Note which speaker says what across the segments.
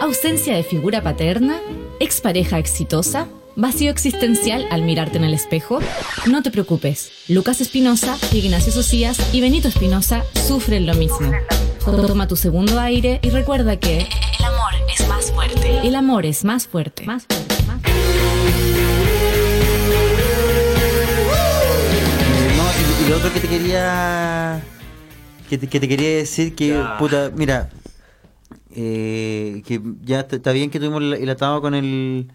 Speaker 1: ausencia de figura paterna, expareja exitosa, vacío existencial al mirarte en el espejo. No te preocupes, Lucas Espinosa, Ignacio Socias y Benito Espinosa sufren lo mismo. Toma tu segundo aire y recuerda que
Speaker 2: El amor es más fuerte.
Speaker 1: el amor es más fuerte.
Speaker 2: Más
Speaker 3: Eh, no, y, y lo otro que te quería. Que te, que te quería decir que, puta, mira. eh, que ya está- está bien que tuvimos el, el atado con el.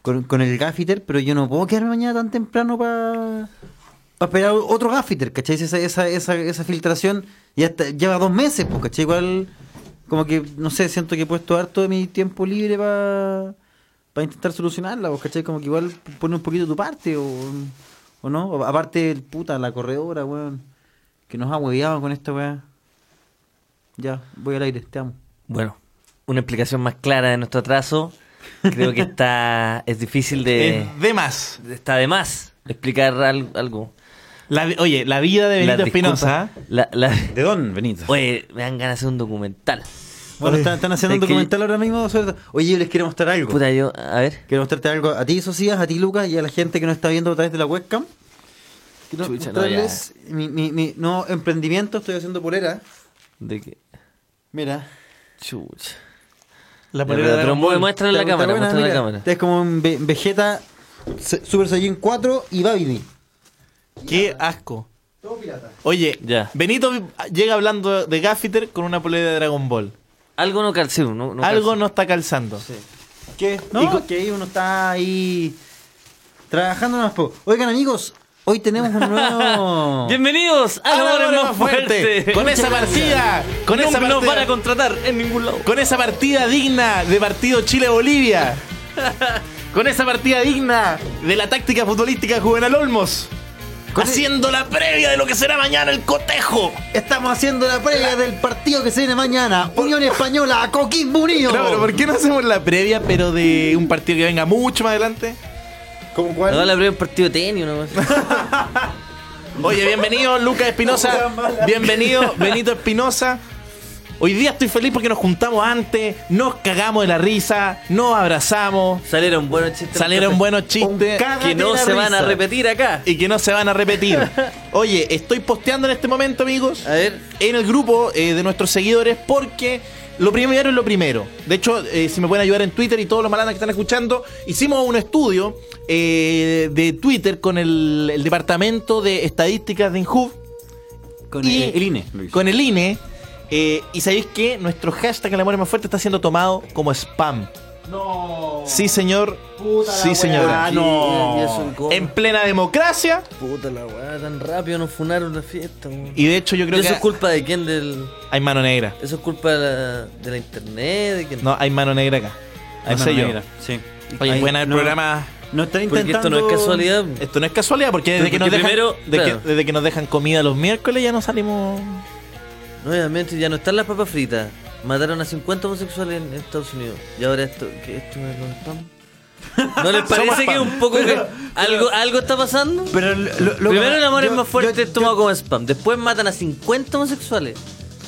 Speaker 3: Con, con el gaffiter, pero yo no puedo quedarme mañana tan temprano para. Para esperar otro gaffiter, ¿cachai? Esa, esa, esa, esa filtración ya está- lleva dos meses, pues, ¿cachai? Igual, como que, no sé, siento que he puesto harto de mi tiempo libre para para intentar solucionarla, pues, ¿cachai? Como que igual pone un poquito de tu parte, o, o no. O- Aparte, el puta, la corredora, weón, que nos ha hueveado con esta weá. Ya, voy al aire, te amo.
Speaker 4: Bueno, una explicación más clara de nuestro atraso. Creo que está es difícil de
Speaker 5: Es de más.
Speaker 4: está de más explicar al- algo.
Speaker 5: La vi- oye, la vida de
Speaker 4: La
Speaker 5: Benito
Speaker 4: disculpa-
Speaker 5: Espinosa.
Speaker 4: la- la-
Speaker 3: ¿De dónde, Benito?
Speaker 4: Oye, me dan ganas de hacer un documental.
Speaker 3: Bueno, están, están haciendo un
Speaker 4: Es que-
Speaker 3: documental ahora mismo sobre... Oye, yo les quiero mostrar algo.
Speaker 4: Puta, yo, a ver.
Speaker 3: Quiero mostrarte algo a ti, Socias, a ti, Lucas, y a la gente que nos está viendo a través de la webcam. Quiero
Speaker 4: Chucha, no,
Speaker 3: mostrarles mi, mi, mi nuevo emprendimiento, estoy haciendo polera.
Speaker 4: De qué
Speaker 3: Mira.
Speaker 4: chucha.
Speaker 5: La
Speaker 4: Ya,
Speaker 5: polera
Speaker 4: pero
Speaker 5: de
Speaker 4: pero
Speaker 5: Dragon Ball.
Speaker 4: mu- muéstrale la
Speaker 3: Está- está
Speaker 4: cámara,
Speaker 3: buena,
Speaker 4: muéstrale la
Speaker 3: mira.
Speaker 4: cámara.
Speaker 3: Este es como un Ve- Vegeta Se- Super Saiyan 4 y Babidi.
Speaker 5: Qué asco.
Speaker 3: Todo pirata.
Speaker 5: Oye,
Speaker 4: Ya.
Speaker 5: Benito llega hablando de Gaffiter con una polera de Dragon Ball.
Speaker 4: Algo no calcé, no, no
Speaker 5: Algo
Speaker 4: calcé.
Speaker 5: no está calzando.
Speaker 3: ¿Qué?
Speaker 5: No.
Speaker 3: Y co- que ahí uno está ahí trabajando más poco. Oigan, amigos, hoy tenemos un nuevo.
Speaker 4: Bienvenidos a
Speaker 5: Ahora
Speaker 4: Amor es
Speaker 5: Amor es
Speaker 4: más fuerte.
Speaker 5: Con esa partida. Con
Speaker 4: no
Speaker 5: esa
Speaker 4: nos van a
Speaker 5: partida.
Speaker 4: contratar en ningún lado.
Speaker 5: Con esa partida digna de partido Chile-Bolivia. Con esa partida digna de la táctica futbolística Juvenal Olmos.
Speaker 4: e-
Speaker 5: Haciendo la previa de lo que será mañana el cotejo.
Speaker 3: Estamos haciendo la previa del partido que se viene mañana. Unión Española a Coquimbo Unido.
Speaker 5: Claro, pero ¿por qué no hacemos la previa, pero de un partido que venga mucho más adelante?
Speaker 3: ¿Cómo
Speaker 4: Nos da
Speaker 3: cuál?
Speaker 4: la primera partido de tenis, una cosa.
Speaker 5: Oye, bienvenido Lucas Espinosa, bienvenido Benito Espinosa. Hoy día estoy feliz porque nos juntamos antes, nos cagamos de la risa, nos abrazamos,
Speaker 4: Salieron buenos chistes.
Speaker 5: salieron buenos chistes
Speaker 3: Con
Speaker 4: Que no
Speaker 3: Cágate la
Speaker 4: se van a
Speaker 3: risa.
Speaker 4: repetir acá.
Speaker 5: y que no se van a repetir. Oye, estoy posteando en este momento, amigos,
Speaker 4: A ver.
Speaker 5: en el grupo eh, de nuestros seguidores porque lo primero es lo primero. De hecho, eh, si me pueden ayudar en Twitter y todos los malandros que están escuchando, hicimos un estudio eh, de Twitter con el, el departamento de estadísticas de Injuv
Speaker 3: Con
Speaker 5: y-
Speaker 3: el, el INE. lo hizo.
Speaker 5: Con el INE. eh, y sabéis que nuestro hashtag El amor es más fuerte está siendo tomado como spam. No. Sí, señor. sí, señora.
Speaker 3: Ah, no.
Speaker 4: Y eso, ¿cómo?
Speaker 5: En plena democracia.
Speaker 4: Puta la weá, tan rápido nos funaron la fiesta, weón.
Speaker 5: Y de hecho, yo creo
Speaker 4: ¿Y eso
Speaker 5: que
Speaker 4: es culpa de quién? Del,
Speaker 5: hay mano negra.
Speaker 4: ¿Eso es culpa de la, de la internet? ¿De quién?
Speaker 5: No, hay mano negra acá. No
Speaker 3: Ay,
Speaker 5: sé yo.
Speaker 3: mira, Sí.
Speaker 5: Oye,
Speaker 3: Ay,
Speaker 5: buena el
Speaker 3: no.
Speaker 5: programa.
Speaker 3: No están
Speaker 4: Porque
Speaker 3: intentando.
Speaker 4: esto no es casualidad.
Speaker 5: Esto no es casualidad porque desde,
Speaker 4: Porque
Speaker 5: que, nos dejan,
Speaker 4: primero,
Speaker 5: de que-
Speaker 4: claro.
Speaker 5: desde que nos dejan comida los miércoles ya no salimos.
Speaker 4: No, obviamente ya no están las papas fritas. Mataron a 50 homosexuales en Estados Unidos. Y ahora esto, ¿qué esto es los spam? ¿No les parece que un poco que algo, algo está pasando?
Speaker 3: Pero lo- lo-
Speaker 4: Primero el amor
Speaker 3: yo-
Speaker 4: es más fuerte,
Speaker 3: yo-
Speaker 4: es tomado
Speaker 3: yo-
Speaker 4: como spam. Después matan a 50 homosexuales.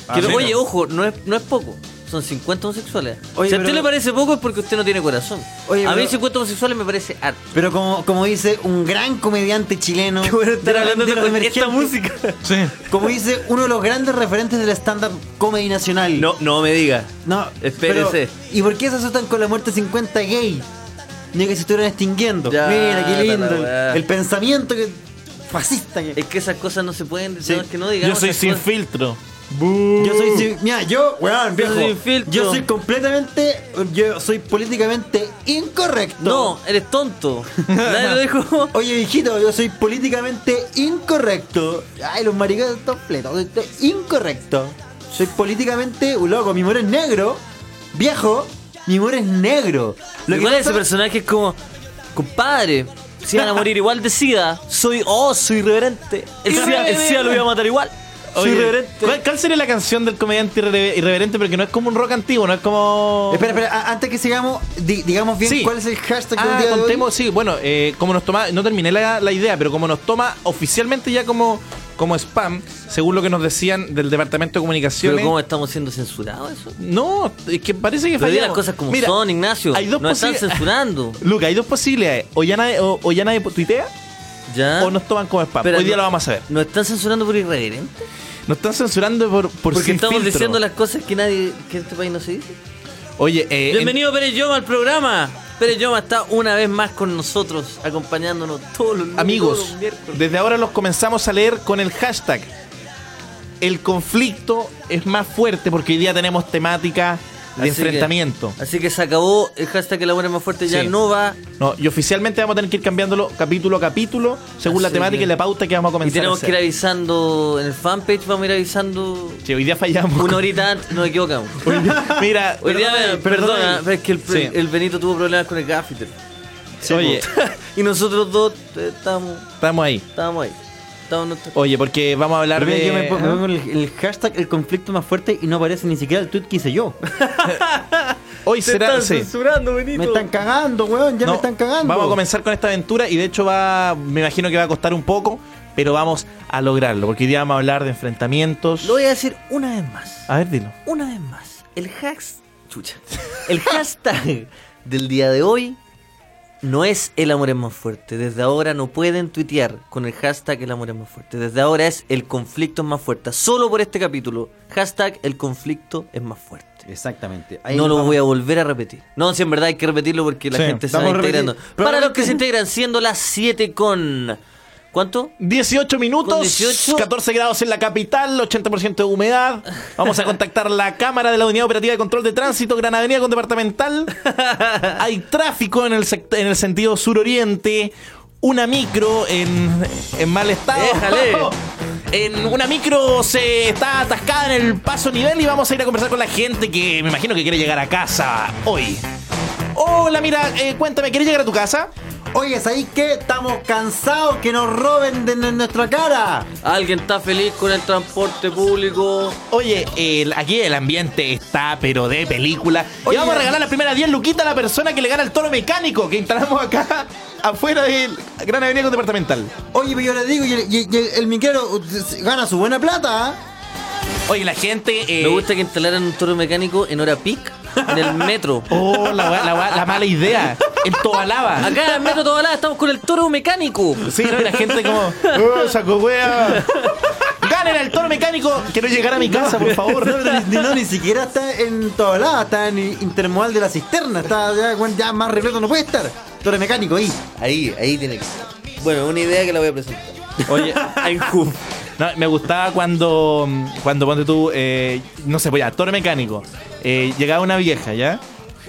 Speaker 3: Ah,
Speaker 4: Que,
Speaker 3: sí,
Speaker 4: oye,
Speaker 3: no.
Speaker 4: ojo, no es, no es poco. Son 50 homosexuales.
Speaker 3: Oye,
Speaker 4: si a
Speaker 3: pero-
Speaker 4: usted le parece poco es porque usted no tiene corazón.
Speaker 3: Oye,
Speaker 4: a mí
Speaker 3: pero-
Speaker 4: 50 homosexuales me parece arte.
Speaker 3: Pero como, como dice un gran comediante chileno.
Speaker 4: estar hablando
Speaker 3: de los
Speaker 4: con esta
Speaker 3: emergentes,
Speaker 4: música.
Speaker 5: Sí.
Speaker 3: Como dice uno de los grandes referentes del stand-up comedy nacional.
Speaker 4: no me diga.
Speaker 3: No,
Speaker 4: Espérese.
Speaker 3: pero, ¿Y por qué se asustan con la muerte 50 gay? Ni que se estuvieran extinguiendo.
Speaker 4: Ya,
Speaker 3: Mira, qué lindo.
Speaker 4: la weá.
Speaker 3: El, el pensamiento que fascista. que-
Speaker 4: Es que esas cosas no se pueden decir.
Speaker 3: Sí.
Speaker 4: que no digamos
Speaker 5: yo soy
Speaker 4: esas
Speaker 5: sin
Speaker 4: cosas.
Speaker 5: filtro.
Speaker 3: Yo soy. sin- Mira, yo, weón, viejo.
Speaker 4: soy filtro.
Speaker 3: Yo soy completamente. Yo soy políticamente incorrecto.
Speaker 4: No, eres tonto. Nadie lo dijo.
Speaker 3: Oye, viejito, yo soy políticamente incorrecto. Ay, los maricones están fletos. Esto es Incorrecto. Soy políticamente un loco. Mi humor es negro. Viejo, mi humor es negro. Lo que
Speaker 4: igual ese
Speaker 3: pasa-
Speaker 4: personaje es como, compadre, si van a morir igual de SIDA, soy, oh, soy irreverente. El SIDA, el SIDA lo voy a matar igual. Soy
Speaker 5: Oye,
Speaker 4: irreverente.
Speaker 5: ¿cuál, cuál sería la canción del comediante irre- irreverente? Porque no es como un rock antiguo, no es como.
Speaker 3: Espera, espera, a- antes que sigamos, di- digamos bien
Speaker 5: Sí.
Speaker 3: cuál es el hashtag del
Speaker 5: Ah,
Speaker 3: día de hoy.
Speaker 5: contemos, sí, bueno, eh, como nos toma, no terminé la, la idea, pero como nos toma oficialmente ya como, como spam, según lo que nos decían del Departamento de Comunicaciones.
Speaker 4: Pero ¿cómo estamos siendo censurados eso?
Speaker 5: No, es que parece que
Speaker 4: Pero di
Speaker 5: fallamos.
Speaker 4: las cosas como
Speaker 5: Mira,
Speaker 4: son, Ignacio.
Speaker 5: Hay dos
Speaker 4: Nos están
Speaker 5: posibil-
Speaker 4: censurando.
Speaker 5: Luca, hay dos posibilidades. O ya nadie, o, o ya nadie tuitea
Speaker 4: ¿Ya?
Speaker 5: o nos toman como spam.
Speaker 4: Pero
Speaker 5: Hoy día
Speaker 4: no-
Speaker 5: lo vamos a ver.
Speaker 4: ¿Nos están censurando por irreverente?
Speaker 5: Nos están censurando por, por
Speaker 4: Porque
Speaker 5: sin
Speaker 4: estamos
Speaker 5: filtro.
Speaker 4: diciendo las cosas que nadie, que en este país no se dice.
Speaker 5: Oye, eh, en-
Speaker 4: Bienvenido Pérez Yoma al programa. Pérez Yoma está una vez más con nosotros, acompañándonos todos los lunes, todos
Speaker 5: amigos,
Speaker 4: los miércoles.
Speaker 5: desde ahora los comenzamos a leer con el hashtag. El conflicto es más fuerte porque hoy día tenemos temática de
Speaker 4: Así que-
Speaker 5: enfrentamiento.
Speaker 4: así que se acabó el hashtag La Buena es Más Fuerte, ya
Speaker 5: Sí.
Speaker 4: no va.
Speaker 5: No, y oficialmente vamos a tener que ir cambiándolo capítulo a capítulo según la
Speaker 4: Así
Speaker 5: temática
Speaker 4: que-
Speaker 5: y la pauta que vamos a
Speaker 4: Y
Speaker 5: comenzar.
Speaker 4: tenemos
Speaker 5: a
Speaker 4: que ir
Speaker 5: hacer.
Speaker 4: avisando en el fanpage, vamos a ir avisando
Speaker 5: Sí, hoy día fallamos.
Speaker 4: una horita antes, nos equivocamos.
Speaker 5: Hoy día- Mira,
Speaker 4: Hoy día,
Speaker 5: perdóname,
Speaker 4: perdona,
Speaker 5: perdóname.
Speaker 4: pero es que el,
Speaker 5: Sí.
Speaker 4: el Benito tuvo problemas con el gaffeter.
Speaker 5: Sí, pues. Oye,
Speaker 4: y nosotros dos eh, estábamos,
Speaker 5: estamos ahí.
Speaker 4: estábamos ahí. Estábamos en nuestra-
Speaker 5: Oye, porque vamos a hablar
Speaker 3: Pero mira,
Speaker 5: de... Ah.
Speaker 3: yo me, pon- me pongo el, el hashtag el conflicto más fuerte y no aparece ni siquiera el tweet que hice yo.
Speaker 5: Hoy será... sí.
Speaker 4: censurando, Benito.
Speaker 3: Me están cagando, weón, ya
Speaker 5: No,
Speaker 3: me están cagando.
Speaker 5: Vamos a comenzar con esta aventura y de hecho va... Me imagino que va a costar un poco, pero vamos a lograrlo. Porque hoy día vamos a hablar de enfrentamientos.
Speaker 4: Lo voy a decir una vez más.
Speaker 5: A ver, dilo.
Speaker 4: Una vez más. El hacks. Chucha. El hashtag del día de hoy no es el amor es más fuerte. Desde ahora no pueden tuitear con el hashtag el amor es más fuerte. Desde ahora es el conflicto es más fuerte. Solo por este capítulo. Hashtag el conflicto es más fuerte.
Speaker 3: Exactamente.
Speaker 4: no lo voy a volver a repetir. No, si en verdad hay que repetirlo porque la
Speaker 5: Sí,
Speaker 4: gente se va
Speaker 3: vamos a repetir.
Speaker 4: integrando. Para
Speaker 3: Probablemente-
Speaker 4: los que se integran, siendo las 7 con. ¿Cuánto?
Speaker 5: 18 minutos,
Speaker 4: Con 18.
Speaker 5: 14 grados en la capital, 80% de humedad. Vamos a contactar la cámara de la Unidad Operativa de Control de Tránsito, Gran Avenida con Departamental. Hay tráfico en el, sect- en el sentido suroriente. Una micro en, en mal estado.
Speaker 4: Déjale.
Speaker 5: En una micro se está atascada en el paso nivel y vamos a ir a conversar con la gente que me imagino que quiere llegar a casa hoy. Hola, mira, eh, cuéntame, ¿quieres llegar a tu casa?
Speaker 3: Oye, ¿es ahí que estamos cansados que nos roben de n- nuestra cara?
Speaker 4: Alguien está feliz con el transporte público.
Speaker 5: Oye, el- aquí el ambiente está, pero de película.
Speaker 3: Oye, eh,
Speaker 5: y vamos a
Speaker 3: ya.
Speaker 5: regalar la primera 10 luquitas a la persona que le gana el toro mecánico que instalamos acá afuera del Gran Avenida con Departamental.
Speaker 3: Oye, pero yo le digo, y el, y- y el- el minquero uh, se- gana su buena plata. ¿ah?
Speaker 5: Oye, la gente. eh,
Speaker 4: Me gusta que instalaran un toro mecánico en hora peak en el metro.
Speaker 5: Oh, la, gua- la, gua- la mala idea. El tobalaba.
Speaker 4: Acá en el metro Tobalá estamos con el toro mecánico.
Speaker 5: Sí, no, y la gente como. "Oh, saco wea! ¡Ganen al toro mecánico! Quiero llegar a mi casa, por favor.
Speaker 3: No, pero ni, no, ni siquiera está en todos lados, está en el Intermodal de la Cisterna, está ya, weón, ya más repleto no puede estar. Torre mecánico ahí.
Speaker 4: Ahí, ahí tiene que estar. Bueno, una idea que la voy a presentar.
Speaker 5: Oye, No, me gustaba cuando, cuando ponte tú, eh, no sé, pues ya, toro mecánico. Eh, llegaba una vieja, ¿ya?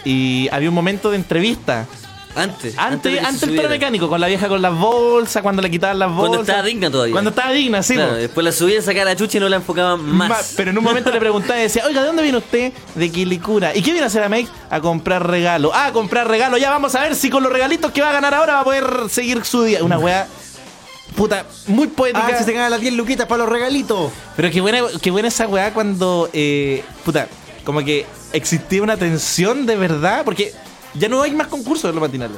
Speaker 5: Y había un momento de entrevista.
Speaker 4: Antes. de
Speaker 5: Antes,
Speaker 4: que se
Speaker 5: antes el
Speaker 4: subiera.
Speaker 5: toro mecánico, con la vieja con las bolsas, cuando le quitaban las bolsas.
Speaker 4: Cuando estaba digna todavía.
Speaker 5: Cuando estaba digna, sí.
Speaker 4: Claro,
Speaker 5: po.
Speaker 4: después la subían, sacaban la chucha y no la enfocaban más.
Speaker 5: Ma- Pero en un momento le preguntaba y decía, oiga, ¿de dónde viene usted? De Quilicura. ¿Y qué viene a hacer a Make? A comprar regalo. Ah, a comprar regalo. Ya vamos a ver si con los regalitos que va a ganar ahora va a poder seguir su día. Una wea puta, muy poética.
Speaker 3: Ah, si se gana las 10 luquitas para los regalitos.
Speaker 5: Pero qué buena, qué buena esa weá cuando. eh, puta, como que existía una tensión de verdad, porque ya no hay más concursos de los matinales.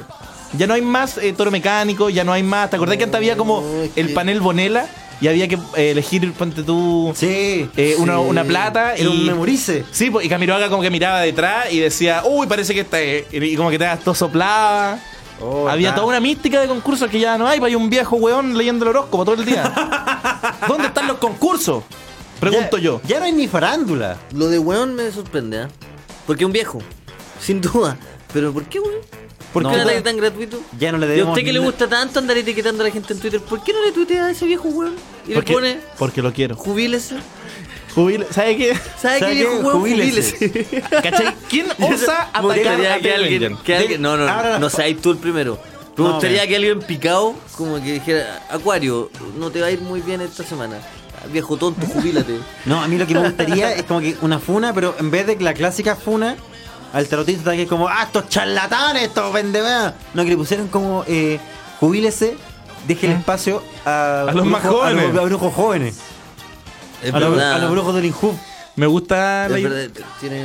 Speaker 5: Ya no hay más eh, toro mecánico, ya no hay más. ¿Te acordás que antes había como
Speaker 4: No, es
Speaker 5: el
Speaker 4: que-
Speaker 5: panel Bonela y había que eh, elegir, ponte tú.
Speaker 3: Sí.
Speaker 5: eh, una, una plata
Speaker 3: Era
Speaker 5: y.
Speaker 3: un memorice.
Speaker 5: Sí, pues, y Camiroaga como que miraba detrás y decía, uy, parece que esta es. Y como que te todo soplaba.
Speaker 3: Oh,
Speaker 5: Había
Speaker 3: está.
Speaker 5: toda una mística de concursos que ya no hay, pues hay un viejo weón leyendo el horóscopo todo el día. ¿Dónde están los concursos? Pregunto
Speaker 3: Ya-
Speaker 5: yo.
Speaker 3: Ya no hay ni farándula.
Speaker 4: Lo de weón me sorprende, ¿ah? Porque un viejo, sin duda. Pero ¿por qué, weón? ¿Por
Speaker 3: No.
Speaker 4: qué un ataque tan gratuito?
Speaker 3: Ya no le
Speaker 4: ¿Y a
Speaker 3: debemos
Speaker 4: usted que le
Speaker 3: ni-
Speaker 4: gusta tanto andar etiquetando a la gente en Twitter? ¿Por qué no le tuitea a ese viejo, weón? Y le
Speaker 5: Porque-
Speaker 4: pone,
Speaker 5: Porque lo quiero.
Speaker 4: jubílese.
Speaker 5: Jubil, ¿Sabe qué?
Speaker 4: ¿Sabe qué
Speaker 3: ¿Sabe
Speaker 4: viejo,
Speaker 3: qué?
Speaker 4: weón?
Speaker 3: Jubílese.
Speaker 4: Jubílese.
Speaker 5: ¿Cachai? ¿Quién osa
Speaker 4: Me gustaría
Speaker 5: atacar a
Speaker 4: que
Speaker 5: Ted
Speaker 4: alguien,
Speaker 5: Benjen?
Speaker 4: que alguien- No, no,
Speaker 3: Ahora
Speaker 4: no,
Speaker 3: las
Speaker 4: no
Speaker 3: pa-
Speaker 4: seas tú el primero. Me
Speaker 3: No,
Speaker 4: gustaría
Speaker 3: ok.
Speaker 4: que alguien picado, como que dijera, Acuario, no te va a ir muy bien esta semana. Ah, Viejo tonto, jubílate.
Speaker 3: No, a mí lo que me gustaría es como que una funa, pero en vez de la clásica funa, al tarotista que es como, ah, estos charlatanes, estos vendeveas. No, que le pusieron como, eh, jubílese, deje el espacio a,
Speaker 5: ¿Eh? A los más jóvenes.
Speaker 3: A los, a brujos jóvenes.
Speaker 4: Es
Speaker 3: A los,
Speaker 4: verdad.
Speaker 3: a los brujos del Injub.
Speaker 5: Me gusta
Speaker 4: Es
Speaker 5: la idea.
Speaker 4: verdad, tiene,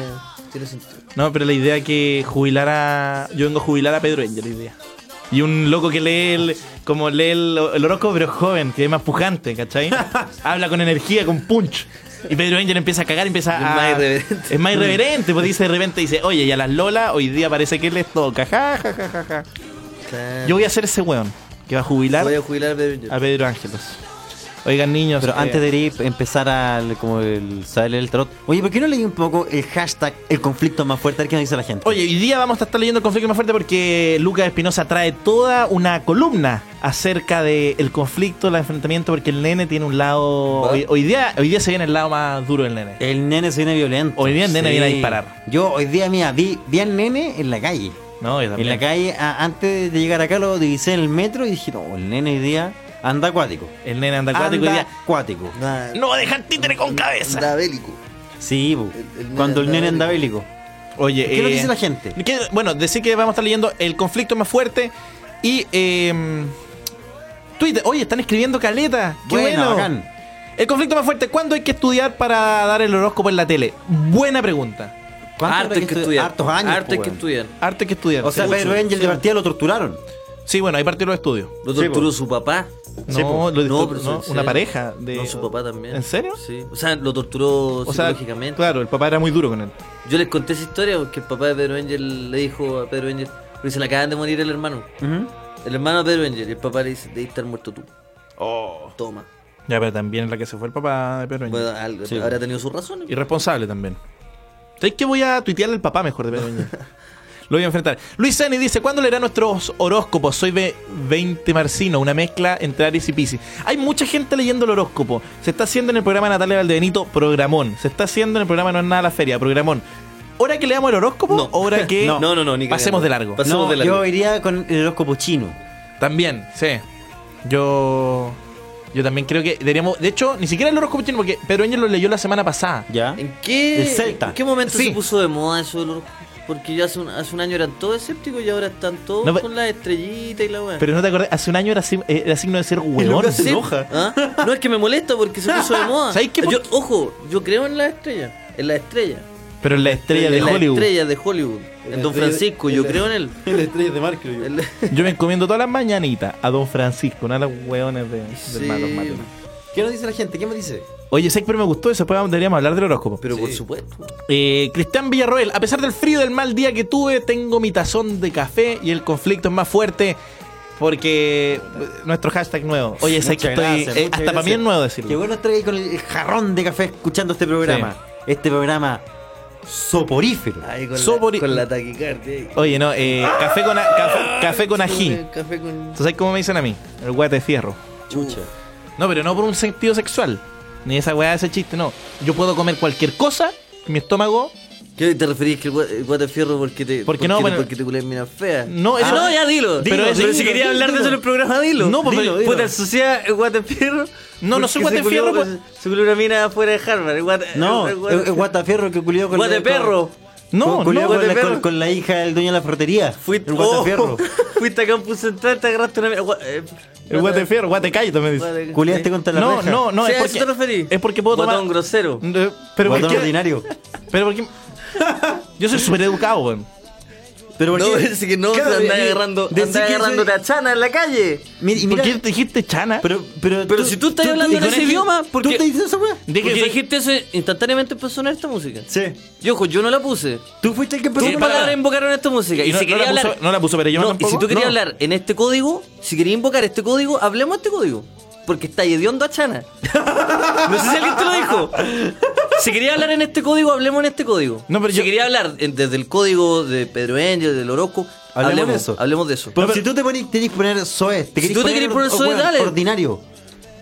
Speaker 4: tiene sentido.
Speaker 5: No, pero la idea que jubilara. Yo vengo a jubilar a Pedro Angel hoy día. y un loco que lee el, como lee el, el horóscopo, pero es joven, que es más pujante, ¿cachai? Habla con energía, con punch. Y Pedro Angel empieza a cagar, empieza
Speaker 4: Es
Speaker 5: a.
Speaker 4: más irreverente.
Speaker 5: Es más irreverente, pues dice de repente, dice, oye, y a las Lola hoy día parece que les toca. Ja, ja, ja, ja, ja. Yo voy a ser ese weón que va a jubilar
Speaker 4: Voy a jubilar a Pedro Angel.
Speaker 5: a Pedro Ángelos. Oigan, niños.
Speaker 3: Pero
Speaker 5: eh,
Speaker 3: antes de ir, empezar al como el saber el tarot. Oye, ¿por qué no leí un poco el hashtag el conflicto más fuerte? A ver qué nos dice la gente.
Speaker 5: Oye, hoy día vamos a estar leyendo el conflicto más fuerte porque Lucas Espinosa trae toda una columna acerca del conflicto, el enfrentamiento, porque el nene tiene un lado.
Speaker 4: ¿Va?
Speaker 5: Hoy, hoy día, hoy día se viene el lado más duro del nene.
Speaker 3: El nene se viene violento.
Speaker 5: Hoy día el nene viene a disparar.
Speaker 3: Yo hoy día, mira, vi, vi al nene en la calle.
Speaker 5: No, Y
Speaker 3: En
Speaker 5: también-
Speaker 3: la calle, a- antes de llegar acá, lo divisé en el metro y dije, no, el nene hoy día anda acuático.
Speaker 5: El nene anda acuático hoy
Speaker 3: Anda
Speaker 5: día.
Speaker 3: acuático.
Speaker 4: Nada-
Speaker 5: No va a dejar títere con cabeza.
Speaker 4: nada bélico.
Speaker 3: Sí, bu.
Speaker 4: El- el nene
Speaker 3: cuando el
Speaker 4: anda
Speaker 3: nene anda bélico.
Speaker 5: Oye,
Speaker 3: ¿Qué nos
Speaker 5: eh,
Speaker 3: dice la gente?
Speaker 5: ¿qué- bueno, decir que vamos a estar leyendo el conflicto más fuerte y. eh, Twitter. Oye, están escribiendo caleta. ¡Qué bueno!
Speaker 3: bacán.
Speaker 5: El conflicto más fuerte, ¿cuándo hay que estudiar para dar el horóscopo en la tele? Buena pregunta.
Speaker 3: ¿Cuánto
Speaker 4: Harto
Speaker 3: habrá
Speaker 4: hay que estudiar.
Speaker 3: Hartos años.
Speaker 4: Harto
Speaker 3: po,
Speaker 4: hay
Speaker 5: pues,
Speaker 4: que
Speaker 3: weón.
Speaker 4: estudiar.
Speaker 5: Arte que estudiar.
Speaker 3: O sea,
Speaker 5: Sí,
Speaker 3: Pedro
Speaker 5: sí.
Speaker 3: Angel de partida lo torturaron.
Speaker 5: Sí, bueno, ahí partió los estudios.
Speaker 4: Lo
Speaker 3: Sí,
Speaker 4: torturó
Speaker 3: po.
Speaker 4: su papá.
Speaker 5: No,
Speaker 3: Sí, po.
Speaker 5: lo
Speaker 4: No,
Speaker 5: discu-
Speaker 4: pero
Speaker 5: no,
Speaker 4: en
Speaker 5: una
Speaker 4: serio.
Speaker 5: pareja de.
Speaker 4: No, su papá también.
Speaker 5: ¿En serio?
Speaker 4: Sí. O sea, lo torturó
Speaker 5: O sea,
Speaker 4: psicológicamente.
Speaker 5: claro, el papá era muy duro con él.
Speaker 4: Yo les conté esa historia porque el papá de Pedro Angel le dijo a Pedro Angel, porque se le acaban de morir el hermano. El hermano de Pedro Angel, y el papá le dice, debes estar muerto tú. Oh. Toma.
Speaker 5: Ya, pero también la que se fue el papá de Pedro Angel.
Speaker 4: Bueno, algo-
Speaker 3: Sí.
Speaker 4: habrá tenido sus razones.
Speaker 5: Irresponsable también. ¿Sabes que voy a tuitearle al papá mejor de Pedro Angel? Lo voy a enfrentar. Luis Sani dice, ¿cuándo leerá nuestros horóscopos? Soy de 20 Marcino, una mezcla entre Aries y Pisces. Hay mucha gente leyendo el horóscopo. Se está haciendo en el programa Natalia Valdebenito, programón. Se está haciendo en el programa No es nada la feria, programón. ¿Hora que leamos el horóscopo?
Speaker 4: No.
Speaker 5: ¿Hora que
Speaker 4: No, no, no, ni cagando.
Speaker 5: pasemos de largo?
Speaker 4: Pas- Pasemos
Speaker 3: No,
Speaker 4: de largo.
Speaker 3: yo iría con el horóscopo chino.
Speaker 5: También, sí. Yo. Yo también creo que deberíamos. De hecho, ni siquiera el horóscopo chino, porque Pedro Angel lo leyó la semana pasada.
Speaker 3: ¿Ya?
Speaker 4: ¿En qué,
Speaker 3: El celta.
Speaker 4: ¿en qué momento
Speaker 5: Sí.
Speaker 4: se puso de moda eso? de los- Porque ya hace un, hace un año eran todos escépticos y ahora están todos
Speaker 5: No, pe-
Speaker 4: con las estrellitas y la weá.
Speaker 5: Pero no te acordás, hace un año era, si- eh, era signo de ser hueón.
Speaker 4: Sí. ¿Ah? No es que me molesta porque se puso de moda.
Speaker 5: ¿Sabes qué?
Speaker 4: Yo- ojo, yo creo en las estrellas. En las estrellas.
Speaker 5: Pero la estrella de
Speaker 4: en las
Speaker 5: Hollywood.
Speaker 4: estrellas de Hollywood. En,
Speaker 6: la
Speaker 4: Don
Speaker 6: estrella-
Speaker 4: Francisco,
Speaker 6: en
Speaker 4: yo
Speaker 6: la-
Speaker 4: creo en él.
Speaker 6: La estrella de Marco. yo.
Speaker 4: En la-
Speaker 5: Yo me encomiendo todas las mañanitas a Don Francisco, una de las hueones de, del
Speaker 4: Sí.
Speaker 5: malo, malo.
Speaker 6: ¿Qué nos dice la gente? ¿Qué me dice?
Speaker 5: Oye, sé que pero me gustó eso, después vamos- deberíamos hablar del horóscopo.
Speaker 4: Pero por
Speaker 6: Sí.
Speaker 4: supuesto.
Speaker 5: Eh, Cristian Villarroel, a pesar del frío y del mal día que tuve, tengo mi tazón de café y el conflicto es más fuerte porque eh, nuestro hashtag nuevo. Oye, sé que
Speaker 3: Muchas
Speaker 5: estoy.
Speaker 3: gracias,
Speaker 5: eh,
Speaker 3: muchas
Speaker 5: hasta para mí
Speaker 3: gracias.
Speaker 5: es nuevo
Speaker 3: Qué
Speaker 5: decirlo.
Speaker 3: bueno estar ahí con el jarrón de café escuchando este programa. Este programa soporífero.
Speaker 4: Ahí con,
Speaker 5: Sobori-
Speaker 4: la, con la taquicardia. ahí.
Speaker 5: Oye, no, eh, café con a-
Speaker 4: Ah,
Speaker 5: café, café con ají.
Speaker 4: Con el Café con...
Speaker 5: ¿Tú sabes cómo me dicen a mí? El guate de fierro.
Speaker 4: Chucha.
Speaker 5: No, pero no por un sentido sexual. Ni esa weá, ese chiste, no. Yo puedo comer cualquier cosa, mi estómago.
Speaker 4: ¿Qué te referís que el gua- el eh, guate de fierro porque te,
Speaker 5: Porque no, bueno-
Speaker 4: porque te culé minas feas?
Speaker 5: No, eso-
Speaker 4: no, Ah, ya dilo.
Speaker 5: Dilo,
Speaker 4: pero
Speaker 5: dilo,
Speaker 4: pero si
Speaker 5: dilo,
Speaker 4: quería hablar de eso en el programa, dilo.
Speaker 5: No, pues,
Speaker 4: dilo,
Speaker 5: pero-
Speaker 4: Puta, asocia el guate de fierro.
Speaker 5: No, no
Speaker 4: porque
Speaker 5: soy guate
Speaker 4: se
Speaker 5: de fierro,
Speaker 4: culió- Se culó una mina fuera de Harvard. el guate-
Speaker 3: No,
Speaker 4: el
Speaker 3: es es guataferro que culió con
Speaker 4: guate de
Speaker 3: la- con-
Speaker 4: perro.
Speaker 5: No,
Speaker 3: con, culió
Speaker 5: no,
Speaker 3: con, la,
Speaker 4: guataferro.
Speaker 3: con- con la hija del dueño de la ferretería.
Speaker 4: Fuiste,
Speaker 3: el guataferro.
Speaker 4: oh, fuiste a Campus Central, te agarraste una mina. gua- eh,
Speaker 5: El guate de fierro, guate caído me dice.
Speaker 4: guate-
Speaker 3: Culiaste contra la
Speaker 5: No,
Speaker 3: reja.
Speaker 5: no, no,
Speaker 4: Sí,
Speaker 5: es
Speaker 4: a eso
Speaker 5: porque,
Speaker 4: te referís.
Speaker 5: es porque puedo
Speaker 4: Guatón
Speaker 5: tomar.
Speaker 4: grosero.
Speaker 5: Eh, Pero
Speaker 3: Guatón
Speaker 5: porque,
Speaker 3: ordinario.
Speaker 5: pero porque. Yo soy súper educado, weón.
Speaker 3: Pero ¿por
Speaker 4: No,
Speaker 3: qué?
Speaker 4: es que no,
Speaker 3: Claro,
Speaker 4: andás
Speaker 3: y-
Speaker 4: agarrando,
Speaker 3: decir
Speaker 4: andás
Speaker 3: que
Speaker 4: agarrando
Speaker 3: soy-
Speaker 4: tachana en la calle.
Speaker 3: Mira, y
Speaker 5: ¿Por
Speaker 3: mira-
Speaker 5: qué te dijiste chana?
Speaker 3: Pero, pero,
Speaker 4: Pero si tú estás hablando en
Speaker 3: con
Speaker 4: ese
Speaker 3: ese-
Speaker 4: idioma, porque-
Speaker 3: ¿Tú te dices esa weá?
Speaker 5: Dije
Speaker 4: Porque
Speaker 5: que soy-
Speaker 4: dijiste eso y instantáneamente empezó a sonar esta música.
Speaker 3: Sí.
Speaker 4: Y ojo, yo no la puse.
Speaker 3: Tú fuiste el que empezó
Speaker 4: ¿Qué
Speaker 3: con
Speaker 4: palabra invocaron esta música?
Speaker 5: Y
Speaker 4: Y
Speaker 5: no,
Speaker 4: si
Speaker 5: no la
Speaker 4: quería
Speaker 5: puso,
Speaker 4: hablar.
Speaker 5: no la puso Perellón
Speaker 4: No, y
Speaker 5: tampoco.
Speaker 4: si tú querías
Speaker 5: No.
Speaker 4: hablar en este código, si querías invocar este código, hablemos este código. Porque está hediondo a Chana. No sé si alguien te lo dijo. Si quería hablar en este código, hablemos en este código.
Speaker 5: No, pero
Speaker 4: si
Speaker 5: yo-
Speaker 4: quería hablar en- desde el código de Pedro Angel, del Oroco,
Speaker 3: Hablemos
Speaker 4: hablemos,
Speaker 3: de eso.
Speaker 4: Hablemos de eso.
Speaker 3: Pero si tú te pones, tenés que poner Zoe.
Speaker 4: Si tú te querés poner Zoe,
Speaker 3: weón,
Speaker 4: dale.
Speaker 3: Ordinario.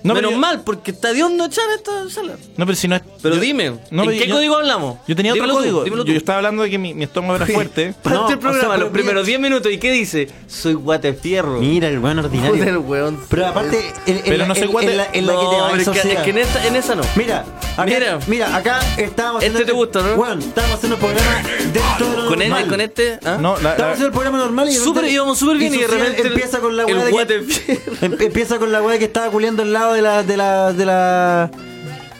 Speaker 5: No, pero
Speaker 4: Menos
Speaker 5: yo-
Speaker 4: mal, porque está hediondo a Chana esta sala.
Speaker 5: No, pero si no es.
Speaker 4: Pero
Speaker 5: yo-
Speaker 4: dime,
Speaker 5: no, pero
Speaker 4: ¿en qué
Speaker 5: yo-
Speaker 4: código hablamos?
Speaker 5: Yo tenía
Speaker 4: Dímelo
Speaker 5: otro
Speaker 4: tú,
Speaker 5: código.
Speaker 4: dímelo
Speaker 5: Yo,
Speaker 4: tú.
Speaker 5: yo estaba hablando de que mi, mi estómago era fuerte.
Speaker 4: Parte
Speaker 3: No,
Speaker 4: el programa,
Speaker 3: o sea,
Speaker 4: los
Speaker 3: pero mira-
Speaker 4: primeros 10 minutos. ¿Y qué dice? Soy guatefierro.
Speaker 3: Mira, el buen
Speaker 4: Puta, el
Speaker 3: ordinario.
Speaker 4: weón.
Speaker 3: Pero aparte, en, en
Speaker 5: Pero
Speaker 3: la-
Speaker 5: no soy
Speaker 3: en-
Speaker 5: guate-
Speaker 3: en la, en la
Speaker 4: No,
Speaker 3: que te va
Speaker 4: pero es que- es que en esa, en esa no.
Speaker 3: Mira, acá, mira,
Speaker 4: Mira.
Speaker 3: acá estábamos.
Speaker 4: Este te gusta, ¿no?
Speaker 3: Bueno, estábamos haciendo el programa dentro de lo
Speaker 4: Con
Speaker 3: normal.
Speaker 4: este, con este. ¿ah?
Speaker 5: No, la-
Speaker 3: Estábamos
Speaker 5: la-
Speaker 3: haciendo el programa normal y. de
Speaker 4: Súper,
Speaker 3: repente-
Speaker 4: íbamos súper bien y de
Speaker 3: Social
Speaker 4: repente el-
Speaker 3: Empieza con la
Speaker 4: el
Speaker 3: weá. de que-
Speaker 4: guate fiero.
Speaker 3: em- Empieza con la weá que estaba culiando al lado de la. de la. de la.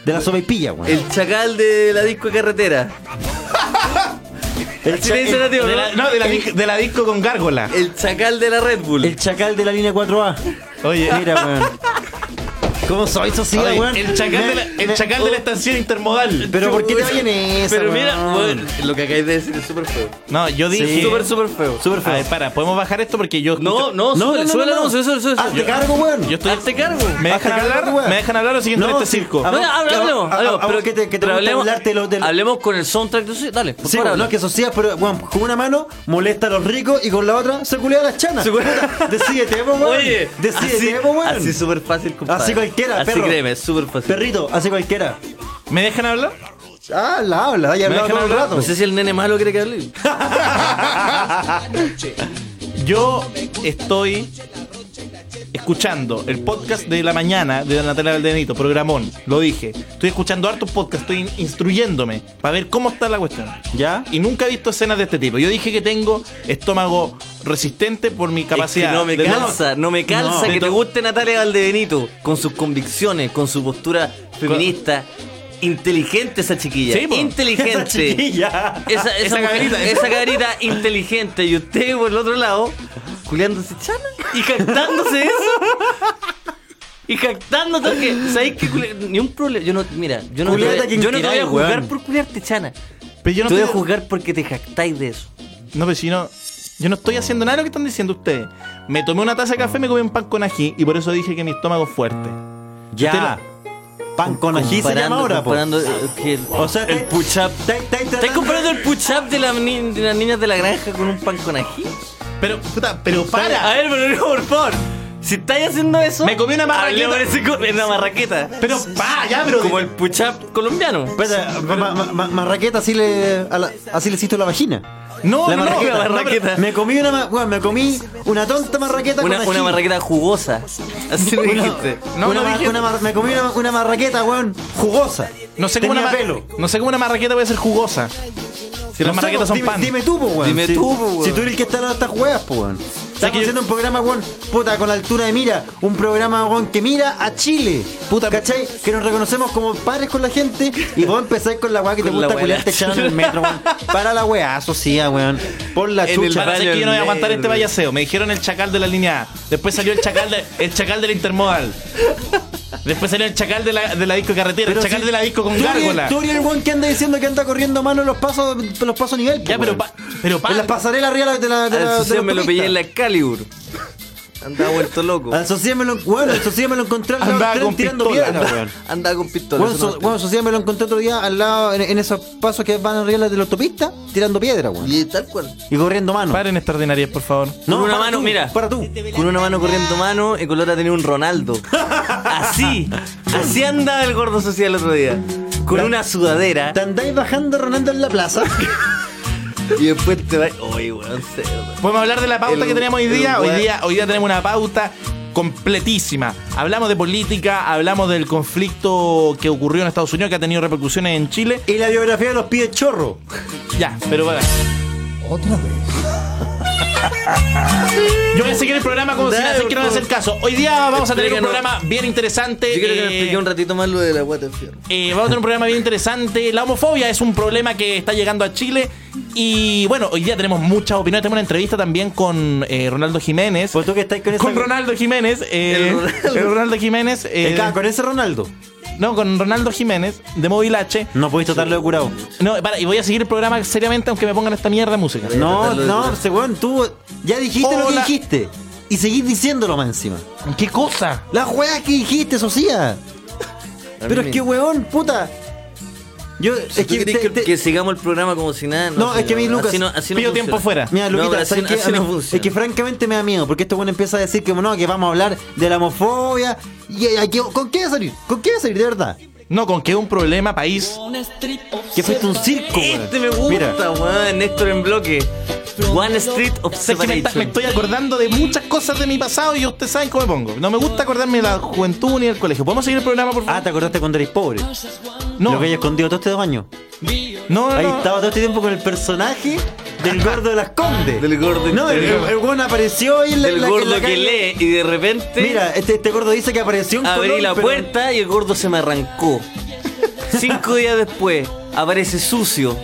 Speaker 3: de la sopa y pilla, weón.
Speaker 4: El chacal de la disco de carretera.
Speaker 3: El, cha-
Speaker 4: Silencio
Speaker 3: el-
Speaker 4: nativo,
Speaker 5: De la, no, de la, dis- de la disco con gárgola.
Speaker 4: El chacal de la Red Bull.
Speaker 3: el chacal de la línea 4A.
Speaker 5: Oye,
Speaker 3: Mira, weón. ¿Cómo soy social,
Speaker 5: oye,
Speaker 3: weón?
Speaker 5: el chacal, de la, el
Speaker 3: Me-
Speaker 5: chacal de la estación intermodal.
Speaker 3: Pero ¿por qué te vayan eso?
Speaker 4: Pero mira,
Speaker 3: weón?
Speaker 4: bueno, lo que acabáis de decir es súper feo.
Speaker 5: No, yo dije.
Speaker 4: Sí. Súper, súper feo.
Speaker 3: Súper
Speaker 5: A
Speaker 3: feo.
Speaker 5: ver, para, ¿podemos bajar esto? Porque yo.
Speaker 4: No, no,
Speaker 3: No,
Speaker 4: sube,
Speaker 3: no,
Speaker 4: sube
Speaker 3: no,
Speaker 4: el
Speaker 3: no.
Speaker 4: anuncio, sube, sube, sube.
Speaker 3: Hazte cargo, weón.
Speaker 5: Yo estoy.
Speaker 4: Hazte cargo.
Speaker 5: ¿Me dejan
Speaker 3: Hazte cargo,
Speaker 5: hablar?
Speaker 3: weón.
Speaker 5: ¿Me dejan hablar o siguen con este
Speaker 3: sí.
Speaker 5: circo?
Speaker 3: A ver,
Speaker 4: No, no, hable- hablemos,
Speaker 3: a- a-
Speaker 4: hablemos,
Speaker 3: a- a
Speaker 4: pero-
Speaker 3: vos que te- que te
Speaker 4: pero
Speaker 3: gusta
Speaker 4: hablemos-
Speaker 3: hablarte de los- del-
Speaker 4: Hablemos con el soundtrack de su- Dale, por
Speaker 3: Sí,
Speaker 4: favor,
Speaker 3: pues, bueno, no
Speaker 4: habla.
Speaker 3: es que socias, pero bueno, con una mano molesta a los ricos y con la otra se culea a las chanas.
Speaker 4: Se culea-
Speaker 3: Puta, Decídete, po, weón.
Speaker 4: Oye, así,
Speaker 3: Decídete, po, weón.
Speaker 4: así súper fácil, compadre.
Speaker 3: Así cualquiera,
Speaker 4: Así
Speaker 3: perro.
Speaker 4: créeme, es súper fácil.
Speaker 3: Perrito, así cualquiera.
Speaker 5: ¿Me dejan hablar?
Speaker 3: Ah, la habla, ya hablaba
Speaker 5: dejan
Speaker 3: todo el
Speaker 5: hablar?
Speaker 3: rato.
Speaker 4: No sé si el nene malo quiere que hable.
Speaker 5: Yo estoy escuchando el podcast de la mañana de Natalia Valdenito, programón, lo dije. Estoy escuchando hartos podcasts, estoy in- instruyéndome para ver cómo está la cuestión.
Speaker 3: ¿Ya?
Speaker 5: Y nunca he visto escenas de este tipo. Yo dije que tengo estómago resistente por mi capacidad.
Speaker 4: Es que no me
Speaker 5: de-
Speaker 4: calza, no, me calza
Speaker 5: No.
Speaker 4: que te guste Natalia Valdebenito con sus convicciones, con su postura feminista. Inteligente esa chiquilla.
Speaker 5: Sí, po.
Speaker 4: inteligente.
Speaker 3: Esa chiquilla.
Speaker 4: Esa, esa
Speaker 5: Esa
Speaker 4: mujer-
Speaker 5: cabrita.
Speaker 4: esa cabrita inteligente. Y usted por el otro lado, culiándose chana y jactándose eso. Y jactándote que, ¿sabes qué? culi- Ni un problema. Yo no, mira, yo no, te,
Speaker 3: Culiate
Speaker 4: voy-
Speaker 3: quien
Speaker 4: yo no te voy a
Speaker 3: queráis,
Speaker 4: juzgar
Speaker 3: weón.
Speaker 4: por culiarte chana.
Speaker 5: Pero yo no
Speaker 4: te voy a
Speaker 5: estoy-
Speaker 4: juzgar porque te jactáis de eso.
Speaker 5: No, pero si no. Yo no estoy haciendo nada de lo que están diciendo ustedes. Me tomé una taza de café, me comí un pan con ají y por eso dije que mi estómago es fuerte.
Speaker 3: Ya. Pan con ají se llama
Speaker 4: Comparando-
Speaker 3: ahora, po.
Speaker 4: comparando, eh, que-
Speaker 3: O sea,
Speaker 4: el push-up. ¿Estás comparando el push-up de, la ni- de las niñas de la granja con un pan con ají?
Speaker 5: Pero, puta, pero
Speaker 4: A
Speaker 5: para.
Speaker 4: ver, pero no, por favor. Si estáis haciendo eso.
Speaker 5: Me comí una marraqueta.
Speaker 4: hablemos de ese co- de una marraqueta.
Speaker 5: Pero pa, ya, pero.
Speaker 4: Como el push-up colombiano.
Speaker 3: Marraqueta, así le, a la- así le hiciste la vagina.
Speaker 5: No,
Speaker 3: la
Speaker 5: no, no,
Speaker 3: marraqueta,
Speaker 5: no,
Speaker 4: la marraqueta.
Speaker 5: pero-
Speaker 4: Marraqueta.
Speaker 3: Me comí una, ma- bueno, me comí una tonta marraqueta
Speaker 4: Una,
Speaker 3: con ají.
Speaker 4: una marraqueta jugosa. Así lo dijiste.
Speaker 5: No,
Speaker 3: Una
Speaker 5: no
Speaker 3: ma-
Speaker 5: dije-
Speaker 3: una mar- me comí una, una marraqueta, weón, jugosa.
Speaker 5: No sé cómo una
Speaker 3: Tenía
Speaker 5: ma-
Speaker 3: pelo.
Speaker 5: No sé cómo una marraqueta puede ser jugosa. Si
Speaker 3: No
Speaker 5: las
Speaker 3: sé,
Speaker 5: marraquetas
Speaker 3: pues,
Speaker 5: son
Speaker 3: dime,
Speaker 5: pan.
Speaker 3: Dime tú, pues, weón.
Speaker 4: Dime
Speaker 3: si,
Speaker 4: tú, pues, weón.
Speaker 3: Si tú eres el que está dando estas weas, pues, weón. Estamos
Speaker 5: que yo-
Speaker 3: haciendo un programa, weón, puta, con la altura de mira. Un programa, weón, que mira a Chile.
Speaker 5: Puta,
Speaker 3: ¿cachai? Que nos reconocemos como padres con la gente. Y vos empezás con la wea que te
Speaker 4: Con la
Speaker 3: gusta
Speaker 4: wea.
Speaker 3: culiarte echando en el metro, weón. Para la wea, socia, ah, weón. Por la
Speaker 5: En el
Speaker 3: chucha.
Speaker 5: para
Speaker 4: baño
Speaker 5: que yo no voy a aguantar
Speaker 4: negro.
Speaker 5: este payaseo. Me dijeron el chacal de la línea A. Después salió el chacal de, el chacal del intermodal. Después salió el chacal de la, de la disco carretera,
Speaker 3: Pero
Speaker 5: el chacal
Speaker 3: si-
Speaker 5: de la disco con
Speaker 3: tú eres-
Speaker 5: gárgola.
Speaker 3: Tú eres el weón que anda diciendo que anda corriendo a mano los pasos, los pasos a nivel. pues,
Speaker 5: Ya, pero
Speaker 3: weón.
Speaker 5: pa- pero pa- Ah,
Speaker 3: En las pasarelas arriba de la. De la,
Speaker 4: Al
Speaker 3: de
Speaker 4: socio
Speaker 3: la
Speaker 4: me lo
Speaker 3: autopista.
Speaker 4: pillé en la Excalibur. Andaba vuelto loco.
Speaker 3: Al socio me lo, weón, al socio me lo encontré al lado del
Speaker 5: Andaba
Speaker 3: tren
Speaker 5: con
Speaker 3: tirando
Speaker 5: pistola,
Speaker 3: piedras,
Speaker 5: andaba-
Speaker 3: weón.
Speaker 4: Andaba con pistola.
Speaker 3: Bueno,
Speaker 4: eso no
Speaker 3: so,
Speaker 4: me-
Speaker 3: bueno, Sociedad me lo encontré otro día al lado, en, en esos pasos que van arriba de la autopista, tirando piedra, weón.
Speaker 4: Y tal cual.
Speaker 3: Y corriendo mano.
Speaker 5: Paren esta ordinariedad, por favor.
Speaker 4: Con una
Speaker 3: para
Speaker 4: mano,
Speaker 3: tú,
Speaker 4: mira.
Speaker 3: Para tú.
Speaker 4: Con una mano corriendo mano y con la otra tenía un Ronaldo. Así, así andaba el gordo social el otro día. Con una sudadera.
Speaker 3: Te andáis bajando Ronaldo en la plaza.
Speaker 4: Y después te va. Oye, weón, cerdo.
Speaker 5: Podemos hablar de la pauta
Speaker 4: El-
Speaker 5: que tenemos hoy
Speaker 4: el
Speaker 5: día. Hoy
Speaker 4: weón-
Speaker 5: día, hoy día tenemos una pauta completísima. Hablamos de política, hablamos del conflicto que ocurrió en Estados Unidos, que ha tenido repercusiones en Chile.
Speaker 3: y la biografía de los pies chorro.
Speaker 5: Ya, pero bueno. Otra vez. Yo pensé que era el programa como si
Speaker 4: Dale,
Speaker 5: nada, así que no
Speaker 4: por
Speaker 5: me hacer
Speaker 4: favor.
Speaker 5: caso. Hoy día vamos a tener un
Speaker 4: Explícanos.
Speaker 5: programa bien interesante.
Speaker 4: Yo creo que me
Speaker 5: eh,
Speaker 4: expliqué un ratito más lo de la guata de fierro.
Speaker 5: eh, vamos a tener un programa bien interesante. La homofobia es un problema que está llegando a Chile. Y bueno, hoy día tenemos muchas opiniones. Tenemos una entrevista también con eh, Ronaldo Jiménez.
Speaker 3: Pues tú que estáis con ese.
Speaker 5: Con Ronaldo Jiménez. eh,
Speaker 4: El Ronaldo.
Speaker 5: el Ronaldo Jiménez. eh,
Speaker 3: Acá, con ese Ronaldo.
Speaker 5: no, con Ronaldo Jiménez de Móvil H.
Speaker 3: No podéis tratarlo de curado.
Speaker 5: No, para, y voy a seguir el programa seriamente aunque me pongan esta mierda de música.
Speaker 3: No,
Speaker 4: tratarlo de
Speaker 3: no,
Speaker 4: curado.
Speaker 3: ese weón, tú ya dijiste lo que
Speaker 5: Hola.
Speaker 3: dijiste. Y seguís diciéndolo más encima.
Speaker 5: ¿Qué cosa?
Speaker 3: Las weas que dijiste, Socia. Pero es que, weón, puta. Yo,
Speaker 4: Si
Speaker 3: es
Speaker 4: tú
Speaker 3: que,
Speaker 4: querés
Speaker 3: te-
Speaker 4: que,
Speaker 3: te-
Speaker 4: que sigamos el programa como si nada.
Speaker 3: No, es que mi Lucas,
Speaker 4: así no, así no
Speaker 5: pido
Speaker 4: funciona.
Speaker 5: tiempo fuera.
Speaker 3: Mira,
Speaker 4: No,
Speaker 3: Luquita,
Speaker 4: pero así,
Speaker 3: ¿sabes qué?
Speaker 4: así
Speaker 3: A mí-
Speaker 4: no funciona.
Speaker 3: es que francamente me da miedo, porque este bueno empieza a decir que no, que vamos a hablar de la homofobia. Y, y- y- ¿Con qué va a salir? ¿Con qué va a salir de verdad?
Speaker 5: No, con que un problema país.
Speaker 3: Que fuiste un circo, weón.
Speaker 4: este me gusta,
Speaker 3: Mira,
Speaker 4: weón. Néstor en bloque. One Street of
Speaker 5: O sea, que me, está- me
Speaker 4: Separation.
Speaker 5: estoy acordando de muchas cosas de mi pasado y ustedes saben cómo me pongo. No me gusta acordarme de la juventud ni del colegio. ¿Podemos seguir el programa, por
Speaker 3: ah,
Speaker 5: favor?
Speaker 3: te acordaste cuando eres pobre.
Speaker 5: no,
Speaker 3: Lo que hay escondido todos estos este años.
Speaker 5: no, no,
Speaker 3: Ahí
Speaker 5: no.
Speaker 3: estaba todo este tiempo con el personaje del gordo de las condes.
Speaker 4: Del gordo-
Speaker 3: No, el,
Speaker 4: del gordo.
Speaker 3: el weón apareció ahí en la, en
Speaker 4: El
Speaker 3: la- en la
Speaker 4: gordo
Speaker 3: calle.
Speaker 4: que lee y de repente.
Speaker 3: Mira, este, este gordo dice que apareció un
Speaker 4: Abrí
Speaker 3: colón,
Speaker 4: la
Speaker 3: pero-
Speaker 4: puerta y el gordo se me arrancó. Cinco días después, aparece sucio.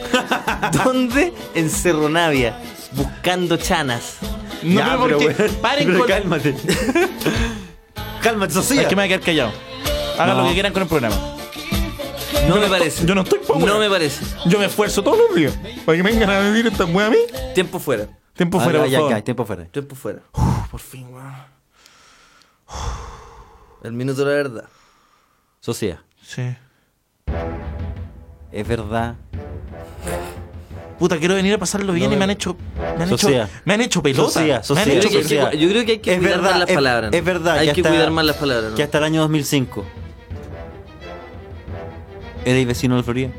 Speaker 4: ¿Dónde? En Cerro Navia, buscando chanas.
Speaker 5: No,
Speaker 6: Ya,
Speaker 5: pero
Speaker 6: pero
Speaker 5: porque-
Speaker 6: weón,
Speaker 5: paren
Speaker 6: pero
Speaker 5: con-
Speaker 6: cálmate. cálmate, Sofía.
Speaker 5: Es que me voy a quedar callado. Hagan
Speaker 4: No.
Speaker 5: lo que quieran con el programa.
Speaker 4: No me parece.
Speaker 5: yo no estoy pa'
Speaker 4: No
Speaker 5: weón.
Speaker 4: me parece.
Speaker 5: Yo me esfuerzo todos los días para que me vengan a vivir esta wea a mí.
Speaker 4: Tiempo fuera.
Speaker 5: Tiempo fuera,
Speaker 3: Ah,
Speaker 5: por
Speaker 3: ya,
Speaker 5: favor.
Speaker 3: ya, tiempo fuera.
Speaker 4: Tiempo fuera.
Speaker 5: Por fin, weón.
Speaker 4: El minuto de la verdad.
Speaker 3: Socia,
Speaker 5: Sí.
Speaker 3: es verdad.
Speaker 5: Puta, quiero venir a pasarlo bien y me han hecho. Me han, hecho,
Speaker 3: Socia.
Speaker 5: me han hecho pelota.
Speaker 3: Socia,
Speaker 5: me han
Speaker 3: socia,
Speaker 5: hecho
Speaker 4: Yo creo que-
Speaker 3: socia.
Speaker 4: yo creo que hay que
Speaker 3: Es
Speaker 4: cuidar
Speaker 3: verdad,
Speaker 4: más las
Speaker 3: es-
Speaker 4: palabras. ¿no?
Speaker 3: es verdad,
Speaker 4: Hay
Speaker 3: que
Speaker 4: que
Speaker 3: hasta-
Speaker 4: cuidar más las palabras. ¿no?
Speaker 3: Que hasta el año 2005. ¿Eres vecino de la Florida?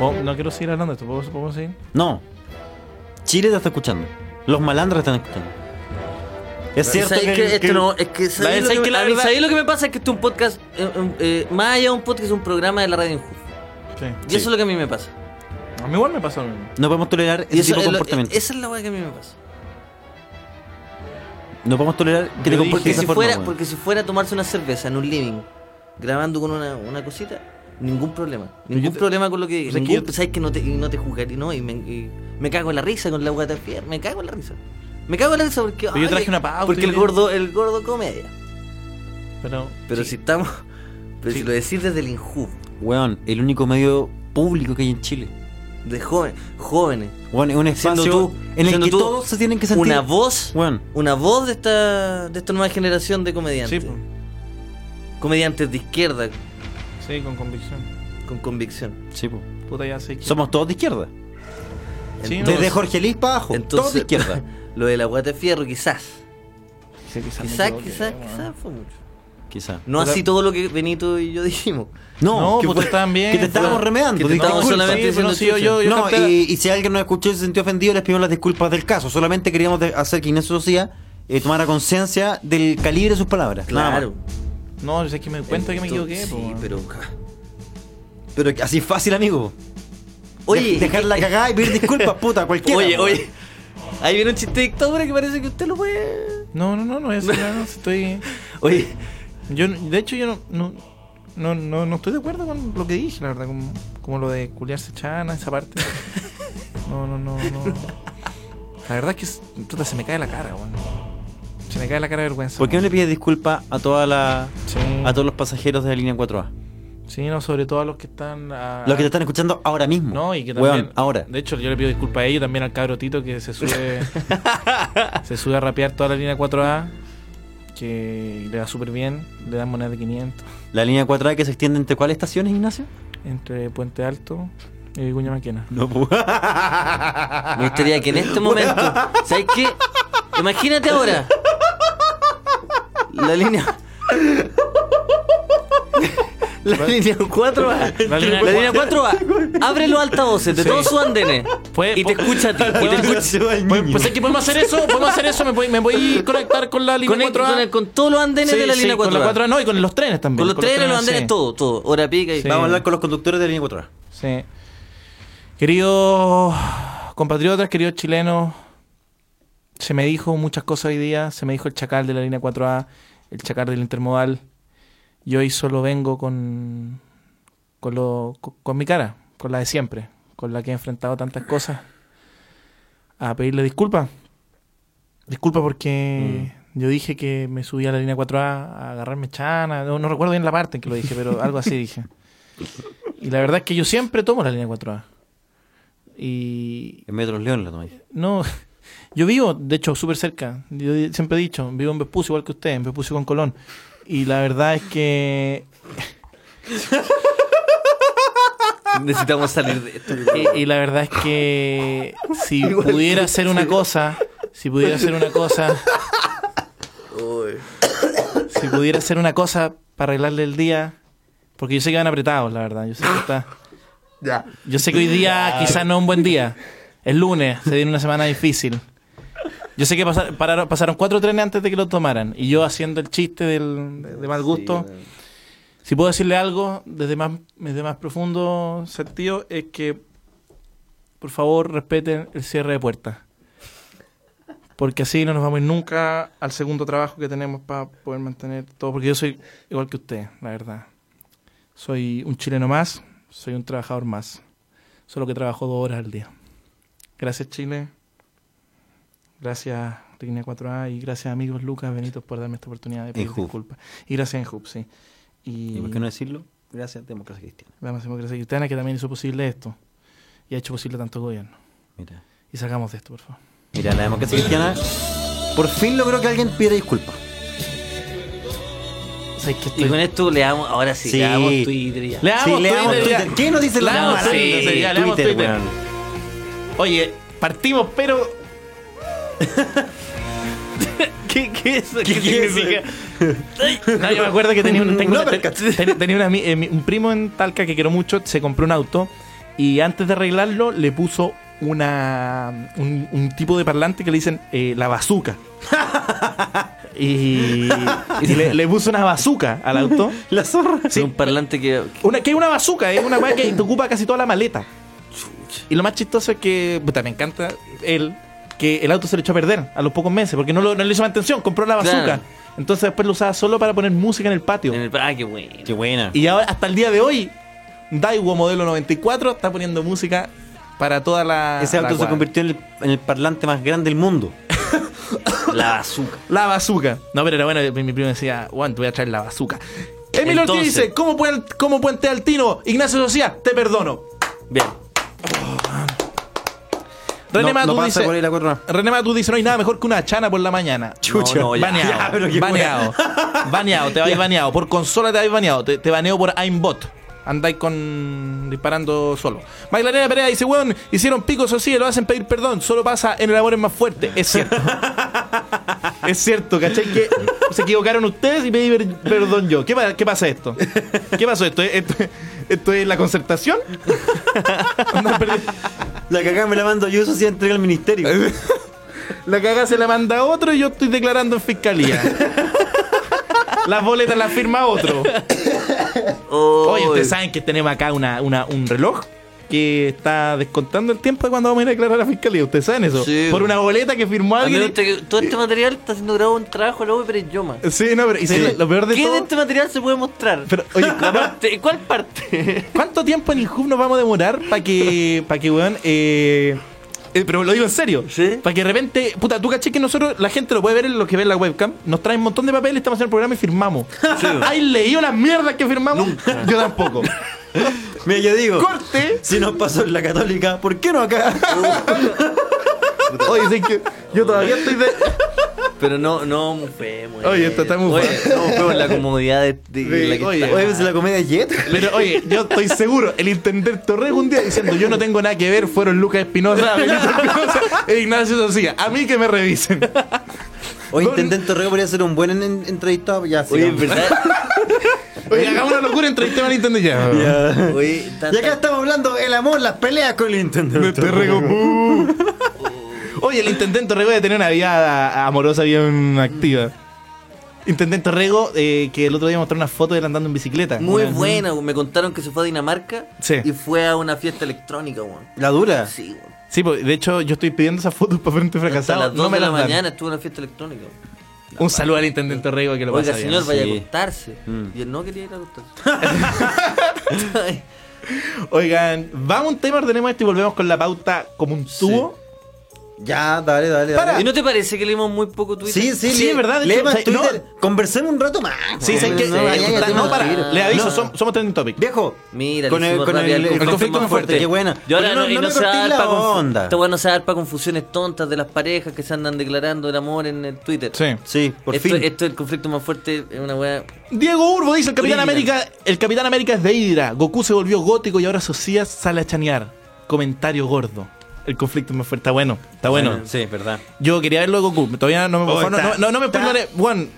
Speaker 5: Oh, no quiero seguir hablando de esto, ¿puedo, puedo seguir?
Speaker 3: No. Chile te está escuchando. Los malandros están escuchando. Es
Speaker 4: ¿Sabes
Speaker 3: cierto que,
Speaker 4: que esto
Speaker 3: que-
Speaker 4: no- es que ¿sabes
Speaker 5: La-
Speaker 4: lo
Speaker 5: ¿sabes
Speaker 4: que
Speaker 5: que
Speaker 4: me-
Speaker 5: la
Speaker 4: a mí-
Speaker 5: verdad-
Speaker 4: ¿sabes lo que me pasa? Es que esto es un podcast, eh, eh, eh, más allá de un podcast, es un programa de la radio en Ju.
Speaker 5: Sí.
Speaker 4: Y eso es lo que a mí me pasa.
Speaker 5: A mí igual me pasó lo mismo.
Speaker 3: no podemos tolerar
Speaker 4: Y
Speaker 3: ese
Speaker 4: eso
Speaker 3: tipo de
Speaker 4: es lo-
Speaker 3: comportamiento.
Speaker 4: esa es la weá que a mí me pasa.
Speaker 3: no podemos tolerar que te
Speaker 5: Yo
Speaker 3: comportes
Speaker 4: Porque
Speaker 5: dije-
Speaker 3: de esa
Speaker 4: si,
Speaker 3: forma.
Speaker 4: fuera,
Speaker 3: weón.
Speaker 4: porque si fuera a tomarse una cerveza en un living, grabando con una, una cosita, ningún problema. Ningún
Speaker 5: te-
Speaker 4: problema con lo que digas.
Speaker 5: o sea, que
Speaker 4: ningún-
Speaker 5: yo-
Speaker 4: Sabes que no te, y no te juzgaré, ¿no? Y me, y me cago en la risa con la guata fiera. Me cago en la risa. Me cago en la risa porque.
Speaker 5: Pero yo traje una pauta
Speaker 4: Porque
Speaker 5: y-
Speaker 4: el gordo, el gordo comedia.
Speaker 5: Pero.
Speaker 4: Pero si estamos. Pero si lo decís desde el Inju,
Speaker 3: Weón, el único medio público que hay en Chile.
Speaker 4: de joven, jóvenes.
Speaker 3: Weón, es un
Speaker 4: Siendo
Speaker 3: espacio
Speaker 4: tú,
Speaker 3: en el
Speaker 4: siendo
Speaker 3: que
Speaker 4: tú
Speaker 3: todos se tienen que sentir.
Speaker 4: Una voz.
Speaker 3: Weón.
Speaker 4: Una voz de esta, de esta nueva generación de
Speaker 5: Sí,
Speaker 4: comediantes.
Speaker 5: po.
Speaker 4: comediantes de izquierda
Speaker 5: sí, con convicción.
Speaker 4: con convicción.
Speaker 3: Sí, po.
Speaker 5: Puta, ya sé que.
Speaker 3: Somos todos de izquierda.
Speaker 5: Sí,
Speaker 4: Entonces-
Speaker 3: Desde Jorge Liz para abajo. todos de izquierda.
Speaker 4: lo de la guata de fierro, quizás.
Speaker 5: Sí, quizás me
Speaker 4: Quizás,
Speaker 5: equivoqué,
Speaker 4: quizás,
Speaker 5: weón.
Speaker 4: quizás fue mucho.
Speaker 3: Quizá.
Speaker 4: No así todo lo que Benito y yo dijimos.
Speaker 5: No,
Speaker 3: que,
Speaker 5: pues
Speaker 3: fue-
Speaker 5: tú también,
Speaker 3: que te estábamos
Speaker 5: weón.
Speaker 3: remedando.
Speaker 4: Que te
Speaker 3: disculpa.
Speaker 4: estábamos solamente
Speaker 5: Sí, pero
Speaker 4: diciendo
Speaker 5: no, sí, yo,
Speaker 4: chucha.
Speaker 5: yo, yo
Speaker 3: no,
Speaker 5: capté-
Speaker 3: y, y si alguien nos escuchó y se sintió ofendido, les pedimos las disculpas del caso. Solamente queríamos de- hacer que Ignacio Socia eh, tomara conciencia del calibre de sus palabras. nada más.
Speaker 4: Claro.
Speaker 5: No, yo sé que me di cuenta que me
Speaker 4: Entonces-
Speaker 5: equivoqué. po,
Speaker 4: Sí,
Speaker 5: weón.
Speaker 4: pero.
Speaker 3: Pero que así fácil, amigo.
Speaker 4: Oye,
Speaker 3: De- dejar la cagada y pedir disculpas, puta, cualquiera.
Speaker 4: oye,
Speaker 3: po.
Speaker 4: oye. Ahí viene un chiste de dictadura que parece que usted lo puede.
Speaker 5: No, no, no, no es nada, si estoy.
Speaker 4: Oye,
Speaker 5: Yo, no- de hecho, yo no, no, no, no, no estoy de acuerdo con lo que dije, la verdad, como, como lo de culiarse chana, esa parte. No, no, no, no. La verdad es que es- puta, se me cae la cara, weón. Se me cae la cara de vergüenza.
Speaker 3: ¿Por qué no
Speaker 5: weón.
Speaker 3: le pides disculpas a toda la
Speaker 5: Sí.
Speaker 3: a todos los pasajeros de la línea 4A?
Speaker 5: Sí, no, sobre todo a los que están. a-
Speaker 3: Los que te están escuchando ahora mismo.
Speaker 5: Ah. No, y que también.
Speaker 3: Weón, ahora.
Speaker 5: De hecho, yo le pido disculpas a ellos, también al cabro Tito que se sube. se sube a rapear toda la línea 4A. Que le va súper bien. Le dan moneda de 500.
Speaker 3: La línea 4A que se extiende entre cuáles estaciones, Ignacio?
Speaker 5: Entre Puente Alto y Vicuña Maquena.
Speaker 3: No, pues.
Speaker 4: me gustaría que en este momento. ¿Sabes qué? Imagínate ahora. La línea. La línea 4 va. La
Speaker 5: línea
Speaker 4: línea 4 va. Abre los altavoces de
Speaker 5: Sí.
Speaker 4: todos sus andenes.
Speaker 5: Puede-
Speaker 4: Y te
Speaker 5: po-
Speaker 4: escucha a ti. Y te escucha.
Speaker 5: Pues es que podemos hacer eso, podemos hacer eso, me voy, me voy a conectar con la
Speaker 4: Con,
Speaker 5: línea
Speaker 4: el-
Speaker 5: 4A.
Speaker 4: con, el- con todos los andenes
Speaker 5: Sí,
Speaker 4: de la
Speaker 5: sí,
Speaker 4: línea 4
Speaker 5: Con la 4A no, y con los trenes también.
Speaker 4: Con los trenes, los andenes,
Speaker 5: sí.
Speaker 4: todo, todo. Hora pica y.
Speaker 5: Sí.
Speaker 3: Vamos a hablar con los conductores de la línea 4A.
Speaker 5: Sí. Queridos compatriotas, queridos chilenos, se me dijo muchas cosas hoy día. Se me dijo el chacal de la línea 4A, el chacal del intermodal. Y hoy solo vengo con, con, lo, con, con mi cara, con la de siempre, con la que he enfrentado tantas cosas, a pedirle disculpas. Disculpa porque yo dije que me subí a la línea 4A a agarrarme chana. No, no recuerdo bien la parte en que lo dije, pero algo así dije. Y la verdad es que yo siempre tomo la línea 4A. Y
Speaker 3: En Metro León la tomáis.
Speaker 5: no, yo vivo, de hecho, súper cerca. Yo di- siempre he dicho, vivo en Vespucio igual que usted, en Vespucio con Colón. Y la verdad es que...
Speaker 4: Necesitamos salir de esto.
Speaker 5: y- Y, la verdad es que si pudiera hacer una cosa, si pudiera hacer una cosa, si pudiera hacer una cosa para arreglarle el día, porque yo sé que van apretados, la verdad. Yo sé que está... Yo sé que hoy día quizás no es un buen día. Es lunes, se viene una semana difícil. Yo sé que pasar- pararon- pasaron cuatro trenes antes de que lo tomaran. Y yo haciendo el chiste del, de mal gusto. si puedo decirle algo desde más, desde más profundo sentido, es que por favor respeten el cierre de puertas. Porque así no nos vamos a ir nunca al segundo trabajo que tenemos para poder mantener todo. Porque yo soy igual que usted, la verdad.
Speaker 7: Soy un chileno más, soy un trabajador más. Solo que trabajo dos horas al día. Gracias Chile, gracias Línea 4A y gracias amigos Lucas, Benito por darme esta oportunidad de pedir
Speaker 3: En Hub.
Speaker 7: disculpas. Y gracias en Hub, sí. Y,
Speaker 3: ¿Y por qué no decirlo? Gracias, Democracia Cristiana.
Speaker 7: Vamos a Democracia Cristiana, que también hizo posible esto. Y ha hecho posible tanto gobierno.
Speaker 3: Mira.
Speaker 7: Y sacamos de esto, por favor.
Speaker 3: Mira, la democracia cristiana por fin logró que alguien pida disculpas.
Speaker 7: ¿Sabes que
Speaker 4: Y
Speaker 7: estoy-
Speaker 4: con esto le damos, ahora sí, le damos
Speaker 3: Sí.
Speaker 4: Twitter ya.
Speaker 5: Le damos
Speaker 3: Sí, le damos
Speaker 5: Twitter, ya.
Speaker 3: Twitter. ¿Qué nos dice la
Speaker 5: Le damos
Speaker 3: mala?
Speaker 5: Twitter,
Speaker 3: Sí,
Speaker 5: ya, le damos
Speaker 3: Twitter,
Speaker 5: Twitter.
Speaker 3: weón.
Speaker 5: Oye, partimos, pero.
Speaker 4: ¿Qué, qué es eso? ¿Qué,
Speaker 3: qué es
Speaker 4: significa?
Speaker 5: No, yo me acuerdo que tenía un, tengo
Speaker 4: No
Speaker 5: una-
Speaker 4: me
Speaker 5: ten- ten- tenía una ami- eh, mi- un primo en Talca que quiero mucho, se compró un auto y antes de arreglarlo le puso una un, un tipo de parlante que le dicen eh, la bazuca. y y le, le puso una bazuca al auto.
Speaker 3: La zorra.
Speaker 4: Es un parlante que...
Speaker 5: Una, que es una bazuca, es una weá que te ocupa casi toda la maleta. Y lo más chistoso es que, puta, me encanta él, que el auto se le echó a perder a los pocos meses, porque no, lo- no le hizo mantención, compró la bazuca.
Speaker 4: Claro.
Speaker 5: Entonces después lo usaba solo para poner música en el patio.
Speaker 4: en el- ah, qué bueno.
Speaker 3: Qué buena.
Speaker 5: Y ahora, hasta el día de hoy, Daiwo modelo 94 está poniendo música para toda la.
Speaker 3: Ese auto
Speaker 5: la
Speaker 3: se
Speaker 5: cuadra.
Speaker 3: convirtió en el, en el parlante más grande del mundo.
Speaker 4: La azúcar.
Speaker 5: La bazuca. No, pero era bueno, mi, mi primo decía, Juan, te voy a traer la bazuca. Emilio Ortiz
Speaker 4: Entonces.
Speaker 5: dice, ¿cómo, puen- ¿cómo puente al tino? Ignacio Socia, te perdono.
Speaker 4: Bien.
Speaker 5: René
Speaker 3: no,
Speaker 5: Matus
Speaker 3: no pasa
Speaker 5: dice,
Speaker 3: por ahí la cuerda.
Speaker 5: René Matus dice, no hay nada mejor que una chana por la mañana.
Speaker 3: Chucha.
Speaker 5: No, no, ya. baneado.
Speaker 3: Ya, pero qué
Speaker 5: baneado. baneado, te vais baneado. Por consola te vais baneado. Te, te baneo por aimbot. Andáis con. disparando solo. Magdalena Perea dice, weón, hicieron picos así, lo hacen pedir perdón. Solo pasa en el amor es más fuerte. Es cierto. es cierto, ¿cachai? Que se equivocaron ustedes y pedí per- perdón yo. ¿Qué, pa- qué pasa esto? ¿Qué pasó esto? ¿Esto, esto es la concertación? Andan perdi-
Speaker 3: La cagada me la mando yo, eso sí entrega al ministerio.
Speaker 5: La cagada se la manda a otro y yo estoy declarando en fiscalía. las boletas las firma otro.
Speaker 4: Oh,
Speaker 5: Oye, ustedes saben que tenemos acá una, una- un reloj que está descontando el tiempo de cuando vamos a ir a declarar a la fiscalía. Ustedes saben eso.
Speaker 4: Sí.
Speaker 5: Por una boleta que firmó
Speaker 4: a mí me
Speaker 5: alguien.
Speaker 4: gusta que todo este material está siendo grabado en trabajo la pero en Yoma.
Speaker 5: Sí, no, pero y ¿sabes lo peor de
Speaker 4: ¿Qué
Speaker 5: todo.
Speaker 4: de este material se puede mostrar?
Speaker 5: Pero, oye,
Speaker 4: La parte- ¿Cuál parte?
Speaker 5: ¿Cuánto tiempo en el hub nos vamos a demorar para que, para que, weón, eh, eh, pero lo digo en serio.
Speaker 4: Sí.
Speaker 5: Para que de repente, puta, tú caché que nosotros, la gente lo puede ver en lo que ve en la webcam, nos traen un montón de papeles, estamos en el programa y firmamos. ¿Hay leído las mierdas que firmamos? Yo tampoco.
Speaker 3: Mira, yo digo,
Speaker 5: Corte.
Speaker 3: si nos pasó en la católica, ¿por qué no acá?
Speaker 5: Oye, sí que yo todavía estoy de.
Speaker 4: Pero no, no mufemos.
Speaker 5: Oye, esto está muy
Speaker 4: Oye,
Speaker 5: fuerte.
Speaker 4: No mufemos la comodidad de, de-
Speaker 5: De-
Speaker 4: la que
Speaker 5: oye,
Speaker 4: está.
Speaker 3: Oye, ¿ves la comedia Jet?
Speaker 5: Pero oye, yo estoy seguro, el intendente Torres un día diciendo yo no tengo nada que ver, fueron Lucas Espinosa, Benito Espinosa e Ignacio Socía. A mí que me revisen.
Speaker 3: O Intendente Torrego podría ser un buen en- en- entrevistado. Ya,
Speaker 4: Oye, en
Speaker 3: sigamos.
Speaker 4: verdad.
Speaker 5: Oye, hagamos una locura entre el tema del intendente ya.
Speaker 4: Oye, está-
Speaker 3: Y acá estamos hablando el amor, las peleas con el Intendente
Speaker 5: Torrego, bu. uh. Oye, el intendente Torrego debe tener una vida amorosa bien activa. Intendente Torrego, eh, que el otro día mostró una foto de él andando en bicicleta.
Speaker 4: Muy
Speaker 5: Una-
Speaker 4: buena, me contaron que se fue a Dinamarca
Speaker 5: Sí.
Speaker 4: y fue a una fiesta electrónica, weón.
Speaker 3: La dura.
Speaker 4: Sí, weón. Hasta
Speaker 5: Sí, pues, de hecho, yo estoy pidiendo esas fotos para frente fracasado.
Speaker 4: las 2
Speaker 5: no me
Speaker 4: de la
Speaker 5: las dan.
Speaker 4: mañana estuvo en una fiesta electrónica. weón.
Speaker 5: Un saludo al intendente Torrego que lo
Speaker 4: Oiga,
Speaker 5: pasa bien.
Speaker 4: señor, vaya
Speaker 3: sí.
Speaker 4: a acostarse. Y él no quería ir a acostarse.
Speaker 5: Oigan, vamos a un tema, ordenemos esto y volvemos con la pauta como un tubo.
Speaker 3: Ya, dale, dale, dale.
Speaker 4: ¿Y no te parece que leímos muy poco Twitter?
Speaker 3: Sí, sí,
Speaker 5: Sí,
Speaker 3: le-
Speaker 5: es verdad, de
Speaker 3: lee
Speaker 5: hecho,
Speaker 3: más
Speaker 5: o sea,
Speaker 3: Twitter. Conversemos un rato más.
Speaker 5: Sí,
Speaker 3: güey.
Speaker 5: sé que.
Speaker 4: no,
Speaker 5: eh,
Speaker 4: ya, ya,
Speaker 5: puta,
Speaker 4: ya,
Speaker 5: no,
Speaker 4: ya,
Speaker 5: para.
Speaker 4: ya.
Speaker 5: Le aviso,
Speaker 3: No.
Speaker 5: som- somos trending topic.
Speaker 3: Ah. Viejo,
Speaker 4: Mira,
Speaker 3: con el,
Speaker 4: hicimos
Speaker 3: con el,
Speaker 4: rápido,
Speaker 3: el
Speaker 4: el
Speaker 3: conflicto, más fuerte. Qué buena.
Speaker 4: Yo ahora no,
Speaker 3: no,
Speaker 4: y no
Speaker 3: me
Speaker 4: se va a dar
Speaker 3: cortéis la
Speaker 4: para confu-
Speaker 3: onda.
Speaker 4: Esta weá no se va a dar para confusiones tontas de las parejas que se andan declarando el amor en el Twitter.
Speaker 5: Sí.
Speaker 3: Sí, por
Speaker 4: esto,
Speaker 3: fin.
Speaker 4: esto es el conflicto más fuerte, es una weá.
Speaker 5: Diego Urbo dice el Capitán
Speaker 4: Original.
Speaker 5: América. El Capitán América es de Hydra. Goku se volvió gótico y ahora Socias sale a chanear. Comentario gordo. El conflicto me fue. Está bueno, está bueno.
Speaker 3: Sí, verdad.
Speaker 5: Yo quería verlo de Goku. Todavía no me por
Speaker 3: Oh,
Speaker 5: favor, no-
Speaker 3: está-
Speaker 5: no, no, no me
Speaker 3: está-
Speaker 5: spoileré. Juan,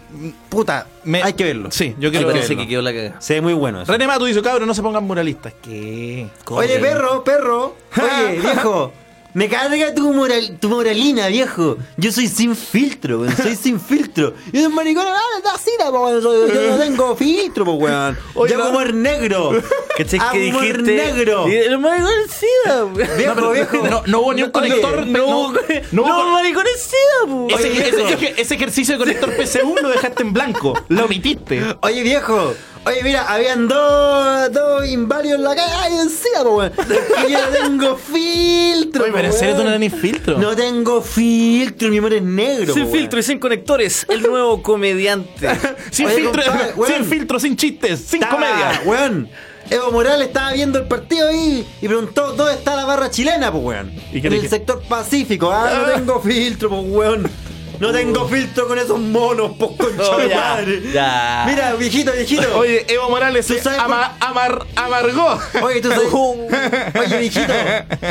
Speaker 3: Puta,
Speaker 5: me-
Speaker 3: hay que verlo.
Speaker 5: Sí, yo
Speaker 4: Me
Speaker 5: quiero
Speaker 4: parece
Speaker 5: verlo.
Speaker 4: que quedó la cagada.
Speaker 3: Se ve muy bueno eso.
Speaker 5: René Matu dice, cabrón, no se pongan moralistas. ¿Qué?
Speaker 3: Oye, perro, perro. Oye, viejo. Me carga tu, moral, tu moralina, viejo. Yo soy sin filtro, weón. Soy sin filtro. Y el maricón, ah, da sida, po, weón. Yo, yo no tengo filtro, po, weón.
Speaker 5: Oye,
Speaker 3: yo
Speaker 5: no.
Speaker 3: amor negro.
Speaker 4: ¿Cachai
Speaker 3: Amor negro.
Speaker 4: Y El maricón es sida, weón.
Speaker 3: Viejo, viejo.
Speaker 5: No, no hubo ni un
Speaker 3: Oye,
Speaker 4: No,
Speaker 5: conector. No,
Speaker 4: weón.
Speaker 5: no
Speaker 4: no,
Speaker 5: hubo-
Speaker 4: maricón es sida, weón.
Speaker 5: Ese,
Speaker 3: Oye,
Speaker 5: ese-
Speaker 3: viejo.
Speaker 5: ese ejercicio de conector PC1 lo dejaste en blanco. Lo omitiste.
Speaker 3: Oye, viejo. Oye, mira, habían dos, dos inválidos en la calle. ¡Ay, encima, po, weón! Y yo no tengo filtro.
Speaker 5: Oye,
Speaker 3: po,
Speaker 5: pero en serio tú no
Speaker 3: weón.
Speaker 5: tenés filtro.
Speaker 3: No tengo filtro, mi amor es negro.
Speaker 4: Sin
Speaker 3: po,
Speaker 4: filtro y sin conectores, el nuevo comediante.
Speaker 5: sin,
Speaker 3: Oye,
Speaker 5: filtro,
Speaker 3: compadre,
Speaker 5: sin
Speaker 3: weón.
Speaker 5: filtro, sin chistes, sin
Speaker 3: Estaba,
Speaker 5: comedia.
Speaker 3: Weón. Evo Morales estaba viendo el partido ahí y preguntó dónde está la barra chilena, pues weón.
Speaker 7: ¿Y qué
Speaker 3: en
Speaker 7: le
Speaker 3: el
Speaker 7: dije?
Speaker 3: sector pacífico. Ah, no tengo filtro, pues weón.
Speaker 5: Uh.
Speaker 3: No tengo filtro con esos monos, pues concha
Speaker 4: Oh,
Speaker 3: de
Speaker 4: ya,
Speaker 3: madre.
Speaker 4: ya.
Speaker 3: Mira, viejito, viejito. Oye,
Speaker 5: Oye, Evo Morales
Speaker 3: ¿Tú
Speaker 5: se
Speaker 3: sabes
Speaker 5: ama- amar- amargó. Uh.
Speaker 3: tú sabes- Oye, viejito,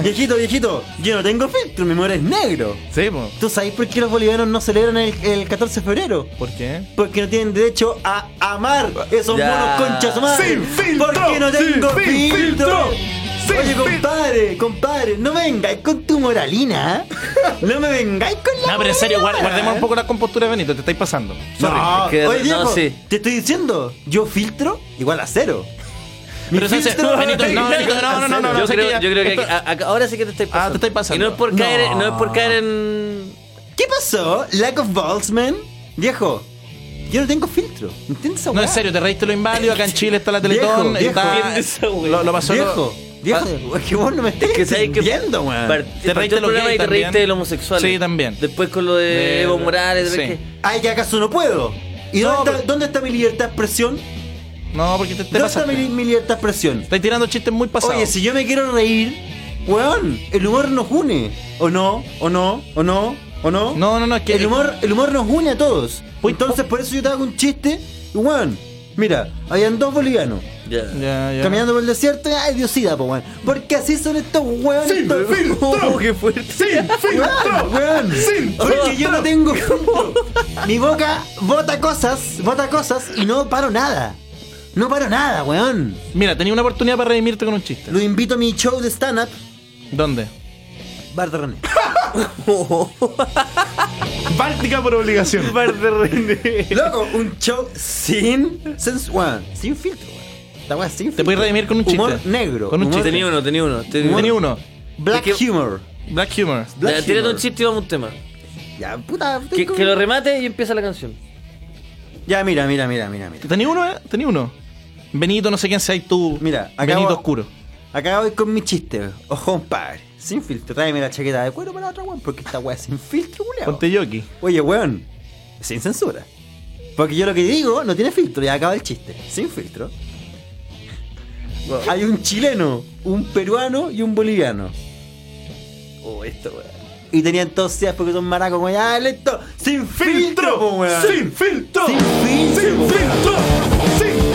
Speaker 3: viejito, viejito. Yo no tengo filtro, mi amor es negro.
Speaker 7: Sí, po.
Speaker 3: ¿Tú sabes por qué los bolivianos no celebran el, el 14 de febrero?
Speaker 7: ¿Por qué?
Speaker 3: Porque no tienen derecho a amar esos
Speaker 4: Ya.
Speaker 3: monos conchas madre.
Speaker 5: Sin filtro,
Speaker 3: Porque no
Speaker 5: sin
Speaker 3: tengo
Speaker 5: fil-
Speaker 3: filtro.
Speaker 5: filtro, sin
Speaker 3: Oye,
Speaker 5: fil-
Speaker 3: compadre, compadre, no me vengáis con tu moralina. ¿eh? No me vengáis con la.
Speaker 5: No, pero en serio, guard-
Speaker 3: moralina.
Speaker 5: guardemos un poco la compostura de Benito, te estáis pasando. Sorry.
Speaker 3: No,
Speaker 4: Es que-
Speaker 3: oye,
Speaker 4: no,
Speaker 3: Diego,
Speaker 4: sí.
Speaker 3: te estoy diciendo, yo filtro igual a cero. Mi
Speaker 5: Pero se hace- "Uh,
Speaker 3: filtro-
Speaker 5: Benito, no, Benito, no, no, no, no,
Speaker 4: yo,
Speaker 5: sé
Speaker 4: creo,
Speaker 5: que ya-
Speaker 4: yo creo que
Speaker 5: esto-
Speaker 4: aquí- a- a- ahora sí que te estáis pasando.
Speaker 5: Ah, te estáis pasando.
Speaker 4: Y no es por caer, no.
Speaker 3: No.
Speaker 4: es por caer en.
Speaker 3: ¿Qué pasó? Lack of balls, man. Viejo, yo no tengo filtro. ¿Entiendes esa
Speaker 5: No, en
Speaker 3: weá?
Speaker 5: serio, te reíste lo inválido. Acá en Chile está la Teletón.
Speaker 3: Viejo, viejo.
Speaker 5: está-
Speaker 4: Esa wea.
Speaker 5: lo, lo pasó.
Speaker 3: Viejo, viejo, es que vos no me estés
Speaker 4: Que sabes que.
Speaker 3: entendiendo, weón.
Speaker 4: par- partió
Speaker 5: reíste
Speaker 4: el
Speaker 5: de los
Speaker 4: programa
Speaker 5: gays
Speaker 4: y te
Speaker 5: también.
Speaker 4: reíste de los homosexuales.
Speaker 5: Sí, también.
Speaker 4: Después con lo de,
Speaker 5: De-
Speaker 4: Evo Morales.
Speaker 5: sí.
Speaker 4: ¿ves que-
Speaker 3: Ay, que acaso no puedo. ¿Y
Speaker 5: No,
Speaker 3: dónde,
Speaker 5: pero-
Speaker 3: está, dónde está mi libertad de expresión?
Speaker 5: No, porque te, te
Speaker 3: ¿Dónde está
Speaker 5: pasaste.
Speaker 3: mi, mi libertad de expresión?
Speaker 5: Estáis tirando chistes muy pasados.
Speaker 3: Oye, si yo me quiero reír, weón, el humor nos une. ¿O no? ¿O no? ¿O no? ¿O no?
Speaker 5: No, no, no, es que-
Speaker 3: El humor, el humor nos une a todos.
Speaker 5: Uy, oh.
Speaker 3: Entonces, por eso yo te hago un chiste. Y, Weón, mira, habían dos bolivianos.
Speaker 4: Ya.
Speaker 5: Ya, ya.
Speaker 3: Caminando por el desierto, y, ay Diosida, po, weón. Porque así son estos weones. estos-
Speaker 4: Oh, qué fuerte.
Speaker 3: Weón, weón. Porque yo no tengo filtro. Mi boca bota cosas, bota cosas y no paro nada. No paro nada, weón.
Speaker 5: Mira, tenía una oportunidad para redimirte con un chiste.
Speaker 3: Lo invito a mi show de stand-up,
Speaker 5: ¿Dónde?
Speaker 3: Bar de René.
Speaker 7: Báltica por obligación.
Speaker 3: Loco, un show sin sensu- weón, sin filtro, weón. Esta weá es sin filtro.
Speaker 5: Te puedes redimir con un chiste.
Speaker 3: Humor negro.
Speaker 5: Con un
Speaker 3: humor-
Speaker 5: chiste.
Speaker 4: Tenía uno, tenía uno. Tenía
Speaker 5: Tenía
Speaker 4: uno.
Speaker 5: uno.
Speaker 3: Black
Speaker 4: Es que-
Speaker 3: humor.
Speaker 5: Black Humor.
Speaker 3: Black
Speaker 4: Ya, tírate
Speaker 3: humor.
Speaker 4: un chiste y vamos a un tema.
Speaker 3: Ya, puta.
Speaker 4: Que,
Speaker 3: tengo-
Speaker 4: que lo remate y empieza la canción.
Speaker 3: Ya, mira, mira, mira, mira, mira.
Speaker 5: ¿Tenía uno, eh? Tenía uno. Benito, no sé quién seas tú.
Speaker 3: Mira, acá
Speaker 5: Benito
Speaker 3: va-
Speaker 5: Oscuro.
Speaker 3: Acá voy con mi chiste, ojo, compadre. Sin filtro, tráeme la chaqueta de cuero para la otra, weón, porque esta weá es sin filtro, weón.
Speaker 5: Ponte yo aquí.
Speaker 3: Oye, weón, sin censura. Porque yo lo que digo no tiene filtro, ya acaba el chiste. Sin filtro. Hay un chileno, un peruano y un boliviano.
Speaker 4: Oh, esto, weón.
Speaker 3: Y tenían todos seas porque son maracos, como ya, listo. Sin filtro, po, weón.
Speaker 7: ¡Sin filtro!
Speaker 3: Sin filtro, po,
Speaker 7: ¡Sin
Speaker 3: weón.
Speaker 7: filtro! ¡Sin filtro!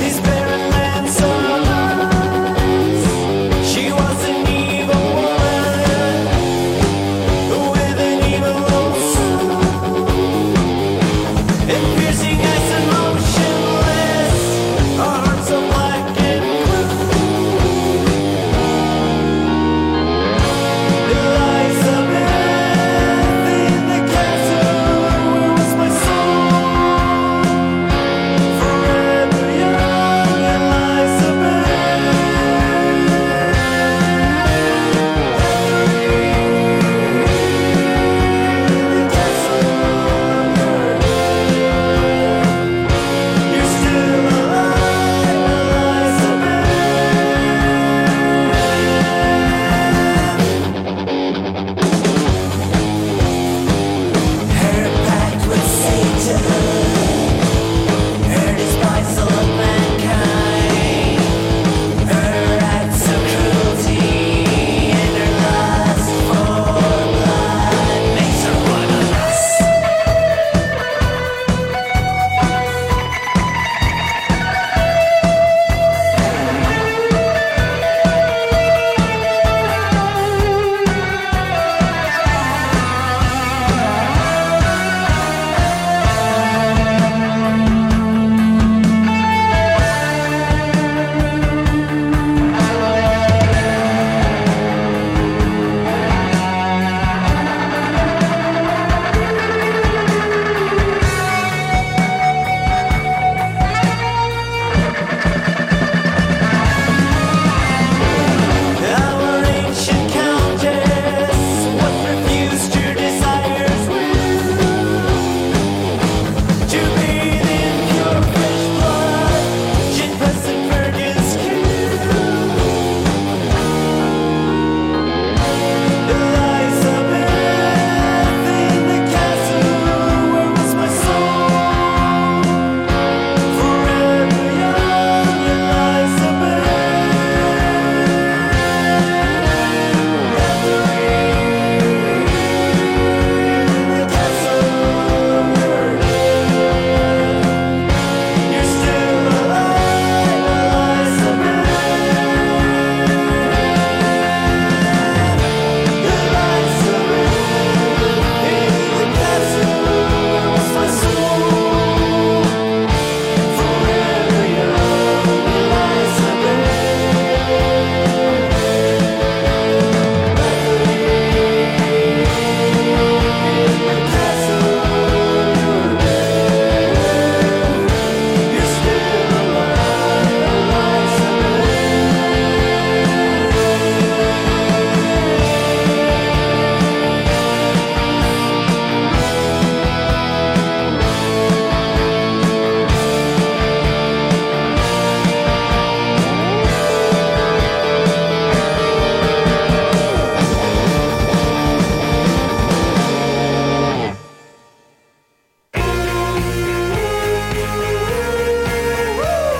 Speaker 8: These barren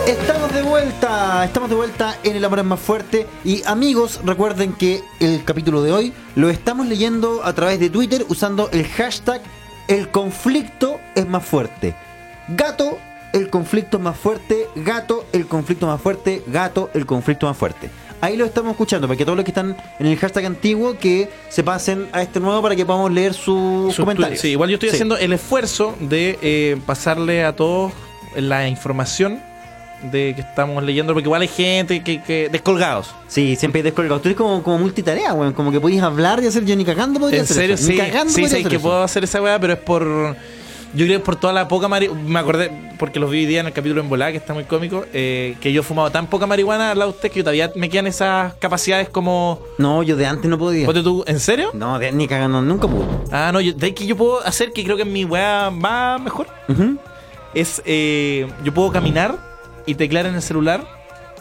Speaker 3: a Estamos de vuelta en El Amor es más fuerte. Y amigos, recuerden que el capítulo de hoy lo estamos leyendo a través de Twitter usando el hashtag El conflicto es más fuerte. Gato, el conflicto es más fuerte. Gato, el conflicto es más fuerte. Gato, el conflicto es más fuerte. Ahí lo estamos escuchando para que todos los que están en el hashtag antiguo que se pasen a este nuevo para que podamos leer sus,
Speaker 5: Sus
Speaker 3: comentarios.
Speaker 5: tweets. Sí, igual yo estoy
Speaker 3: Sí.
Speaker 5: haciendo el esfuerzo de eh, pasarle a todos la información de que estamos leyendo, porque igual hay gente que, que descolgados.
Speaker 3: Sí, siempre descolgado. Tú eres como, como multitarea, weón. Como que podías hablar y hacer yo ni cagando podría
Speaker 5: En
Speaker 3: hacer
Speaker 5: serio,
Speaker 3: eso.
Speaker 5: sí.
Speaker 3: Ni cagando
Speaker 5: Sí,
Speaker 3: podría
Speaker 5: sé
Speaker 3: hacer
Speaker 5: que
Speaker 3: eso.
Speaker 5: puedo hacer esa weá, pero es por. Yo creo que es por toda la poca marihuana. Me acordé, porque los vi hoy día en el capítulo en volada, que está muy cómico, eh, que yo he fumado tan poca marihuana al lado de usted que todavía me quedan esas capacidades como.
Speaker 3: No, yo de antes no podía.
Speaker 5: Ponte tú, ¿en serio?
Speaker 3: No, de- ni cagando, nunca pues. pude.
Speaker 5: Ah, no, yo, de ahí que yo puedo hacer que creo que mi weá va mejor.
Speaker 3: Ujú.
Speaker 5: Es. eh, yo puedo caminar y teclar en el celular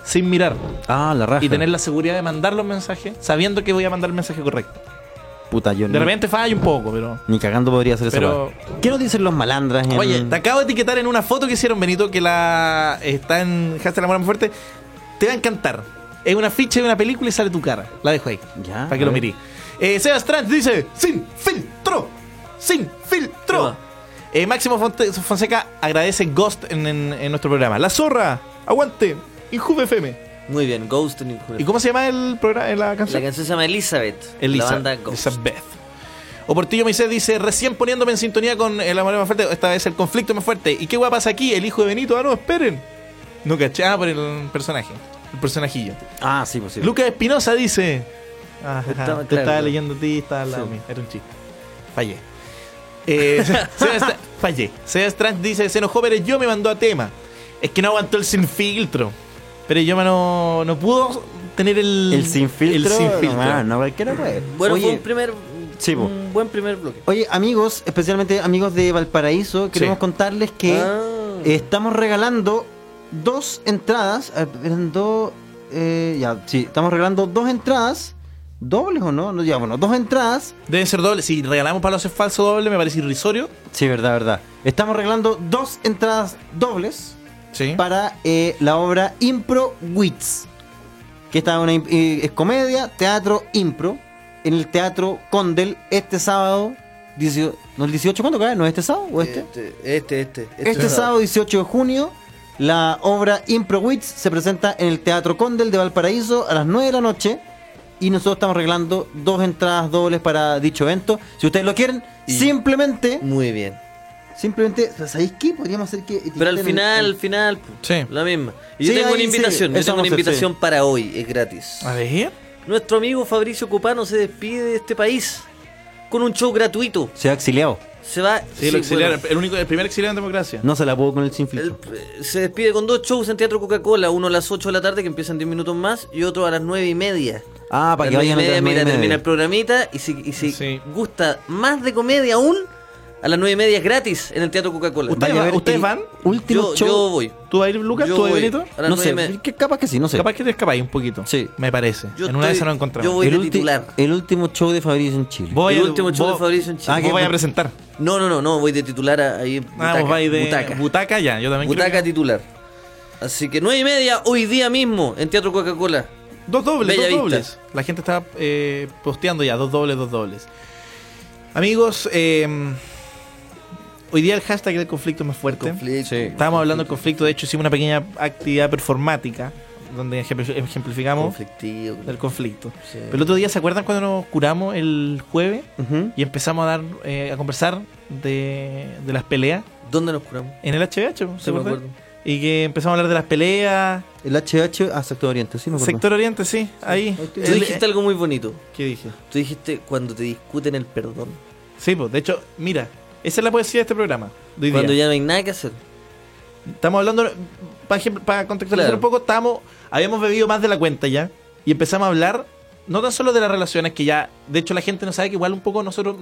Speaker 5: sin mirar
Speaker 3: Ah, la raja.
Speaker 5: y tener la seguridad de mandar los mensajes sabiendo que voy a mandar el mensaje correcto.
Speaker 3: puta yo.
Speaker 5: De
Speaker 3: ni,
Speaker 5: repente falla un poco, pero.
Speaker 3: Ni cagando podría hacer eso.
Speaker 5: Pero-
Speaker 3: ¿Qué nos dicen los malandras? en-
Speaker 5: Oye, te acabo de etiquetar en una foto que hicieron Benito que la está en hashtag la Mora Más fuerte. Te va a encantar. Es una ficha de una película y sale tu cara. La dejo ahí.
Speaker 3: Ya,
Speaker 5: Para que
Speaker 3: a
Speaker 5: lo
Speaker 3: ver.
Speaker 5: miré. Eh, Sebas Trans dice: ¡Sin filtro! ¡Sin filtro! Eh, Máximo Fonte- Fonseca agradece Ghost en, en- en nuestro programa. La zorra, aguante, Injuve FM.
Speaker 4: Muy bien, Ghost en
Speaker 5: ¿Y cómo se llama el programa, la
Speaker 4: La
Speaker 5: canción?
Speaker 4: canción se llama Elizabeth.
Speaker 5: Elisa-
Speaker 4: La banda Ghost.
Speaker 5: Elizabeth. O Portillo Moisés dice, recién poniéndome en sintonía con el amor más fuerte, esta vez el conflicto más fuerte. ¿Y qué guapas aquí? El hijo de Benito, ah, no, esperen. No cachaba por el personaje, el personajillo.
Speaker 3: Ah, sí, pues sí.
Speaker 5: Lucas Espinosa dice, ah,
Speaker 4: Estaba
Speaker 5: ajá, te
Speaker 4: claro.
Speaker 5: estaba leyendo a ti, estaba al lado
Speaker 4: Sí.
Speaker 5: mío. Era un chiste. Fallé. Eh, Sebas Tra- fallé. Sebas Trans dice, se enojó, pero yo me mandó a tema. Es que no aguantó el sin filtro. Pero yo no, no pudo tener el,
Speaker 3: el sin filtro.
Speaker 5: el sin filtro.
Speaker 3: No, no, cualquiera puede.
Speaker 4: Bueno, fue
Speaker 3: Oye,
Speaker 4: un primer.
Speaker 3: Sí, pues. po.
Speaker 4: un buen primer bloque.
Speaker 3: Oye, amigos, especialmente amigos de Valparaíso, queremos
Speaker 5: Sí.
Speaker 3: contarles que
Speaker 4: Ah.
Speaker 3: estamos regalando dos entradas. a ver, Eran dos. eh, ya, sí, estamos regalando dos entradas. ¿Dobles o no? No, ya, bueno, dos entradas
Speaker 5: Deben ser dobles. Si regalamos palos es falso doble, me parece irrisorio.
Speaker 3: Sí, verdad, verdad. Estamos arreglando dos entradas dobles
Speaker 5: Sí.
Speaker 3: para eh, la obra Impro Wits. Que esta es una imp- eh, es comedia, teatro, impro. En el Teatro Condel este sábado. 18 ¿No el 18 cuándo cae? ¿No es este sábado o este?
Speaker 4: Este, este, este.
Speaker 3: Este, sábado 18 de junio. La obra Impro Wits se presenta en el Teatro Condel de Valparaíso a las 9 de la noche. Y nosotros estamos arreglando dos entradas dobles para dicho evento. Si ustedes lo quieren, simplemente
Speaker 4: Muy bien.
Speaker 3: Simplemente, ¿sabéis qué? Podríamos hacer que.
Speaker 4: Pero al
Speaker 3: etiqueten
Speaker 4: final,
Speaker 3: el-
Speaker 4: al final, po,
Speaker 5: Sí.
Speaker 4: la misma. Y yo
Speaker 3: Sí,
Speaker 4: tengo
Speaker 3: ahí
Speaker 4: una
Speaker 3: sí,
Speaker 4: invitación, yo tengo
Speaker 3: eso vamos
Speaker 4: una
Speaker 3: a hacer,
Speaker 4: invitación para hoy, es gratis.
Speaker 5: A ver.
Speaker 4: Nuestro amigo Fabricio Cupano se despide de este país con un show gratuito.
Speaker 3: Se ha exiliado.
Speaker 4: Se va.
Speaker 5: Sí, lo
Speaker 4: sí, bueno,
Speaker 5: exiliaron. El, único, el primer exiliado en democracia.
Speaker 3: No se la pudo con el sin
Speaker 4: él,
Speaker 3: filtro.
Speaker 4: eh, se despide con dos shows en Teatro Coca-Cola, uno a las 8 de la tarde que empieza en 10 minutos más y otro a las 9 y media.
Speaker 3: Ah, para
Speaker 4: Las
Speaker 3: que
Speaker 4: nueve y
Speaker 3: vayan a
Speaker 4: media,
Speaker 3: las nueve
Speaker 4: mira,
Speaker 3: y media.
Speaker 4: termina el programita y si, y si
Speaker 5: Sí.
Speaker 4: gusta más de comedia aún, a las 9 y media es gratis en el Teatro Coca-Cola.
Speaker 5: Usted- ¿Ustedes
Speaker 3: Vaya a
Speaker 5: van-
Speaker 3: ver
Speaker 5: ustedes
Speaker 3: el
Speaker 5: van?
Speaker 3: Último
Speaker 4: Yo,
Speaker 3: show.
Speaker 4: yo voy.
Speaker 5: ¿Tú vas a ir, Lucas?
Speaker 4: Yo
Speaker 5: ¿Tú vas a ir,
Speaker 4: voy.
Speaker 5: Benito?
Speaker 4: A las
Speaker 3: no
Speaker 4: nueve y
Speaker 3: sé,
Speaker 4: media.
Speaker 3: que capaz que sí, no sé.
Speaker 5: Capaz que te escapáis un poquito.
Speaker 3: Sí.
Speaker 5: Me parece.
Speaker 4: Yo
Speaker 5: en una de
Speaker 4: estoy-
Speaker 5: esas nos encontramos.
Speaker 4: yo voy
Speaker 3: el,
Speaker 4: de
Speaker 3: ulti-
Speaker 4: titular.
Speaker 3: el último show de Fabricio en Chile.
Speaker 5: Voy
Speaker 4: el
Speaker 5: a-
Speaker 4: último show
Speaker 5: vos-
Speaker 4: de Fabricio en Chile.
Speaker 5: Ah, que
Speaker 3: Vos
Speaker 5: voy
Speaker 3: vais
Speaker 5: a
Speaker 3: a
Speaker 5: presentar.
Speaker 4: No, no, no, no, voy de titular a- ahí.
Speaker 5: Ah, vos vais de
Speaker 4: butaca.
Speaker 5: butaca ya. Yo también
Speaker 4: Butaca
Speaker 5: creo que-
Speaker 4: titular. Así que 9 y media hoy día mismo en Teatro Coca-Cola.
Speaker 5: Dos dobles,
Speaker 4: Bella Vista.
Speaker 5: dos dobles. La gente está eh, posteando ya. Dos dobles, dos dobles. Amigos, eh, hoy día el hashtag del conflicto es más fuerte.
Speaker 4: Conflicto.
Speaker 5: Estábamos hablando del conflicto, de hecho hicimos una pequeña actividad performática donde ejempl- ejemplificamos
Speaker 4: Conflictivo.
Speaker 5: del conflicto.
Speaker 4: Sí.
Speaker 5: Pero el otro día, ¿se acuerdan cuando nos curamos el jueves
Speaker 3: Ujú.
Speaker 5: y empezamos a dar eh, a conversar de, de las peleas
Speaker 4: ¿Dónde nos curamos?
Speaker 5: en el HBH? ¿Se
Speaker 4: Sí, me
Speaker 5: acuerdan?
Speaker 4: acuerdo.
Speaker 5: Y que empezamos a hablar de las peleas,
Speaker 3: El HH a Sector Oriente, sí, me acuerdo.
Speaker 5: sector oriente, sí, ahí.
Speaker 3: estoy.
Speaker 4: Tú
Speaker 5: El-
Speaker 4: dijiste algo muy bonito.
Speaker 5: ¿Qué dije?
Speaker 4: Tú dijiste cuando te discuten el perdón.
Speaker 5: Sí, pues, de hecho, mira, esa es la poesía de este programa. de hoy
Speaker 4: Cuando
Speaker 5: día.
Speaker 4: ya no hay nada que hacer.
Speaker 5: Estamos hablando, para contextualizar
Speaker 4: Claro.
Speaker 5: un poco, estábamos, habíamos bebido más de la cuenta ya y empezamos a hablar, no tan solo de las relaciones, que ya, de hecho la gente no sabe que igual un poco nosotros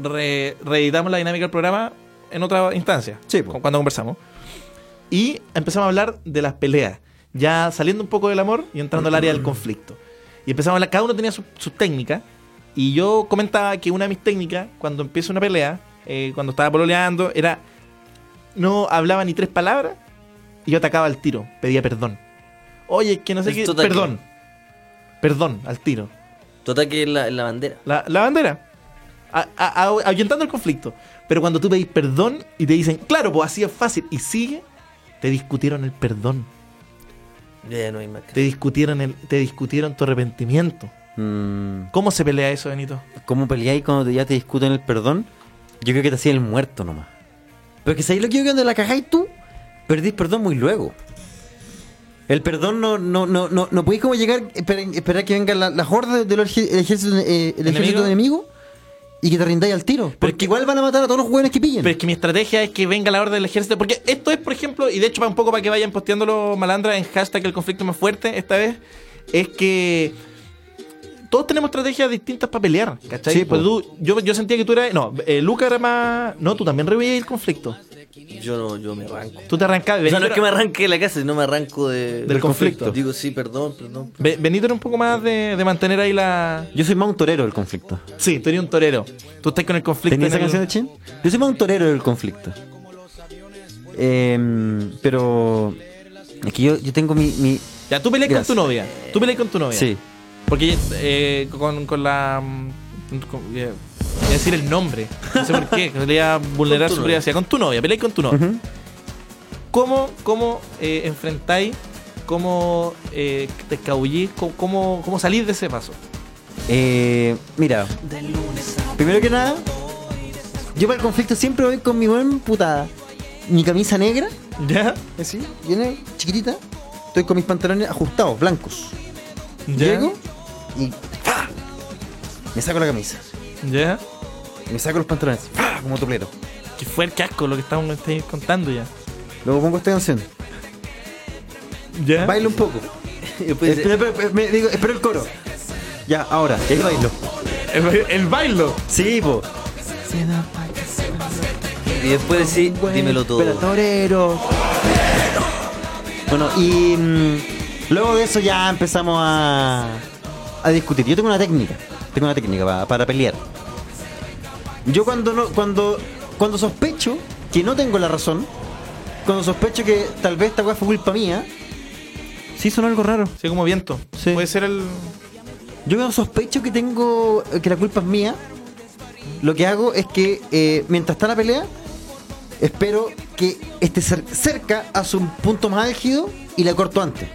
Speaker 5: re- reeditamos la dinámica del programa en otra instancia,
Speaker 3: Sí, po.
Speaker 5: cu- cuando conversamos. Y empezamos a hablar de las peleas, ya saliendo un poco del amor y entrando al área del conflicto. Y empezamos a hablar, cada uno tenía sus su técnicas y yo comentaba que una de mis técnicas, cuando empieza una pelea, eh, cuando estaba pololeando, era no hablaba ni tres palabras y yo atacaba al tiro, pedía perdón. Oye, es que no sé
Speaker 4: El
Speaker 5: qué.
Speaker 4: totaque.
Speaker 5: Perdón. Perdón, al tiro.
Speaker 4: Tu ataque es la, en la bandera.
Speaker 5: La, la bandera. A- a- a- ahuyentando el conflicto. Pero cuando tú pedís perdón y te dicen, claro, pues así es fácil, y sigue, te discutieron el perdón.
Speaker 4: Ya, ya no hay más.
Speaker 5: Te discutieron, el, te discutieron tu arrepentimiento.
Speaker 3: Mm,
Speaker 5: ¿Cómo se pelea eso, Benito?
Speaker 3: ¿Cómo peleáis cuando te- ya te discuten el perdón? Yo creo que te hacía el muerto nomás. Pero que sabéis lo que yo creo que cuando la cagáis tú, perdís perdón muy luego. El perdón no, no, no, no, no podéis como llegar, esperar, esperar que venga la, la horda del orge- el ejército, eh, el ejército enemigo y que te rindáis al tiro. Porque igual van a matar a todos los jóvenes que pillen.
Speaker 5: Pero es que mi estrategia es que venga la orden del ejército. Porque esto es, por ejemplo, y de hecho, para un poco para que vayan posteando los malandras en hashtag el conflicto más fuerte esta vez, es que todos tenemos estrategias distintas para pelear. ¿Cachai?
Speaker 3: Sí,
Speaker 5: Pues
Speaker 3: po.
Speaker 5: tú- yo, yo sentía que tú eras. No, eh, Luca era más. No, tú también revivías el conflicto.
Speaker 4: Yo no, yo me arranco.
Speaker 5: Tú te arrancabas.
Speaker 4: O sea,
Speaker 5: Benito,
Speaker 4: no es
Speaker 5: era-
Speaker 4: que me arranque de la casa, sino me arranco de-
Speaker 5: Del conflicto.
Speaker 4: Digo, sí, perdón, perdón.
Speaker 5: Be- Benito era un poco más de, de mantener ahí la.
Speaker 3: Yo soy más un torero del conflicto.
Speaker 5: Sí, tú eres un torero. Tú estás con el conflicto.
Speaker 3: ¿Tenía esa
Speaker 5: en el-
Speaker 3: canción de Chin? Yo soy más un torero del conflicto. Em, pero. Es que yo, yo tengo mi. mi
Speaker 5: Ya, tú peleas con tu
Speaker 3: Gracias.
Speaker 5: novia. Tú peleas con tu novia.
Speaker 3: sí.
Speaker 5: Porque eh, con, con la. mm, con- eh, voy a decir el nombre. No sé por qué. que Quería
Speaker 4: Con
Speaker 5: vulnerar
Speaker 4: tu
Speaker 5: su
Speaker 4: novia.
Speaker 5: privacidad. Con tu novia, peleáis con tu novia.
Speaker 3: Ujú.
Speaker 5: ¿Cómo, cómo eh, enfrentáis? ¿Cómo eh, te escabullís? ¿Cómo, cómo, cómo salís de ese paso?
Speaker 3: Eh, mira, primero que nada, yo para el conflicto siempre voy con mi buen putada. Mi camisa negra,
Speaker 5: ¿Ya?
Speaker 3: así, viene chiquitita. Estoy con mis pantalones ajustados, blancos. Llego y ¡fa! me saco la camisa.
Speaker 5: ¿Ya?
Speaker 3: Me saco los pantalones, ¡fa! como toplero.
Speaker 5: Que fue el casco lo que estábamos estáis contando ya.
Speaker 3: Luego pongo esta canción,
Speaker 5: ¿Ya?
Speaker 3: bailo un poco.
Speaker 4: Y después dice,
Speaker 3: Espera, espera, espera, me digo, espero el coro. Ya, ahora, el bailo.
Speaker 5: El, ba- el bailo.
Speaker 3: Sí, po.
Speaker 4: y después decís, dímelo todo.
Speaker 3: Pero torero. Bueno, y mm, luego de eso ya empezamos a, a discutir. Yo tengo una técnica. Tengo una técnica pa- para pelear. Yo cuando no, cuando, cuando sospecho que no tengo la razón, cuando sospecho que tal vez esta weá fue culpa mía, sí sonó algo raro.
Speaker 5: Sí, como viento.
Speaker 3: Sí.
Speaker 5: Puede ser el.
Speaker 3: Yo cuando sospecho que tengo que la culpa es mía, lo que hago es que eh, mientras está la pelea, espero que esté cer- cerca a su punto más álgido y la corto antes.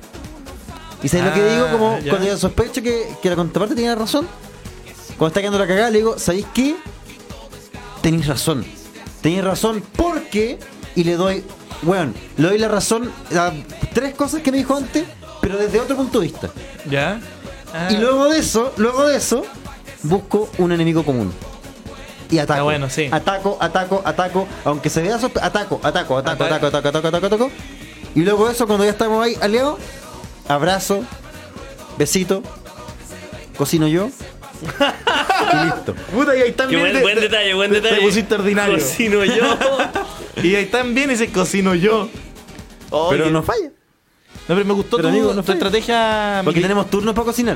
Speaker 3: ¿Y sabes lo que
Speaker 5: Ah,
Speaker 3: digo? Como
Speaker 5: ya.
Speaker 3: cuando yo sospecho que, que la contraparte tiene razón, cuando está quedando la cagada, le digo, ¿sabéis qué? Tenéis razón. Tenéis razón porque... Y le doy, bueno, le doy la razón a tres cosas que me dijo antes, pero desde otro punto de vista.
Speaker 5: ¿Ya? Ah,
Speaker 3: Y luego de eso, luego de eso, busco un enemigo común. Y ataco.
Speaker 5: Ah, bueno, sí.
Speaker 3: Ataco, ataco, ataco. Aunque se vea sospe- ataco, ataco, ataco,
Speaker 5: Ataca.
Speaker 3: ataco, ataco, ataco, ataco, ataco. Y luego de eso, cuando ya estamos ahí aliados, abrazo, besito, cocino yo. y listo.
Speaker 5: Puta, y ahí
Speaker 4: Qué
Speaker 5: también.
Speaker 4: buen, buen detalle, buen detalle.
Speaker 5: Te pusiste ordinario.
Speaker 4: Cocino yo.
Speaker 5: Y ahí también ese cocino yo. Oye.
Speaker 3: Pero no falla.
Speaker 5: No, pero me gustó
Speaker 3: Pero
Speaker 5: tu,
Speaker 3: amigo, no
Speaker 5: tu
Speaker 3: falla.
Speaker 5: estrategia.
Speaker 3: Porque
Speaker 5: mili-
Speaker 3: tenemos turnos para cocinar.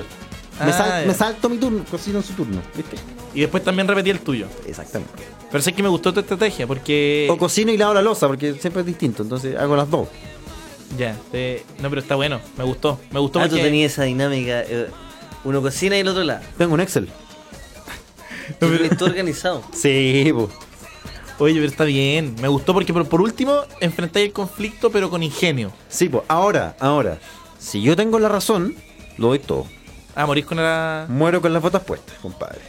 Speaker 5: Ah,
Speaker 3: me, sal-
Speaker 5: ya.
Speaker 3: me salto mi turno, cocino en su turno. ¿Viste?
Speaker 5: Y después también repetí el tuyo.
Speaker 3: Exactamente.
Speaker 5: Pero sé que me gustó tu estrategia porque.
Speaker 3: O cocino y lavo la losa, porque siempre es distinto. Entonces hago las dos. Oh.
Speaker 5: ya, te- no, pero está bueno. Me gustó. Me gustó
Speaker 4: Ah, tú
Speaker 5: porque.
Speaker 4: tenías esa dinámica. eh, uno cocina y el otro lado.
Speaker 3: Tengo un Excel.
Speaker 4: Todo organizado.
Speaker 3: Sí, pues.
Speaker 5: Oye, pero está bien. Me gustó porque por, por último enfrentáis el conflicto, pero con ingenio.
Speaker 3: Sí, pues ahora, ahora, si yo tengo la razón, lo doy todo.
Speaker 5: Ah, morís con la.
Speaker 3: Muero con las botas puestas, compadre.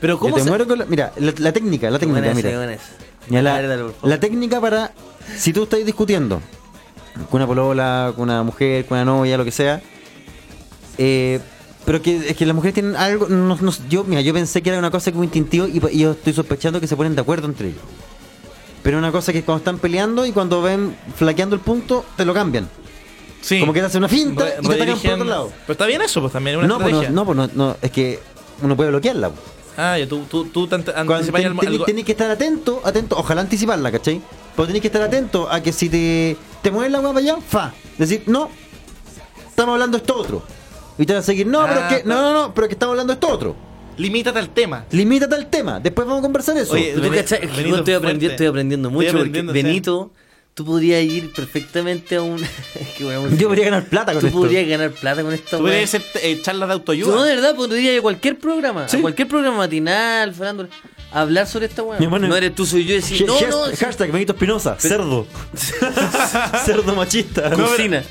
Speaker 5: Pero
Speaker 3: Yo
Speaker 5: ¿cómo
Speaker 3: te
Speaker 5: se.?
Speaker 3: muero con la, mira, la, la técnica, la técnica,
Speaker 4: Buena esa,
Speaker 3: mira.
Speaker 4: buena esa.
Speaker 3: Ya la,
Speaker 4: Dale, dale, por favor.
Speaker 3: la técnica para si tú estás discutiendo con una polola, con una mujer, con una novia, lo que sea, eh, pero que es que las mujeres tienen algo, no- no- yo mira, yo pensé que era una cosa como instintivo y, pa- y yo estoy sospechando que se ponen de acuerdo entre ellos. Pero una cosa que es cuando están peleando y cuando ven flaqueando el punto, te lo cambian.
Speaker 5: Sí.
Speaker 3: Como que te hace una finta
Speaker 5: Re-
Speaker 3: y te atacan por
Speaker 5: redirigen-
Speaker 3: otro lado.
Speaker 5: Pero está bien eso, pues también. Una
Speaker 3: no, pues no,
Speaker 5: estrategia.
Speaker 3: no, pues no, no, es que uno puede bloquearla. po.
Speaker 5: Ah, ya tú, tú, tú te ante-
Speaker 3: Cuando
Speaker 5: anticipáis
Speaker 3: ten-
Speaker 5: al-
Speaker 3: ten-
Speaker 5: algo-
Speaker 3: tenés que estar atento, atento, ojalá anticiparla, ¿cachai? Pero tenés que estar atento a que si te, te mueves la weá para allá, fa. Decir, no, estamos hablando esto otro. Y te van a seguir, no, pero
Speaker 5: Ah,
Speaker 3: es que, no, no, no, pero es que estamos hablando esto otro.
Speaker 5: Limítate al tema.
Speaker 3: Limítate al tema, después vamos a conversar eso.
Speaker 5: Oye,
Speaker 4: Tú
Speaker 5: Benito-
Speaker 4: cachai,
Speaker 5: Benito
Speaker 4: bueno, estoy,
Speaker 5: fuerte.
Speaker 4: aprendiendo, estoy aprendiendo mucho
Speaker 5: Estoy aprendiendo,
Speaker 4: porque Benito tú podrías ir perfectamente a un. es que weón,
Speaker 3: Yo podría ganar plata con
Speaker 4: Tú
Speaker 3: esto.
Speaker 4: podrías ganar plata con esta
Speaker 5: Tú
Speaker 4: weá.
Speaker 5: podrías hacer eh, charlas de autoayuda.
Speaker 4: No, de verdad, podría ir a cualquier programa,
Speaker 3: Sí.
Speaker 4: a cualquier programa matinal, farándula, a hablar sobre esta weá.
Speaker 3: Mi hermano-
Speaker 4: No eres tú, soy yo, y decir,
Speaker 3: Ge-
Speaker 4: no,
Speaker 3: hashtag-
Speaker 4: no, sí,
Speaker 3: hashtag Benito Espinosa, cerdo. cerdo machista.
Speaker 4: cocina,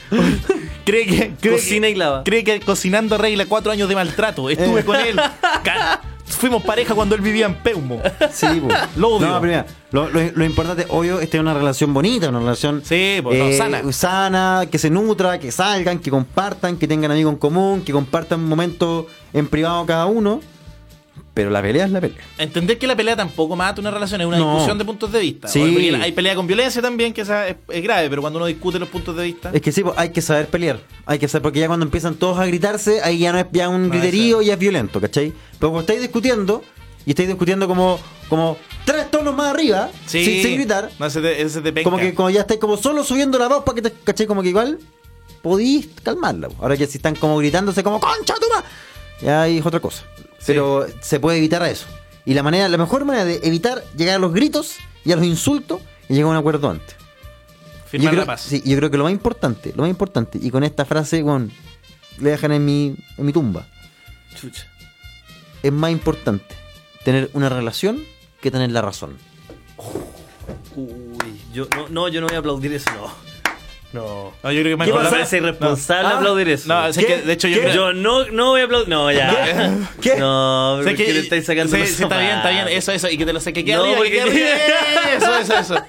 Speaker 5: Cree que, cree
Speaker 4: cocina
Speaker 5: que-
Speaker 4: y lava.
Speaker 5: cree que cocinando arregla cuatro años de maltrato. Estuve con él. Ca- Fuimos pareja cuando él vivía en Peumo.
Speaker 3: Sí, po.
Speaker 5: Lo odio.
Speaker 3: No, primero, lo, lo- lo importante, obvio, es tener una relación bonita, una relación eh,
Speaker 5: Sí,
Speaker 4: pues,
Speaker 5: po, no, sana.
Speaker 3: sana, que se nutra, que salgan, que compartan, que tengan amigos en común, que compartan momentos en privado cada uno. Pero la pelea es la pelea.
Speaker 5: Entender que la pelea tampoco mata una relación, es una
Speaker 3: No.
Speaker 5: discusión de puntos de vista.
Speaker 3: Sí.
Speaker 5: Porque Hay pelea con violencia también, que esa es, es grave, pero cuando uno discute los puntos de vista.
Speaker 3: Es que sí, po, hay que saber pelear. Hay que saber, porque ya cuando empiezan todos a gritarse, ahí ya no es ya un
Speaker 5: No,
Speaker 3: griterío, ya es violento, ¿cachai? Pero cuando estáis discutiendo, y estáis discutiendo como, como tres tonos más arriba, sin, sin gritar,
Speaker 5: No, ese te, ese te penca.
Speaker 3: como que como ya estáis como solo subiendo la voz para que te, ¿cachai? Como que igual podís calmarla. po. Ahora que si están como gritándose como concha tu ma-", ya ahí es otra cosa. Pero se puede evitar a eso. Y la manera, la mejor manera de evitar llegar a los gritos y a los insultos es llegar a un acuerdo antes.
Speaker 5: Firmar
Speaker 3: yo creo,
Speaker 5: la paz.
Speaker 3: sí, yo creo que lo más importante, lo más importante, y con esta frase, weón, le dejan en mi, en mi tumba.
Speaker 4: Chucha.
Speaker 3: Es más importante tener una relación que tener la razón.
Speaker 4: Uy, yo no, no, yo no voy a aplaudir eso, no. No.
Speaker 5: No, yo creo que más
Speaker 4: ¿Qué
Speaker 5: no,
Speaker 4: pasa?
Speaker 5: la-
Speaker 4: Me parece irresponsable
Speaker 5: No.
Speaker 4: aplaudir eso.
Speaker 5: No, sé
Speaker 3: ¿Qué?
Speaker 5: que, de hecho, yo.
Speaker 3: ¿Qué?
Speaker 4: Yo no, no voy a aplaudir. No, ya.
Speaker 3: ¿Qué?
Speaker 4: No, pero
Speaker 5: sé
Speaker 4: ¿por
Speaker 5: que-
Speaker 4: qué le estáis sacando
Speaker 5: sí,
Speaker 4: los
Speaker 5: sí, está bien, está bien.
Speaker 4: zapatos?
Speaker 5: Eso, eso. Y que te lo sé que quede
Speaker 4: No,
Speaker 5: arriba, que
Speaker 4: porque-
Speaker 5: quede arriba. Eso, eso, eso.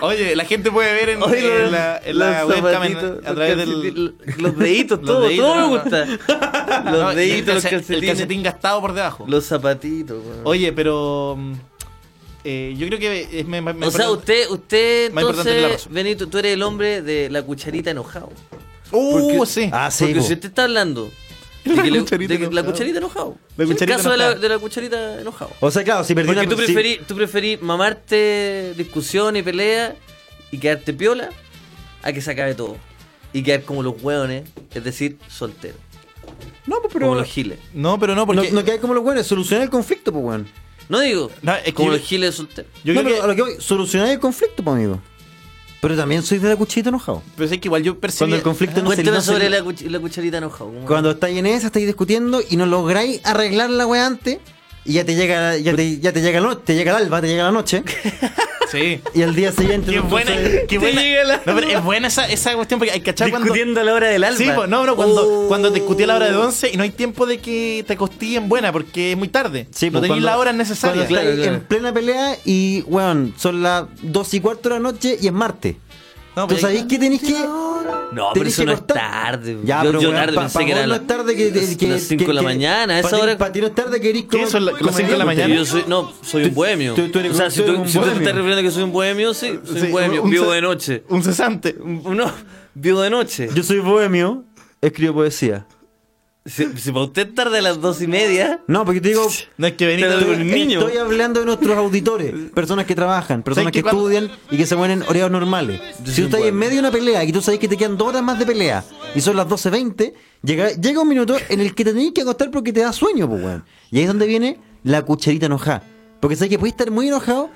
Speaker 5: Oye, la gente puede ver en,
Speaker 4: Oye,
Speaker 5: en
Speaker 4: los-
Speaker 5: la, en la
Speaker 4: los
Speaker 5: webcam en-
Speaker 4: zapatitos,
Speaker 5: a través
Speaker 4: los
Speaker 5: del.
Speaker 4: calcetines, Los deditos,
Speaker 5: Los
Speaker 4: todo,
Speaker 5: deditos,
Speaker 4: todo
Speaker 5: no,
Speaker 4: me
Speaker 5: no.
Speaker 4: gusta. Los
Speaker 5: No, y el
Speaker 4: deditos, los
Speaker 5: calce-
Speaker 4: calcetines.
Speaker 5: El calcetín gastado por debajo.
Speaker 4: Los zapatitos, weón.
Speaker 5: Oye, pero. mm, eh, yo creo que es me- me- me
Speaker 4: O sea,
Speaker 5: parece-
Speaker 4: usted, usted
Speaker 5: Más importante es la
Speaker 4: entonces,
Speaker 5: razón.
Speaker 4: Benito, tú eres el hombre de la cucharita enojado.
Speaker 5: Uh,
Speaker 4: porque-
Speaker 5: sí.
Speaker 3: Ah, sí,
Speaker 4: Porque
Speaker 3: po.
Speaker 4: si usted está hablando de que le- de que
Speaker 5: cucharita
Speaker 4: la,
Speaker 5: enojado.
Speaker 4: cucharita enojado.
Speaker 5: La
Speaker 4: Es el
Speaker 5: cucharita
Speaker 4: caso de la,
Speaker 5: enojado.
Speaker 4: de la cucharita enojado.
Speaker 3: O sea, claro, si perdí
Speaker 4: Porque
Speaker 3: una-
Speaker 4: tú
Speaker 3: si-
Speaker 4: preferís tú preferí mamarte discusión y pelea y quedarte piola a que se acabe todo. Y quedar como los hueones, es decir, soltero.
Speaker 3: No,
Speaker 4: Como
Speaker 3: pues, pero.
Speaker 4: los giles.
Speaker 5: No, pero no, porque.
Speaker 3: No, no quedáis como los buenos, solucionar el conflicto, pues, weón.
Speaker 4: No digo,
Speaker 5: No, es que
Speaker 4: como
Speaker 5: yo-
Speaker 4: los giles solteros.
Speaker 5: yo
Speaker 3: no,
Speaker 5: creo
Speaker 3: pero
Speaker 5: que-
Speaker 3: a lo que voy, solucionar el conflicto, pues, amigo. Pero también soy de la cuchillita enojado.
Speaker 5: Pero es que igual yo percibí.
Speaker 3: Cuando el conflicto no se
Speaker 4: Cuéntame
Speaker 3: no se-
Speaker 4: sobre la, cuch- la cucharita enojado. ¿cómo?
Speaker 3: Cuando estáis en esa, estáis discutiendo y no lográis arreglar la weá antes. Y ya te llega, ya te, ya te llega la noche, te llega el alba, te llega la noche.
Speaker 5: Sí.
Speaker 3: Y al día siguiente.
Speaker 5: Qué
Speaker 3: no-
Speaker 5: buena,
Speaker 3: entonces-
Speaker 5: qué buena. No, pero es buena esa, esa cuestión porque hay que cachar cuando.
Speaker 4: Discutiendo a la hora del alba.
Speaker 5: Sí, pues no, no, cuando,
Speaker 4: Oh.
Speaker 5: cuando te discutí a la hora de 11 y no hay tiempo de que te acostillen buena porque es muy tarde.
Speaker 3: Sí,
Speaker 5: no
Speaker 3: pues,
Speaker 5: tenéis
Speaker 3: cuando-
Speaker 5: la hora
Speaker 3: cuando
Speaker 5: necesaria.
Speaker 3: estáis
Speaker 4: Claro, claro.
Speaker 3: en plena pelea y, weón, son las dos y cuarto de la noche y es martes.
Speaker 5: No,
Speaker 3: ¿Tú
Speaker 5: pues,
Speaker 3: sabéis que tenéis que.?
Speaker 4: No, pero
Speaker 3: tenéis
Speaker 4: eso
Speaker 3: que
Speaker 4: no es
Speaker 3: acostar?
Speaker 4: tarde.
Speaker 3: Ya,
Speaker 4: yo,
Speaker 3: pero
Speaker 4: yo
Speaker 3: weón,
Speaker 4: tarde
Speaker 3: pa-
Speaker 4: pensé
Speaker 3: pa
Speaker 4: que
Speaker 3: vos
Speaker 4: era
Speaker 3: no
Speaker 4: la-
Speaker 3: es tarde que,
Speaker 4: las-
Speaker 3: que-
Speaker 4: las 5 de
Speaker 3: que-
Speaker 4: la mañana. A esa
Speaker 3: para ti-
Speaker 4: hora.
Speaker 3: Para ti no es tarde que eres
Speaker 5: ¿Qué son la- las cinco de la mañana?
Speaker 4: Yo soy, no, soy un bohemio.
Speaker 3: tú- tú eres
Speaker 4: o sea,
Speaker 3: un-
Speaker 4: si
Speaker 3: tú
Speaker 4: tú,
Speaker 3: eres un
Speaker 4: si tú te
Speaker 3: bohemio.
Speaker 4: estás refiriendo que soy un bohemio, sí, soy
Speaker 5: sí,
Speaker 4: un bohemio.
Speaker 5: un-
Speaker 4: vivo
Speaker 5: un-
Speaker 4: de noche.
Speaker 5: Un cesante.
Speaker 4: Un- No, vivo de noche.
Speaker 3: Yo soy bohemio, escribo poesía.
Speaker 4: Si, si para usted es tarde a las dos y media.
Speaker 3: No, porque te digo,
Speaker 5: No es que venís
Speaker 4: Pero-
Speaker 5: de-
Speaker 4: un niño.
Speaker 3: estoy hablando de nuestros auditores, personas que trabajan, personas
Speaker 5: ¿Sabes
Speaker 3: que
Speaker 5: que cuando-
Speaker 3: estudian y que se mueren horarios normales. Si tú estás en medio de una pelea y tú sabes que te quedan dos horas más de pelea y son las 12.20, llega, llega un minuto en el que te tenés que acostar porque te da sueño, pues, weón. Y ahí es donde viene la cucharita enojada. Porque sabes que puedes estar muy enojado,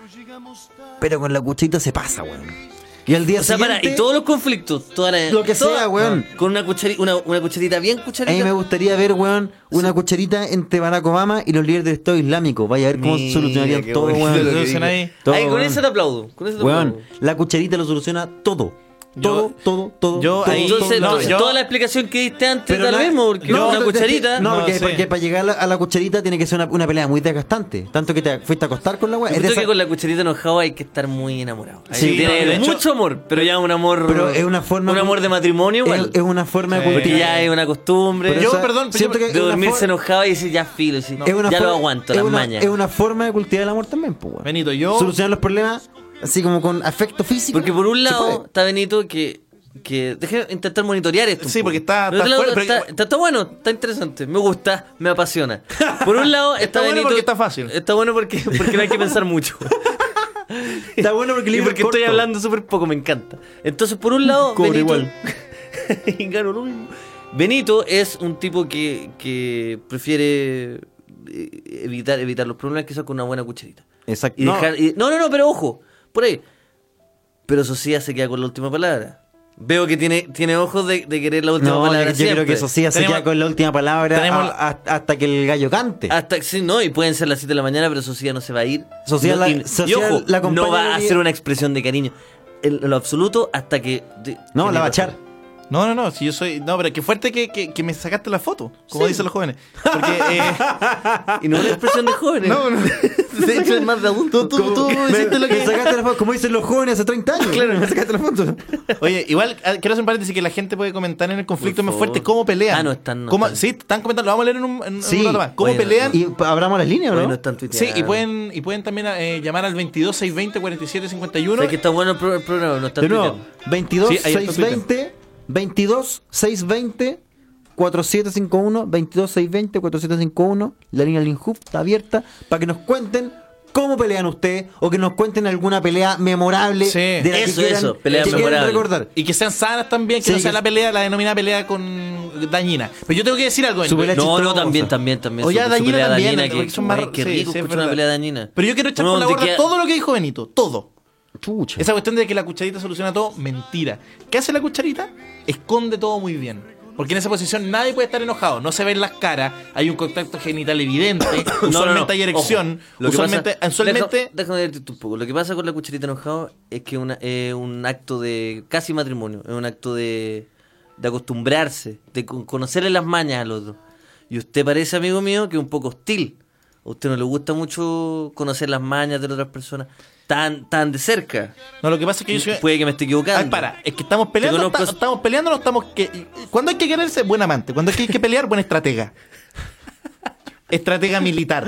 Speaker 3: pero con la cucharita se pasa, weón. Y al día
Speaker 4: O sea, para,
Speaker 3: siguiente...
Speaker 4: y todos los conflictos, toda la-
Speaker 3: Lo que
Speaker 4: toda-
Speaker 3: sea, weón.
Speaker 4: Con una, cuchari- una, una cucharita bien
Speaker 3: A mí
Speaker 4: cucharita.
Speaker 3: me gustaría ver, weón, una cucharita entre Barack Obama y los líderes del Estado Islámico. Vaya a ver cómo
Speaker 4: Mira,
Speaker 3: solucionarían
Speaker 4: qué
Speaker 3: todo,
Speaker 4: bonito
Speaker 5: lo
Speaker 3: weón.
Speaker 5: que dicen ahí.
Speaker 3: Todo,
Speaker 4: Ay, con
Speaker 3: weón.
Speaker 4: eso te aplaudo. Con eso te
Speaker 3: Weón,
Speaker 4: aplaudo.
Speaker 3: la cucharita lo soluciona todo. Todo, todo, todo.
Speaker 5: yo
Speaker 3: todo,
Speaker 5: ahí-
Speaker 3: todo,
Speaker 4: Entonces,
Speaker 5: no,
Speaker 4: entonces
Speaker 5: yo-
Speaker 4: toda la explicación que diste antes
Speaker 3: Pero
Speaker 4: da lo
Speaker 3: la-
Speaker 4: mismo, porque
Speaker 3: no,
Speaker 4: una
Speaker 3: no,
Speaker 4: cucharita.
Speaker 3: No,
Speaker 5: No,
Speaker 3: porque,
Speaker 5: sí.
Speaker 3: porque para llegar a la, a la cucharita tiene que ser una, una pelea muy desgastante. Tanto que te fuiste a acostar con la weá.
Speaker 4: Yo
Speaker 3: Es de
Speaker 4: creo
Speaker 3: esa-
Speaker 4: que con la cucharita enojado hay que estar muy enamorado. Ahí
Speaker 5: Sí,
Speaker 4: tiene
Speaker 5: no, de hecho-
Speaker 4: mucho amor, pero ya un amor.
Speaker 3: Pero es una forma.
Speaker 4: Un amor de matrimonio,
Speaker 3: es,
Speaker 4: igual.
Speaker 3: es una forma de
Speaker 5: Sí.
Speaker 4: porque
Speaker 3: cumplir.
Speaker 4: ya es una costumbre.
Speaker 3: Pero
Speaker 5: Yo,
Speaker 3: esa-
Speaker 5: perdón, pero
Speaker 3: siento
Speaker 5: yo-
Speaker 3: que
Speaker 4: de
Speaker 3: es una
Speaker 4: dormirse
Speaker 3: for-
Speaker 4: enojado y decir ya filo, sí,
Speaker 3: es una
Speaker 4: ya lo
Speaker 3: forma-
Speaker 4: aguanto,
Speaker 3: es
Speaker 4: las
Speaker 3: una-
Speaker 4: mañas.
Speaker 3: Es una forma de cultivar el amor también, pues, weón.
Speaker 5: Benito, yo.
Speaker 3: Solucionar los problemas así como con afecto físico.
Speaker 4: Porque por un
Speaker 3: se
Speaker 4: lado
Speaker 3: puede.
Speaker 4: está Benito que. que deje de intentar monitorear esto. un
Speaker 5: Sí,
Speaker 4: poco.
Speaker 5: porque está-
Speaker 4: Por otro
Speaker 5: está
Speaker 4: lado,
Speaker 5: fuerte, pero-
Speaker 4: está, está- está bueno, está interesante, me gusta, me apasiona. Por un lado está,
Speaker 5: Está bueno
Speaker 4: Benito-
Speaker 5: porque está fácil.
Speaker 4: Está bueno porque, porque no hay que pensar mucho.
Speaker 3: Está bueno porque el
Speaker 4: Y
Speaker 3: libro
Speaker 4: porque
Speaker 3: es corto.
Speaker 4: estoy hablando súper poco, me encanta. Entonces, por un lado,
Speaker 3: Cobro
Speaker 4: Benito,
Speaker 3: igual.
Speaker 4: Y gano lo mismo. Benito es un tipo que, que prefiere eh, evitar, evitar los problemas quizás con una buena cucharita.
Speaker 3: Exacto.
Speaker 4: Y
Speaker 3: No,
Speaker 4: dejar- y- no, no, no, pero ojo, por ahí. pero Socia se queda con la última palabra. Veo que tiene, tiene ojos de, de querer la última
Speaker 3: No, yo
Speaker 4: palabra.
Speaker 3: creo que
Speaker 4: siempre.
Speaker 3: Socias se
Speaker 5: Tenemos-
Speaker 3: queda con este. la última palabra
Speaker 5: tenemos-
Speaker 3: a- hasta, hasta que el gallo cante.
Speaker 4: Hasta sí, no, y pueden ser las 7 de la mañana, pero Socia no se va a ir.
Speaker 3: Socia
Speaker 4: No,
Speaker 3: la-
Speaker 4: y,
Speaker 3: Socia
Speaker 4: y ojo,
Speaker 3: la acompaña
Speaker 4: no va a
Speaker 3: en el-
Speaker 4: hacer una expresión de cariño. En lo absoluto hasta que. de-
Speaker 3: no,
Speaker 4: que
Speaker 3: la va a
Speaker 4: le-
Speaker 3: echar.
Speaker 5: No, no, no, si yo soy. No, pero qué fuerte que, que, que me sacaste la foto, como dicen los jóvenes. Porque. eh,
Speaker 4: Y no una expresión de jóvenes.
Speaker 5: no, no.
Speaker 4: De hecho, es más de adulto.
Speaker 5: Tú, tú, tú hiciste lo
Speaker 3: Me
Speaker 5: que.
Speaker 3: sacaste la foto, como dicen los jóvenes hace 30 años.
Speaker 5: Claro, me sacaste la foto. Oye, igual ah, quiero hacer un paréntesis que la gente puede comentar en el conflicto
Speaker 4: Por
Speaker 5: más
Speaker 4: favor.
Speaker 5: fuerte cómo pelean.
Speaker 4: Ah, no, están- no
Speaker 5: Cómo-
Speaker 4: están.
Speaker 5: Sí, están comentando, lo vamos a leer en un, en un
Speaker 3: Sí,
Speaker 5: rato más. ¿Cómo
Speaker 4: bueno,
Speaker 5: pelean?
Speaker 3: Y pa- abramos las líneas, ¿no?
Speaker 4: Bueno, están
Speaker 5: Sí,
Speaker 4: tuiteando.
Speaker 5: y pueden, y pueden también eh, llamar al 22 620 47 51.
Speaker 4: O sea, que está bueno el, pro- el programa, no está
Speaker 3: De nuevo,
Speaker 4: tuiteando.
Speaker 3: 22
Speaker 5: Sí, ahí está
Speaker 3: 620 22 620 4751 22 620 4751 la línea Linhub está abierta para que nos cuenten cómo pelean ustedes o que nos cuenten alguna pelea memorable
Speaker 5: Sí.
Speaker 3: de la
Speaker 4: Eso,
Speaker 3: que quieran,
Speaker 4: eso, pelea
Speaker 3: que quieran
Speaker 4: memorable.
Speaker 3: recordar.
Speaker 5: Y que sean sanas también, que
Speaker 3: Sí,
Speaker 5: no sea
Speaker 3: que-
Speaker 5: la pelea, la denominada pelea con dañina. Pero yo tengo que decir algo.
Speaker 3: Su
Speaker 5: Andrés.
Speaker 3: pelea
Speaker 4: No, no,
Speaker 3: chistosa.
Speaker 4: también, también, también.
Speaker 5: O ya
Speaker 4: su- su
Speaker 5: dañina
Speaker 4: pelea
Speaker 5: también,
Speaker 4: dañina,
Speaker 5: Andrés,
Speaker 4: que,
Speaker 5: que son más-
Speaker 4: ay, qué
Speaker 5: sí,
Speaker 4: rico
Speaker 5: sí, es
Speaker 4: escuchar una
Speaker 5: verdad.
Speaker 4: pelea dañina.
Speaker 5: Pero yo quiero echar
Speaker 4: Uno
Speaker 5: por la
Speaker 4: donde
Speaker 5: borda
Speaker 4: queda-
Speaker 5: todo lo que dijo Benito, todo.
Speaker 3: Chucha.
Speaker 5: Esa cuestión de que la cucharita soluciona todo, mentira. ¿Qué hace la cucharita? Esconde todo muy bien. Porque en esa posición nadie puede estar enojado, no se ven las caras, hay un contacto genital evidente,
Speaker 4: No, no,
Speaker 5: usualmente
Speaker 4: no.
Speaker 5: hay erección,
Speaker 4: Ojo, lo que
Speaker 5: usualmente,
Speaker 4: pasa-
Speaker 5: usualmente
Speaker 4: Deja- déjame decirte un poco. Lo que pasa con la cucharita enojado es que una- es un acto de casi matrimonio, es un acto de, de acostumbrarse, de con- conocerle las mañas al otro. Y usted parece, amigo mío, que es un poco hostil. A usted no le gusta mucho conocer las mañas de las otras personas tan, tan de cerca.
Speaker 5: no, lo que pasa es que yo soy...
Speaker 4: Puede que me esté equivocando.
Speaker 5: Ay, para, es que estamos peleando,
Speaker 4: Te
Speaker 5: está-
Speaker 4: conozco-
Speaker 5: estamos peleando, no estamos que cuando hay que quererse buen amante, cuando hay que pelear buen estratega. Estratega militar.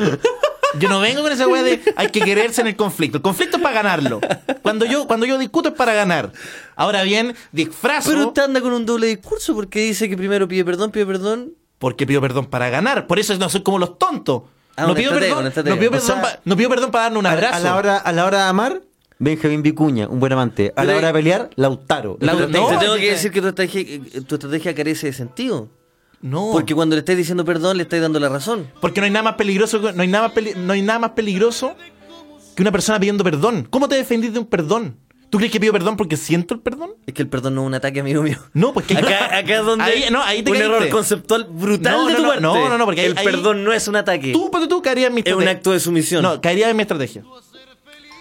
Speaker 5: Yo no vengo con esa weá de hay que quererse en el conflicto. El conflicto es para ganarlo. Cuando yo cuando yo discuto es para ganar. Ahora bien, disfrazo
Speaker 4: Pero usted anda con un doble discurso porque dice que primero pide perdón, pide perdón.
Speaker 5: porque pido perdón para ganar. Por eso no soy como los tontos.
Speaker 4: Ah,
Speaker 5: no,
Speaker 4: un
Speaker 5: pido
Speaker 4: estratega, un
Speaker 5: perdón,
Speaker 4: estratega.
Speaker 5: no pido
Speaker 4: O
Speaker 5: perdón
Speaker 3: sea,
Speaker 5: pa- no pido perdón para darme un
Speaker 3: A,
Speaker 5: abrazo.
Speaker 3: a la hora, a la hora de amar, Benjamín Vicuña, un buen amante. A la
Speaker 4: Pero-
Speaker 3: hora de pelear, Lautaro.
Speaker 5: La-
Speaker 4: Te-
Speaker 5: no,
Speaker 4: te tengo
Speaker 5: sí,
Speaker 4: que
Speaker 5: sí.
Speaker 4: decir que tu estrategia, eh, tu estrategia carece de sentido.
Speaker 5: No.
Speaker 4: Porque cuando le estáis diciendo perdón, le estáis dando la razón.
Speaker 5: Porque no hay nada más peligroso, que- no hay nada más, peli- no hay nada más peligroso que una persona pidiendo perdón. ¿Cómo te defendís de un perdón? ¿Tú crees que pido perdón porque siento el perdón?
Speaker 4: Es que el perdón no es un ataque, amigo mío.
Speaker 5: No, pues que-
Speaker 4: acá, acá es donde
Speaker 5: Ahí- no, ahí te
Speaker 4: un
Speaker 5: caíste.
Speaker 4: error conceptual brutal
Speaker 5: No,
Speaker 4: de
Speaker 5: no,
Speaker 4: tu
Speaker 5: no,
Speaker 4: parte.
Speaker 5: no, no, no, porque ahí-
Speaker 4: el
Speaker 5: ahí-
Speaker 4: perdón no es un ataque.
Speaker 5: Tú, pero tú caerías en mi
Speaker 4: es un
Speaker 5: estrategia.
Speaker 4: acto de sumisión.
Speaker 5: No, caería en mi estrategia.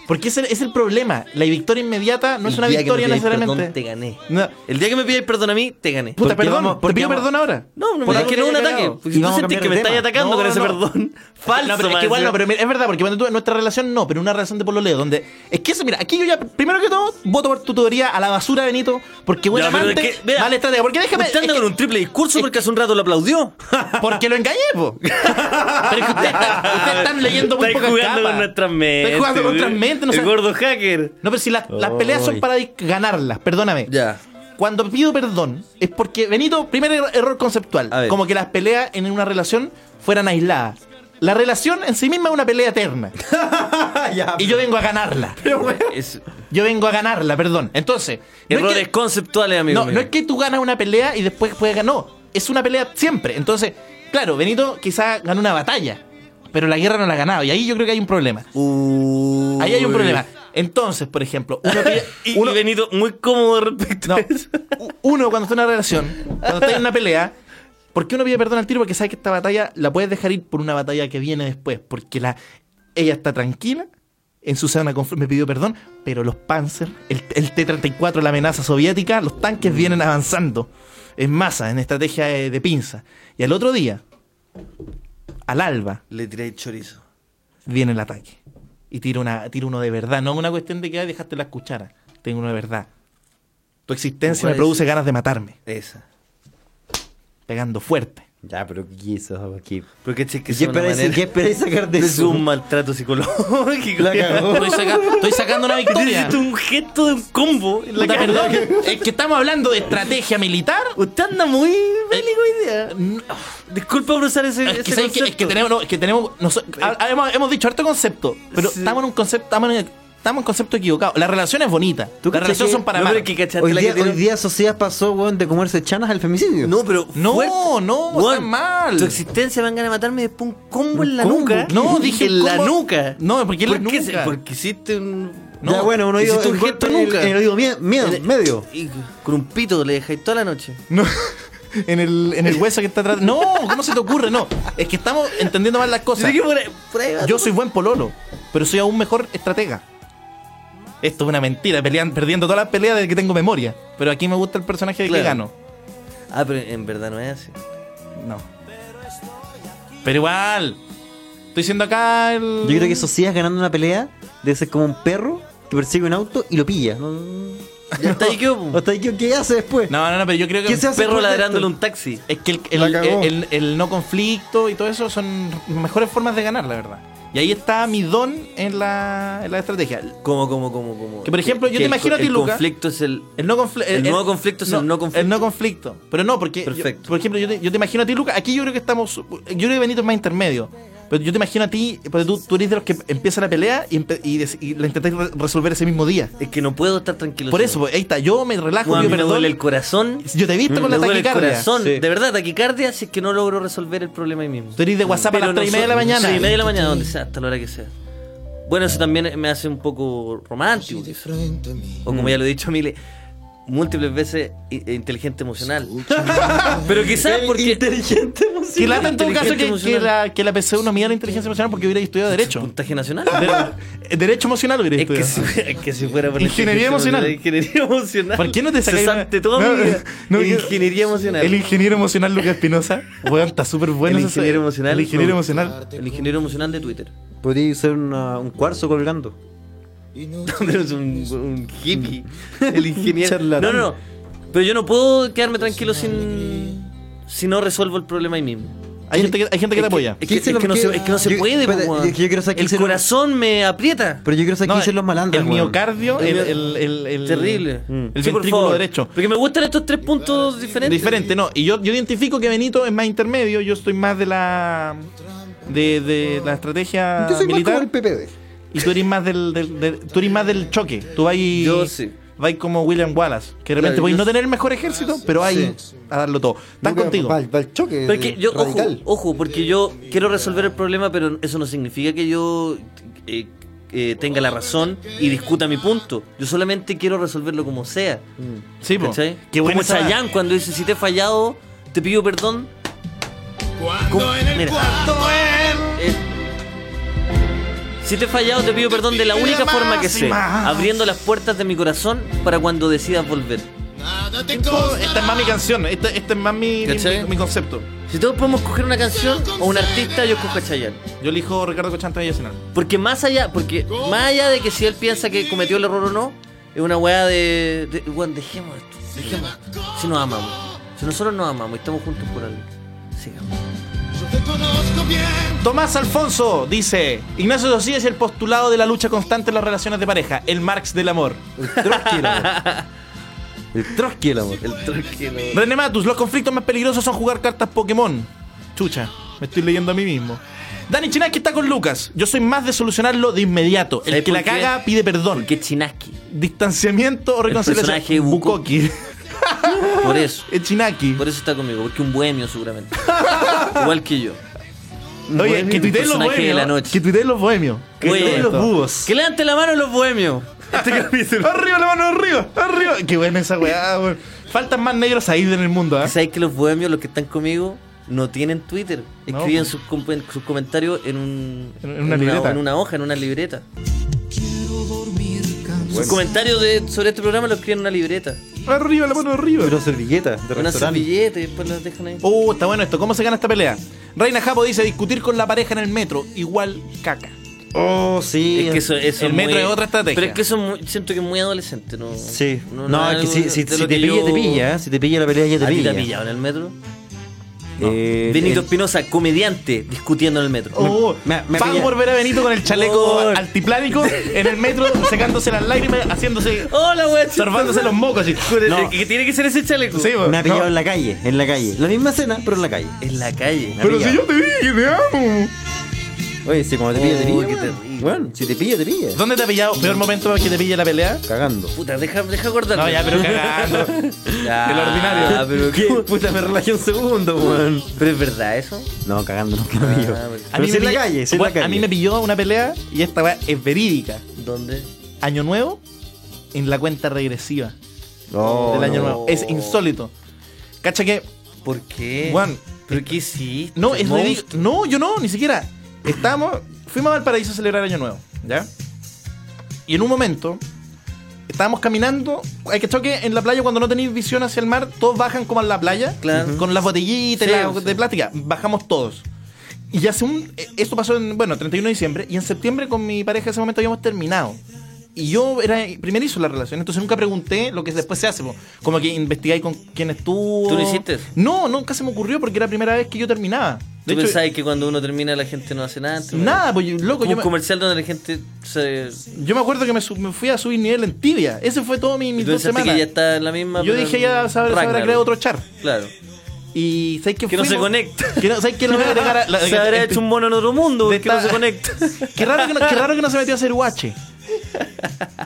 Speaker 5: Porque ese es el problema. La victoria inmediata no es
Speaker 4: El
Speaker 5: una
Speaker 4: día que
Speaker 5: victoria
Speaker 4: me pidáis
Speaker 5: necesariamente.
Speaker 4: perdón, te gané.
Speaker 5: No.
Speaker 4: El día que me pidáis perdón a mí, te gané.
Speaker 5: Puta,
Speaker 3: Porque
Speaker 5: perdón.
Speaker 3: vamos-
Speaker 5: ¿Te
Speaker 3: porque
Speaker 5: pido
Speaker 3: vamos-
Speaker 5: perdón ahora?
Speaker 4: No, no,
Speaker 5: Por
Speaker 4: porque
Speaker 5: algo
Speaker 4: no es un
Speaker 5: que haya
Speaker 4: ataque.
Speaker 5: cagado.
Speaker 4: Pues,
Speaker 3: Y
Speaker 4: tú
Speaker 3: vamos a
Speaker 4: sentís
Speaker 3: cambiar
Speaker 4: que
Speaker 3: de
Speaker 4: me estáis
Speaker 3: tema.
Speaker 4: atacando
Speaker 5: No,
Speaker 4: con ese
Speaker 5: no, no.
Speaker 4: perdón. Falso.
Speaker 5: No, pero es
Speaker 4: más
Speaker 5: que igual no,
Speaker 4: encima.
Speaker 5: pero mira, es verdad, porque cuando tú en nuestra relación no, pero en una relación de pololeo, donde. Es que eso, mira, aquí yo ya, primero que todo, voto por tu teoría a la basura, Benito, porque buen
Speaker 4: Ya, pero
Speaker 5: amante,
Speaker 4: es que, mira,
Speaker 5: mala estratega. Porque déjame.
Speaker 4: Usted anda
Speaker 5: es
Speaker 4: con un triple discurso porque hace un rato lo aplaudió.
Speaker 5: que- Porque lo engañé, po. Pero es que ustedes están ustedes están leyendo muy
Speaker 4: Estáis
Speaker 5: pocas
Speaker 4: jugando
Speaker 5: capas.
Speaker 4: con nuestras mentes.
Speaker 5: Estáis jugando con nuestras mentes, no
Speaker 4: El
Speaker 5: sé.
Speaker 4: gordo hacker.
Speaker 5: No, pero si las, las peleas son para dis- ganarlas, perdóname.
Speaker 4: Ya.
Speaker 5: Cuando pido perdón, es porque, Benito, primer er- error conceptual,
Speaker 4: A ver.
Speaker 5: como que las peleas en una relación fueran aisladas. La relación en sí misma es una pelea eterna. y yo vengo a ganarla.
Speaker 4: Es-
Speaker 5: Yo vengo a ganarla, perdón. Entonces, no es que-
Speaker 4: errores conceptuales, amigo.
Speaker 5: no,
Speaker 4: mío.
Speaker 5: no es que tú ganas una pelea y después puedes ganar. No, es una pelea siempre. Entonces, claro, Benito quizá ganó una batalla, pero la guerra no la ha ganado. Y ahí yo creo que hay un problema. Ahí hay un problema. Entonces, por ejemplo, uno, pide-
Speaker 4: Y, y Benito, muy cómodo respecto
Speaker 5: no,
Speaker 4: a eso.
Speaker 5: u- uno cuando está en una relación, cuando está en una pelea, ¿por qué uno pide perdón al tiro? Porque sabe que esta batalla la puedes dejar ir por una batalla que viene después. Porque la, ella está tranquila, en su zona de confort- me pidió perdón, pero los Panzer, el, el T-34, la amenaza soviética, los
Speaker 4: Mm.
Speaker 5: tanques vienen avanzando en masa, en estrategia de, de pinza. Y al otro día, al alba,
Speaker 4: Le tiré el chorizo.
Speaker 5: viene el ataque. Y tira, una, tira uno de verdad. No es una cuestión de que "Ay, dejaste las cucharas. Tengo uno de verdad. Tu existencia
Speaker 4: ¿Cuál
Speaker 5: me
Speaker 4: es?
Speaker 5: produce ganas de matarme.
Speaker 4: Esa.
Speaker 5: Pegando fuerte.
Speaker 3: Ya, pero ¿qué es eso? ¿Qué,
Speaker 4: Porque es que
Speaker 3: ¿Qué
Speaker 4: es una
Speaker 3: esperáis
Speaker 4: manera-
Speaker 3: qué esperáis sacar de
Speaker 4: es un
Speaker 3: eso?
Speaker 4: maltrato psicológico.
Speaker 3: La cagó.
Speaker 5: Estoy, saca- estoy sacando una victoria.
Speaker 4: Necesito un gesto de un combo. en la
Speaker 5: Puta,
Speaker 4: cara.
Speaker 5: perdón. Es que estamos hablando de estrategia militar.
Speaker 4: Usted anda muy bélico hoy día.
Speaker 5: No,
Speaker 4: Disculpa por usar ese,
Speaker 5: Es que,
Speaker 4: ese
Speaker 5: ¿sabes qué? Es que
Speaker 4: concepto.
Speaker 5: tenemos, no, es que tenemos noso- ha- ha- hemos, hemos dicho harto concepto, pero
Speaker 4: Sí.
Speaker 5: estamos en un concepto, estamos en, estamos en concepto equivocado. La relación es bonita. Las
Speaker 3: cachai
Speaker 5: relaciones
Speaker 3: que-
Speaker 5: son para
Speaker 4: no,
Speaker 5: amar.
Speaker 4: pero es que cachaste
Speaker 3: Hoy
Speaker 4: la
Speaker 3: día,
Speaker 4: que
Speaker 3: hoy
Speaker 4: tiene-
Speaker 3: día Sociedad pasó, weón, de comerse chanas al femicidio.
Speaker 4: No, pero.
Speaker 5: No,
Speaker 4: fuerte.
Speaker 5: no,
Speaker 4: Weón,
Speaker 5: está mal.
Speaker 4: Tu existencia van a matarme y después un combo
Speaker 3: Un
Speaker 4: en la
Speaker 3: combo.
Speaker 4: nuca.
Speaker 5: No, dije
Speaker 4: en la
Speaker 5: combo-
Speaker 4: nuca.
Speaker 5: No, porque en la
Speaker 4: qué
Speaker 5: nuca.
Speaker 4: se- porque hiciste un.
Speaker 5: No,
Speaker 3: ya, bueno, un oído.
Speaker 4: hiciste un
Speaker 3: el
Speaker 4: gesto
Speaker 3: golpe en el-
Speaker 4: nunca.
Speaker 3: En el oído mie- mie-
Speaker 4: En el-
Speaker 3: medio.
Speaker 4: Y con un pito le dejáis toda la noche.
Speaker 5: No. En el, en el hueso que está atrás. No, ¿cómo se te ocurre? No. Es que estamos entendiendo mal las cosas.
Speaker 4: Así que por ahí- por ahí va.
Speaker 5: Yo soy buen pololo, pero soy aún mejor estratega. Esto es una mentira, pelean, perdiendo todas las peleas de que tengo memoria. Pero aquí me gusta el personaje de
Speaker 4: Claro.
Speaker 5: que gano.
Speaker 4: Ah, pero en verdad no es así.
Speaker 5: No. Pero igual. Estoy siendo acá el.
Speaker 3: Yo creo que Socias ganando una pelea debe ser como un perro que persigue un auto y lo pilla. No-
Speaker 4: Ya está ahí quedó, po.
Speaker 3: Hasta ahí, ¿qué- ¿Qué hace después?
Speaker 5: No, no, no, pero yo creo que.
Speaker 3: ¿Qué se hace
Speaker 4: Perro
Speaker 3: después de
Speaker 4: ladrándole
Speaker 3: esto?
Speaker 4: un taxi.
Speaker 5: Es que el, el-
Speaker 3: La cagó.
Speaker 5: el- el no conflicto y todo eso son mejores formas de ganar, la verdad. Y ahí está mi don en la, en la estrategia.
Speaker 4: Como, como, como, como.
Speaker 5: Que, por ejemplo, yo te
Speaker 4: el
Speaker 5: imagino a
Speaker 4: co-
Speaker 5: ti,
Speaker 4: el
Speaker 5: Luca.
Speaker 4: conflicto es el.
Speaker 5: El no conflicto.
Speaker 4: El nuevo conflicto es el no conflicto.
Speaker 5: El no conflicto. Pero no, porque. yo-
Speaker 4: Perfecto.
Speaker 5: por ejemplo, yo te, yo te imagino a ti, Lucas. Aquí yo creo que estamos. Yo creo que Benito es más intermedio. Pero yo te imagino a ti, porque tú, tú eres de los que empieza la pelea y, empe- y des- y la intentáis re- resolver ese mismo día.
Speaker 4: Es que no puedo estar tranquilo.
Speaker 5: Por
Speaker 4: solo.
Speaker 5: eso, pues, ahí está. Yo me relajo,
Speaker 4: Bueno, a mí
Speaker 5: yo
Speaker 4: me
Speaker 5: perdón.
Speaker 4: duele el corazón. Mm.
Speaker 5: Yo te he visto con la
Speaker 4: me duele el
Speaker 5: taquicardia.
Speaker 4: corazón.
Speaker 3: Sí.
Speaker 4: De verdad, taquicardia si es que no logro resolver el problema ahí mismo.
Speaker 5: Tú eres de WhatsApp a las
Speaker 4: Pero
Speaker 5: 3 y media de la
Speaker 4: so-
Speaker 5: mañana.
Speaker 4: Sí, media de la mañana, donde sea, hasta la hora que sea. Bueno, eso también me hace un poco romántico. quizás. O como ya lo he dicho mil múltiples veces, i- eh, inteligente emocional. Pero quizás porque. Inteligente emocional.
Speaker 5: Que lata en todo caso que, que la, que la PC1 mida la inteligencia emocional porque hubiera estudiado Derecho.
Speaker 4: Puntaje nacional.
Speaker 5: De- Derecho emocional hubiera
Speaker 4: Es que,
Speaker 5: estudiado.
Speaker 4: si, es que si fuera por la
Speaker 5: Ingeniería emocional.
Speaker 4: Ingeniería emocional.
Speaker 5: ¿Por qué no te sacáis una-
Speaker 4: Cesante toda
Speaker 5: No,
Speaker 4: mi vida.
Speaker 5: no, que-
Speaker 4: ingeniería emocional.
Speaker 5: El ingeniero emocional Lucas Espinosa. Weón, está súper bueno.
Speaker 4: El
Speaker 5: ese-
Speaker 4: ingeniero emocional.
Speaker 5: El ingeniero
Speaker 4: No.
Speaker 5: emocional.
Speaker 4: El ingeniero emocional de Twitter.
Speaker 3: Podría ser una- un cuarzo colgando.
Speaker 4: Donde es un, un hippie. El ingeniero.
Speaker 5: Charlatán.
Speaker 4: No, no, no. Pero yo no puedo quedarme tranquilo sin. Si no resuelvo el problema ahí mismo.
Speaker 5: Hay gente que, hay gente que te apoya.
Speaker 4: Es que,
Speaker 3: ¿Quién se
Speaker 4: es
Speaker 3: lo
Speaker 4: que no, se,
Speaker 3: quiere?
Speaker 4: es que no se
Speaker 3: Yo-
Speaker 4: puede,
Speaker 3: espérate,
Speaker 4: po, weón.
Speaker 3: yo quiero saber quién
Speaker 4: El
Speaker 3: se lo-
Speaker 4: corazón me aprieta.
Speaker 3: Pero yo quiero saber
Speaker 5: No,
Speaker 3: quién son los malandros.
Speaker 5: El
Speaker 3: weón.
Speaker 5: miocardio, el,
Speaker 4: mio-
Speaker 5: el, el- el-
Speaker 4: Terrible.
Speaker 5: El
Speaker 4: Sí, por
Speaker 5: ventrículo
Speaker 4: favor.
Speaker 5: derecho.
Speaker 4: Porque me gustan estos tres puntos diferentes.
Speaker 5: Diferente, no. Y yo, yo identifico que Benito es más intermedio, yo estoy más de la. de, de la estrategia militar.
Speaker 3: PPD.
Speaker 5: y tú eres más del, del- del- tú eres más del choque. Tú vas.
Speaker 4: Yo sí.
Speaker 5: Vas como William Wallace, que de repente
Speaker 4: Claro,
Speaker 5: podéis
Speaker 4: yo
Speaker 5: no
Speaker 4: sí.
Speaker 5: tener el mejor ejército, pero ahí a darlo todo. Estás contigo.
Speaker 6: Va, va el choque.
Speaker 4: Pero es que yo, ojo,
Speaker 6: radical.
Speaker 4: ojo, porque yo quiero resolver el problema, pero eso no significa que yo eh, eh, tenga la razón y discuta mi punto. Yo solamente quiero resolverlo como sea.
Speaker 5: Sí, po.
Speaker 4: ¿Cachai?
Speaker 5: Qué buena
Speaker 4: como
Speaker 5: esa-
Speaker 4: Chayanne cuando dice, si te he fallado, te pido perdón. Como- mira. Eh, si te he fallado, te pido perdón de la única forma que sé.
Speaker 5: máxima.
Speaker 4: Abriendo las puertas de mi corazón para cuando decidas volver.
Speaker 5: Esto- Esta es más mi canción, esta, esta es más mi, mi,
Speaker 4: ¿Cachai?
Speaker 5: mi- mi concepto.
Speaker 4: Si todos podemos coger una canción o un artista, yo escojo a Chayanne.
Speaker 5: Yo elijo Ricardo Cochanta y Arsenal.
Speaker 4: Porque más allá, porque más allá de que si él piensa que cometió el error o no, es una weá de. de weón, dejemos esto, dejemos esto. Si nos amamos. Si nosotros nos amamos y estamos juntos por algo. Sigamos.
Speaker 5: Tomás Alfonso dice: Ignacio Socía es el postulado de la lucha constante en las relaciones de pareja, el Marx del amor.
Speaker 3: El Trotsky, el amor. El Trotsky, el amor.
Speaker 4: El tranquilo.
Speaker 5: René Matus, los conflictos más peligrosos son jugar cartas Pokémon. Chucha, me estoy leyendo a mí mismo. Dani Chinaski está con Lucas. Yo soy más de solucionarlo de inmediato. El
Speaker 4: ¿Sabes
Speaker 5: que
Speaker 4: por
Speaker 5: la
Speaker 4: qué?
Speaker 5: caga pide perdón.
Speaker 4: Porque Chinaski.
Speaker 5: Distanciamiento o reconciliación.
Speaker 4: personaje Buko-
Speaker 5: Bukoki.
Speaker 4: Por eso.
Speaker 5: El Chinaki.
Speaker 4: Por eso está conmigo, porque un bohemio seguramente. Igual que yo.
Speaker 5: Oye, que tuiteen los
Speaker 4: personaje de la
Speaker 5: bohemios.
Speaker 4: noche.
Speaker 5: Que tuiteen los bohemios. Que
Speaker 4: Oye,
Speaker 5: tuiteen los búhos. Este
Speaker 4: Que levanten la mano los bohemios.
Speaker 5: Arriba la mano, arriba, arriba. Qué buena esa weá, weón. Faltan más negros ahí en el mundo,
Speaker 3: ¿eh?
Speaker 5: ¿ah?
Speaker 4: ¿Sabes que los bohemios, los que están conmigo, no tienen Twitter?
Speaker 5: No,
Speaker 4: Escriben
Speaker 5: pues.
Speaker 4: sus, com- sus comentarios en, un,
Speaker 5: En- en una libreta.
Speaker 4: en una hoja, en una libreta. Sus comentarios de- sobre este programa los escriben en una libreta.
Speaker 5: Arriba la mano, arriba.
Speaker 3: Una servilleta de
Speaker 4: En una
Speaker 3: restaurante.
Speaker 4: servilleta y después las dejan ahí.
Speaker 5: Uh, está bueno esto. ¿Cómo se gana esta pelea? Reina Japo dice discutir con la pareja en el metro, igual caca.
Speaker 3: Oh, sí.
Speaker 4: Es que eso, eso
Speaker 5: El
Speaker 4: es
Speaker 5: metro
Speaker 4: muy-
Speaker 5: es otra estrategia.
Speaker 4: Pero es que eso es muy- siento que es muy adolescente, ¿no?
Speaker 3: Sí. No,
Speaker 4: nada
Speaker 3: es que si, si-
Speaker 4: de lo
Speaker 3: si te
Speaker 4: que
Speaker 3: pilla,
Speaker 4: yo- Ah,
Speaker 3: te pilla. ¿eh? Si te pilla la pelea, ya te
Speaker 4: ¿A ti te
Speaker 3: pilla.
Speaker 4: ha pillado en el metro?
Speaker 3: Eh,
Speaker 4: Benito
Speaker 3: el-
Speaker 4: Espinosa, comediante, discutiendo en el metro.
Speaker 5: Oh,
Speaker 3: me- me
Speaker 5: fan
Speaker 3: pilla-
Speaker 5: por ver a Benito con el chaleco
Speaker 4: Oh.
Speaker 5: altiplánico en el metro, secándose las lágrimas, haciéndose,
Speaker 4: Hola, wey.
Speaker 5: sorbándose los mocos así.
Speaker 3: No.
Speaker 4: Que tiene que ser ese chaleco.
Speaker 5: Sí, weón.
Speaker 3: me ha pillado
Speaker 5: No.
Speaker 3: en la calle, en la calle. La misma cena, pero en la calle.
Speaker 4: En la calle.
Speaker 3: Pero si yo
Speaker 5: te dije que te amo.
Speaker 3: Oye, si cuando te pilla, te
Speaker 4: Oh,
Speaker 3: pilla.
Speaker 4: qué
Speaker 3: weón.
Speaker 4: terrible.
Speaker 3: Bueno, si te pilla, te pilla.
Speaker 5: ¿Dónde te ha pillado? ¿Peor momento para que te pille la pelea?
Speaker 3: Cagando.
Speaker 4: Puta, deja, deja acordarme.
Speaker 5: No, ya, pero cagando. El
Speaker 4: Ah,
Speaker 5: ordinario.
Speaker 4: pero
Speaker 3: ¿Qué? Puta, me relajé un segundo, weón.
Speaker 4: Pero es verdad eso.
Speaker 3: No, cagando nunca
Speaker 5: Ah,
Speaker 3: me pilló.
Speaker 4: Ah, bueno.
Speaker 3: Pero si en la
Speaker 5: pilló-
Speaker 3: calle, si en la
Speaker 5: Bueno,
Speaker 3: calle.
Speaker 5: A mí me pilló una pelea y esta weá es verídica.
Speaker 4: ¿Dónde?
Speaker 5: Año Nuevo en la cuenta regresiva
Speaker 3: Oh,
Speaker 5: del Año
Speaker 3: no.
Speaker 5: Nuevo. Es insólito. Cacha que,
Speaker 4: ¿Por qué?
Speaker 5: Juan,
Speaker 4: ¿Pero qué sí?
Speaker 5: no, es ridículo. No, yo no, ni siquiera. Estamos, fuimos a Valparaíso a celebrar Año Nuevo, ¿ya? Y en un momento, estábamos caminando. Hay que que en la playa, cuando no tenéis visión hacia el mar, todos bajan como a la playa,
Speaker 4: Claro.
Speaker 5: con las botellitas y
Speaker 4: Sí,
Speaker 5: las
Speaker 4: sí.
Speaker 5: de plástica. Bajamos todos. Y ya hace un. eh, Esto pasó en, bueno, 31 de diciembre. Y en septiembre con mi pareja en ese momento habíamos terminado. Y yo era primerizo en la relación, entonces nunca pregunté lo que después se hace. po. Como que investigáis con quién estuvo.
Speaker 4: ¿Tú lo hiciste?
Speaker 5: No, nunca se me ocurrió porque era la primera vez que yo terminaba. De
Speaker 4: ¿Tú
Speaker 5: hecho,
Speaker 4: pensabas que cuando uno termina la gente no hace nada? antes,
Speaker 5: nada, pues yo- loco,
Speaker 4: Como
Speaker 5: yo
Speaker 4: un
Speaker 5: me,
Speaker 4: comercial donde la gente se...
Speaker 5: yo me acuerdo que me, su- me fui a subir nivel en tibia. Ese fue todo mi,
Speaker 4: Y
Speaker 5: mis
Speaker 4: tú
Speaker 5: dos
Speaker 4: pensaste que
Speaker 5: semanas.
Speaker 4: ya está en la misma...
Speaker 5: yo
Speaker 4: pero
Speaker 5: dije ya se habrá se habrá
Speaker 4: Ragnarok.
Speaker 5: creado otro char.
Speaker 4: Claro.
Speaker 5: Y ¿sabes qué
Speaker 4: Que no se
Speaker 5: fuimos?
Speaker 4: conecta.
Speaker 5: Que no, ¿Sabes qué? Lo voy a agregar a la-
Speaker 4: se habrá
Speaker 5: en-
Speaker 4: hecho un mono en otro mundo
Speaker 5: de
Speaker 4: porque no
Speaker 5: esta-
Speaker 4: se conecta.
Speaker 5: Qué raro, que no, qué raro que no se metió a hacer guache.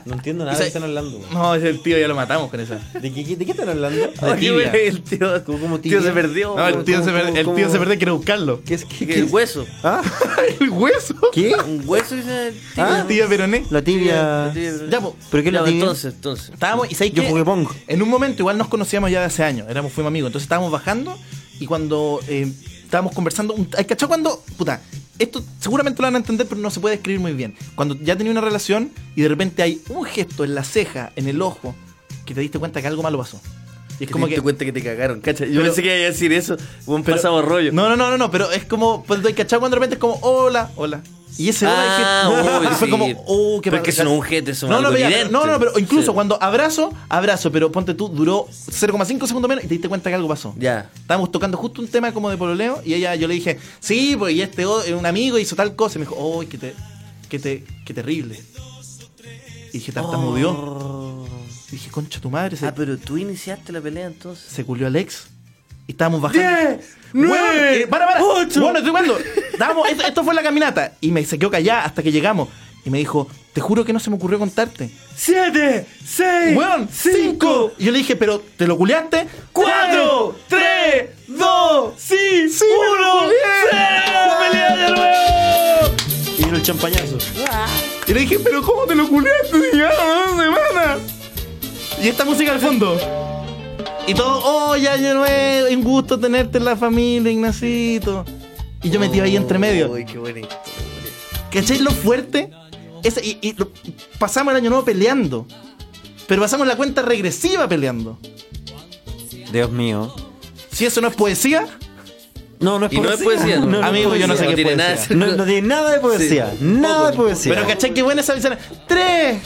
Speaker 6: No entiendo nada
Speaker 5: Y
Speaker 6: de
Speaker 5: se-
Speaker 6: qué están hablando. güey.
Speaker 5: No, ese tío ya lo matamos con esa.
Speaker 6: ¿De qué, de qué están hablando?
Speaker 5: De
Speaker 4: Oye,
Speaker 5: tibia.
Speaker 4: güey, el tío,
Speaker 6: ¿Cómo- cómo
Speaker 4: el tío
Speaker 6: tibia?
Speaker 4: se perdió.
Speaker 5: No, el
Speaker 4: güey.
Speaker 5: tío se
Speaker 6: ¿Cómo,
Speaker 5: perdió, el
Speaker 6: cómo,
Speaker 5: tío se
Speaker 6: cómo?
Speaker 5: perdió, quiere buscarlo.
Speaker 6: ¿Qué es que
Speaker 4: Que El hueso.
Speaker 6: ¿Ah?
Speaker 5: ¿El hueso?
Speaker 6: ¿Qué?
Speaker 4: Un hueso dice el tío.
Speaker 5: El tío Peroné.
Speaker 3: La tibia.
Speaker 5: Ya, po.
Speaker 3: ¿Pero qué es
Speaker 4: Ya,
Speaker 3: la
Speaker 4: pues,
Speaker 3: tibia?
Speaker 4: entonces, entonces.
Speaker 5: Estábamos, y ¿sabes
Speaker 3: Yo
Speaker 5: qué?
Speaker 3: jugué Pong.
Speaker 5: En un momento, igual nos conocíamos ya de hace años, éramos, fuimos amigos. Entonces estábamos bajando y cuando eh, estábamos conversando, un- ¿hay cachado cuando? Puta, esto seguramente lo van a entender, pero no se puede describir muy bien. Cuando ya tenía una relación y de repente hay un gesto en la ceja, en el ojo, que te diste cuenta que algo malo pasó. Y es
Speaker 4: Que
Speaker 5: como
Speaker 4: te
Speaker 5: que.
Speaker 4: diste cuenta que te cagaron, cacha. Yo
Speaker 5: Pero-
Speaker 4: pensé que iba a decir eso. Un
Speaker 5: pero-
Speaker 4: pasado rollo.
Speaker 5: No, no, no, no, no, pero es como. Pues, ¿hay cachado cuando de repente es como, hola, hola. Y ese hola
Speaker 4: Ah,
Speaker 5: dije-
Speaker 4: uy,
Speaker 5: y fue
Speaker 4: sí.
Speaker 5: como, oh, qué
Speaker 4: Pero es que
Speaker 5: pasa.
Speaker 4: son objetos, son
Speaker 5: no, no,
Speaker 4: algo
Speaker 5: pero ya,
Speaker 4: evidente.
Speaker 5: no, no, pero incluso
Speaker 4: Sí.
Speaker 5: cuando abrazo, abrazo, pero ponte tú, duró 0,5 segundos menos y te diste cuenta que algo pasó.
Speaker 4: Ya.
Speaker 5: Estábamos tocando justo un tema como de pololeo y ella, yo le dije, sí, pues y este o- un amigo hizo tal cosa. Y me dijo, uy, qué, te, qué, te, qué terrible. Y dije, tartamudeó. Y Oh. dije, concha tu madre, se,
Speaker 4: Ah, pero tú iniciaste la pelea entonces.
Speaker 5: se culió al ex. Y estábamos bajando. Weón,
Speaker 4: nueve,
Speaker 5: eh, para, para.
Speaker 4: ocho.
Speaker 5: Bueno, estoy jugando. Estábamos- esto, esto fue la caminata. Y me se quedó callada hasta que llegamos. Y me dijo, te juro que no se me ocurrió contarte.
Speaker 4: ¡Siete! ¡Seis!
Speaker 5: Weón, cinco. Y yo le dije, pero ¿te lo culeaste?
Speaker 4: ¡Cuatro! ¡Tres! ¡Dos! ¡Sí!
Speaker 5: ¡Sí! ¡Uno!
Speaker 4: ¡Pelea de
Speaker 5: nuevo!
Speaker 6: Y vino el champañazo.
Speaker 5: Y le dije, pero ¿cómo te lo culeaste si llevamos dos semanas? Y esta música al fondo. Y todo, oh, ya año nuevo, un gusto tenerte en la familia, Ignacito. Y yo metí ahí entre medio.
Speaker 4: Uy, qué buena historia.
Speaker 5: ¿Cachai lo fuerte? Ese- y y lo- pasamos el año nuevo peleando. Pero pasamos la cuenta regresiva peleando.
Speaker 3: Dios mío.
Speaker 5: Si eso no es poesía,
Speaker 3: No, no es
Speaker 4: Y no es poesía,
Speaker 3: No,
Speaker 4: ¿no?
Speaker 3: no es
Speaker 5: Amigo, yo no sé
Speaker 3: poesía.
Speaker 5: qué
Speaker 4: tiene nada
Speaker 5: poesía.
Speaker 4: de-
Speaker 3: No, no tiene nada de poesía.
Speaker 4: Sí.
Speaker 3: Nada de poesía.
Speaker 5: pero ¿cachai qué buena esa escena? Tres,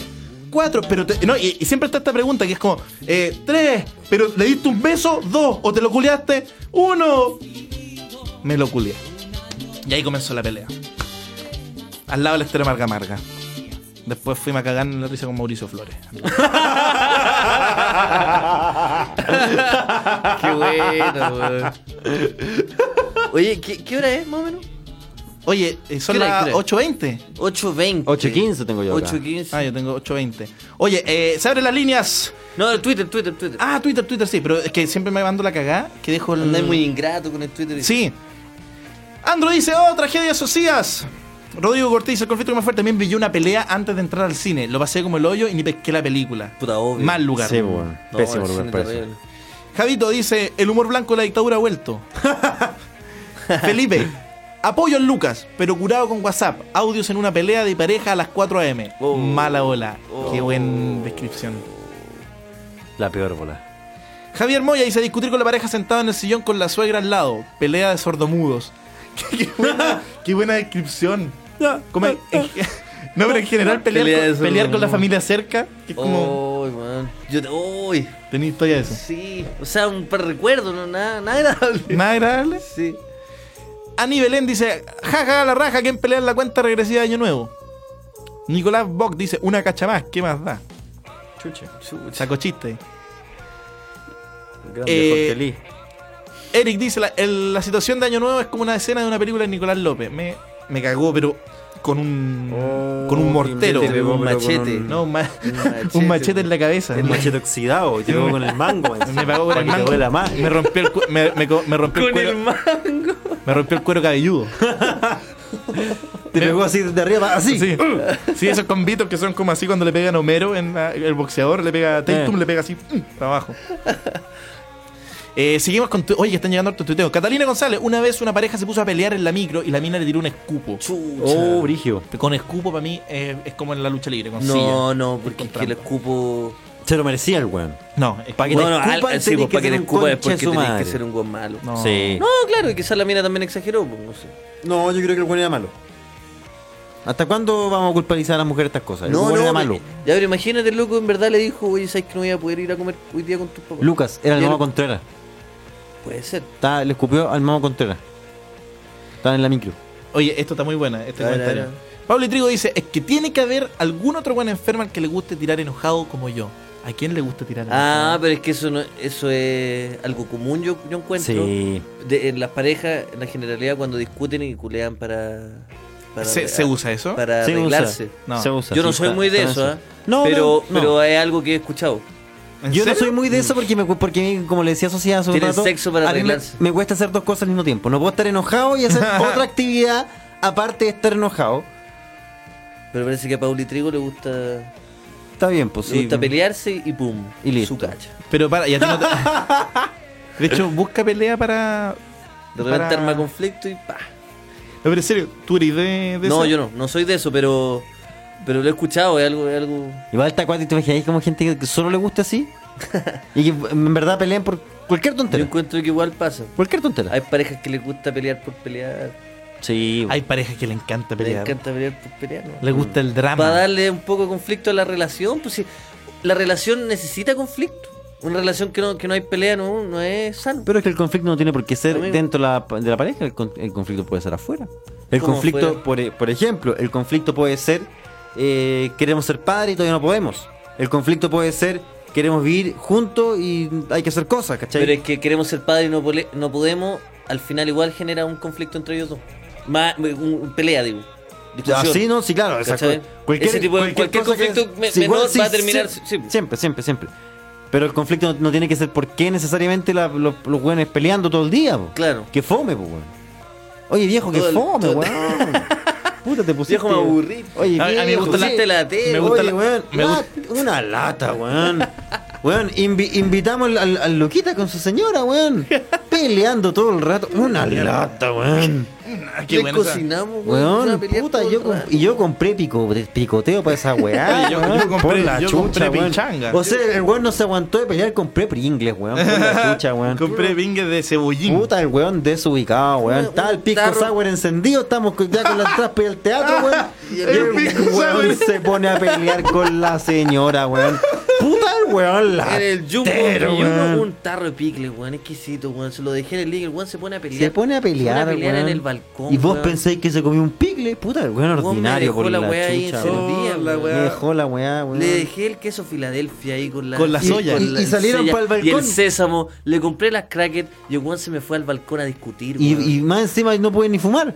Speaker 5: cuatro, pero te- no, y, y siempre está esta pregunta que es como, eh, tres, pero le diste un beso, dos, o te lo culiaste, uno. Me lo culié. Y ahí comenzó la pelea. Al lado de la estera Marga Marga. Después fuimos a cagar en la risa con Mauricio Flores.
Speaker 4: Qué bueno, weón. Oye, ¿qué, qué hora es más o menos?
Speaker 5: Oye, eh, son
Speaker 4: ¿Qué hora,
Speaker 5: las
Speaker 4: qué hora?
Speaker 5: 8.20.
Speaker 4: 8.20.
Speaker 3: 8:15 tengo yo acá.
Speaker 4: 8.15.
Speaker 5: Ah, yo tengo 8.20. Oye, eh, se abren las líneas.
Speaker 4: No, el Twitter, Twitter, Twitter.
Speaker 5: Ah, Twitter, Twitter, sí, pero es que siempre me mando la cagada que dejo el.
Speaker 4: Andás muy ingrato con el Twitter.
Speaker 5: Sí. Andro dice, oh, tragedias socias. Rodrigo Cortés dice, el conflicto más fuerte también vivió una pelea antes de entrar al cine. Lo pasé como el hoyo y ni pesqué la película.
Speaker 4: Puta, obvio.
Speaker 5: Mal lugar.
Speaker 3: Sí, pues, bueno.
Speaker 4: No,
Speaker 3: Pésimo
Speaker 4: el
Speaker 3: lugar
Speaker 4: cine
Speaker 3: para eso.
Speaker 4: terrible.
Speaker 5: Javito dice, el humor blanco de la dictadura ha vuelto. Felipe, apoyo en Lucas, pero curado con WhatsApp. Audios en una pelea de pareja a las 4 a.m.
Speaker 4: Oh.
Speaker 5: Mala ola.
Speaker 4: Oh.
Speaker 5: Qué buena descripción.
Speaker 6: La peor bola.
Speaker 5: Javier Moya dice discutir con la pareja sentado en el sillón con la suegra al lado. Pelea de sordomudos. qué, qué buena, qué buena descripción. Como en- en- no, pero en general pelear,
Speaker 4: Pelea de
Speaker 5: con, pelear con la
Speaker 4: sordomudos.
Speaker 5: familia cerca. Que es como.
Speaker 4: Uy, weón. Yo te. Uy.
Speaker 5: Tenía historia de eso.
Speaker 4: Sí. O sea, un par recuerdo, no, nada, nada agradable.
Speaker 5: Nada agradable.
Speaker 4: Sí.
Speaker 5: Ani Belén dice: jaja la raja, ¿quién pelea en la cuenta regresiva de Año Nuevo? Nicolás Bock dice: Una cacha más, ¿qué más da?
Speaker 4: Chucha.
Speaker 5: Saco chiste.
Speaker 6: Grande
Speaker 5: Eh,
Speaker 6: Jorge Lee.
Speaker 5: Eric dice, la, el- la situación de Año Nuevo es como una escena de una película de Nicolás López. Me, me cagó, pero con un,
Speaker 6: Oh,
Speaker 5: con un mortero.
Speaker 6: te pegó,
Speaker 4: Un
Speaker 6: pero con
Speaker 4: machete.
Speaker 6: un-
Speaker 5: No, un, ma-
Speaker 4: Un machete.
Speaker 5: un machete en la cabeza.
Speaker 6: El machete oxidado y te pegó con el mango.
Speaker 5: Me pagó con
Speaker 6: Para
Speaker 5: el
Speaker 6: que te
Speaker 5: mango.
Speaker 6: duela más.
Speaker 5: Me rompió el, cu- me, me co- me rompió el
Speaker 4: Con
Speaker 5: cuero.
Speaker 4: el mango.
Speaker 5: Me rompió el cuero cabelludo.
Speaker 3: Te pegó así de arriba, así.
Speaker 7: Sí. Sí, esos combitos que son como así cuando le pegan a Homero, en la- el boxeador le pega a Tatum,
Speaker 3: Eh.
Speaker 7: le pega así mm, para abajo.
Speaker 5: Eh, seguimos con. tu- Oye, están llegando hartos tuiteos. Catalina González, una vez una pareja se puso a pelear en la micro y la mina le tiró un escupo.
Speaker 3: Oh, brigio.
Speaker 5: Con escupo para mí eh, es como en la lucha libre, con
Speaker 4: No,
Speaker 5: silla.
Speaker 4: no, porque
Speaker 5: Con
Speaker 4: es que le
Speaker 5: trampa.
Speaker 4: escupo.
Speaker 3: Se lo merecía el weón.
Speaker 5: No, es
Speaker 3: Pa' que
Speaker 5: como-
Speaker 3: te
Speaker 4: no, no, al-
Speaker 3: escupan,
Speaker 4: sí, pues,
Speaker 3: tenés que
Speaker 4: para que
Speaker 3: ser
Speaker 4: le
Speaker 3: un
Speaker 4: escupa es porque
Speaker 3: concha de su
Speaker 4: tenés que
Speaker 3: madre.
Speaker 4: ser un buen malo. No.
Speaker 7: No.
Speaker 3: Sí.
Speaker 4: claro, y quizás la mina también exageró, pues, no sé.
Speaker 6: No, yo creo que el weón era malo.
Speaker 3: ¿Hasta cuándo vamos a culpabilizar a las mujeres estas cosas? El
Speaker 4: No,
Speaker 3: weón
Speaker 4: no,
Speaker 3: era malo.
Speaker 4: Ya, pero imagínate, el loco en verdad le dijo, oye, ¿sabes que no voy a poder ir a comer hoy día con tus papás?
Speaker 3: Lucas, era el
Speaker 4: Ya
Speaker 3: Mamo
Speaker 4: lo-
Speaker 3: Contreras.
Speaker 4: Puede ser.
Speaker 3: Estaba- le escupió al Mamo Contreras. Estaba en la micro.
Speaker 5: Oye, esto está muy buena, este
Speaker 4: A ver,
Speaker 5: comentario.
Speaker 4: a ver.
Speaker 5: Pablo Trigo dice, es que tiene que haber algún otro buen enfermo al que le guste tirar enojado como yo. ¿A quién le gusta tirar
Speaker 4: Ah,
Speaker 5: enojado?
Speaker 4: pero es que eso no, eso es algo común, yo, yo encuentro.
Speaker 3: Sí.
Speaker 4: De- en las parejas, en la generalidad, cuando discuten y culean para. para
Speaker 5: ¿Se, se usa eso?
Speaker 4: Para
Speaker 3: Se usa.
Speaker 4: arreglarse.
Speaker 5: No.
Speaker 3: Se usa,
Speaker 4: Yo no
Speaker 3: sí,
Speaker 4: soy
Speaker 3: está-
Speaker 4: muy de
Speaker 3: está
Speaker 4: eso,
Speaker 3: en
Speaker 4: ¿ah?
Speaker 3: No,
Speaker 4: pero,
Speaker 3: no, no.
Speaker 4: pero es algo que he escuchado.
Speaker 5: ¿En
Speaker 3: Yo no
Speaker 5: serio?
Speaker 3: soy muy de eso porque me, cu- porque me- como le decía Sociedad hace un
Speaker 4: Tienen
Speaker 3: rato,
Speaker 4: sexo para
Speaker 3: a mí me,
Speaker 4: arreglarse.
Speaker 3: me cuesta hacer dos cosas al mismo tiempo. No puedo estar enojado y hacer otra actividad aparte de estar enojado.
Speaker 4: Pero parece que a Pauli Trigo le gusta,
Speaker 3: Está bien, pues
Speaker 4: le
Speaker 3: sí.
Speaker 4: gusta pelearse Ah, y pum.
Speaker 3: Y listo.
Speaker 4: Su cacha.
Speaker 5: Pero para, y a ti no te- De hecho, busca pelea para...
Speaker 4: De
Speaker 5: para-
Speaker 4: repente arma conflicto y pa.
Speaker 5: No, pero en serio, ¿tú eres de, de
Speaker 4: No,
Speaker 5: esa?
Speaker 4: yo no, no soy de eso, pero. Pero lo he escuchado, es algo, es algo.
Speaker 3: Igual está cuático, te imaginas como gente que- que solo le gusta así. y que en verdad pelean por cualquier
Speaker 4: Yo
Speaker 3: tontera.
Speaker 4: encuentro que igual pasa.
Speaker 3: Cualquier tontera.
Speaker 4: Hay parejas que les gusta pelear por pelear.
Speaker 3: Sí.
Speaker 5: Hay parejas que le encanta
Speaker 4: Les
Speaker 5: pelear.
Speaker 4: encanta pelear por pelear. ¿no? Mm.
Speaker 5: Le gusta el drama.
Speaker 4: Para darle un poco de conflicto a la relación, pues si la relación necesita conflicto. Una relación que no, que no hay pelea no, no es sano.
Speaker 3: Pero es que el conflicto no tiene por qué ser
Speaker 4: Amigo.
Speaker 3: dentro la- de la pareja, el, con- el conflicto puede ser afuera. El
Speaker 4: ¿Cómo
Speaker 3: conflicto,
Speaker 4: afuera?
Speaker 3: por, e- por ejemplo, el conflicto puede ser eh, queremos ser padres y todavía no podemos. El conflicto puede ser queremos vivir juntos y hay que hacer cosas, ¿cachai?
Speaker 4: Pero es que queremos ser padres y no, pole- no podemos, al final igual genera un conflicto entre ellos dos. Más, un, un pelea, digo.
Speaker 3: Ah,
Speaker 4: Discusión.
Speaker 3: sí, no, sí, claro. exacto.
Speaker 4: ¿Cachai? Ese tipo de- cualquier
Speaker 3: cosa que-
Speaker 4: conflicto me-
Speaker 3: sí,
Speaker 4: menor va a
Speaker 3: sí,
Speaker 4: terminar-
Speaker 3: sí,
Speaker 4: sí.
Speaker 3: Siempre, siempre, siempre. Pero el conflicto no, no tiene que ser por qué necesariamente la- los, los weones peleando todo el día, po.
Speaker 4: Claro.
Speaker 3: Que fome, pues, weón. Oye, viejo, que
Speaker 4: Todo el-
Speaker 3: fome,
Speaker 4: todo-
Speaker 3: weón. Puta, te pusiste.
Speaker 4: Viejo, me aburrí.
Speaker 3: Oye,
Speaker 5: A- a mí me
Speaker 3: viejo,
Speaker 5: gusta la-
Speaker 3: sí.
Speaker 4: la tele,
Speaker 3: Me
Speaker 5: gusta
Speaker 3: gusta
Speaker 5: la-
Speaker 3: pues. weón.
Speaker 5: me
Speaker 3: la- Una lata, weón. Weón, invi- invitamos al, al- al Luquita con su señora, weón. Peleando todo el rato. Una lata, weón.
Speaker 5: Ah, qué
Speaker 4: ¿Qué
Speaker 5: buena esa.
Speaker 4: cocinamos, güey? Vamos
Speaker 3: Weón,
Speaker 4: a pelear
Speaker 3: puta,
Speaker 4: todo el
Speaker 3: yo, com-
Speaker 4: rato.
Speaker 3: y yo compré pico, picoteo para esa weá.
Speaker 5: Oye, yo-
Speaker 3: weón,
Speaker 5: yo compré-
Speaker 3: por la
Speaker 5: yo
Speaker 3: chucha,
Speaker 5: compré
Speaker 3: weón.
Speaker 5: pinchanga.
Speaker 3: O sea, el weón no se aguantó de pelear, compré pringles, weón. Por la chucha, weón.
Speaker 5: Compré vingues de cebollín.
Speaker 3: Puta, el weón desubicado, weón.
Speaker 4: Un-
Speaker 3: Está el
Speaker 4: un
Speaker 3: pico
Speaker 4: tarro.
Speaker 3: sour encendido, estamos con- ya con la traspa del teatro, weón. Y el,
Speaker 5: pisco
Speaker 3: weón se pone a pelear con la señora, weón. Puta, el weón la.
Speaker 4: En el jumbo,
Speaker 3: Latero,
Speaker 4: y uno,
Speaker 3: weón.
Speaker 4: un tarro de picle, weón, exquisito, weón. Se lo dejé en el ligue, el weón se pone a pelear.
Speaker 3: Se pone a pelear,
Speaker 4: Se pone a pelear
Speaker 3: weón.
Speaker 4: en el balcón.
Speaker 3: Y vos
Speaker 4: weón.
Speaker 3: pensáis que se comió un picle, puta, el weón
Speaker 4: Weón, me
Speaker 3: ordinario
Speaker 4: dejó
Speaker 3: por la,
Speaker 4: weá ahí
Speaker 3: chucha,
Speaker 4: encendida,
Speaker 3: weón.
Speaker 4: weón.
Speaker 3: Me dejó la weá, weón.
Speaker 4: Le dejé el queso Filadelfia ahí con la,
Speaker 5: Con la
Speaker 4: y-
Speaker 5: soya.
Speaker 4: con
Speaker 5: Y-
Speaker 4: la
Speaker 3: y salieron
Speaker 4: sella,
Speaker 3: pa'l balcón.
Speaker 4: Y el sésamo, le compré las crackers y el weón se me fue al balcón a discutir. weón.
Speaker 3: Y, y más encima no puede ni fumar.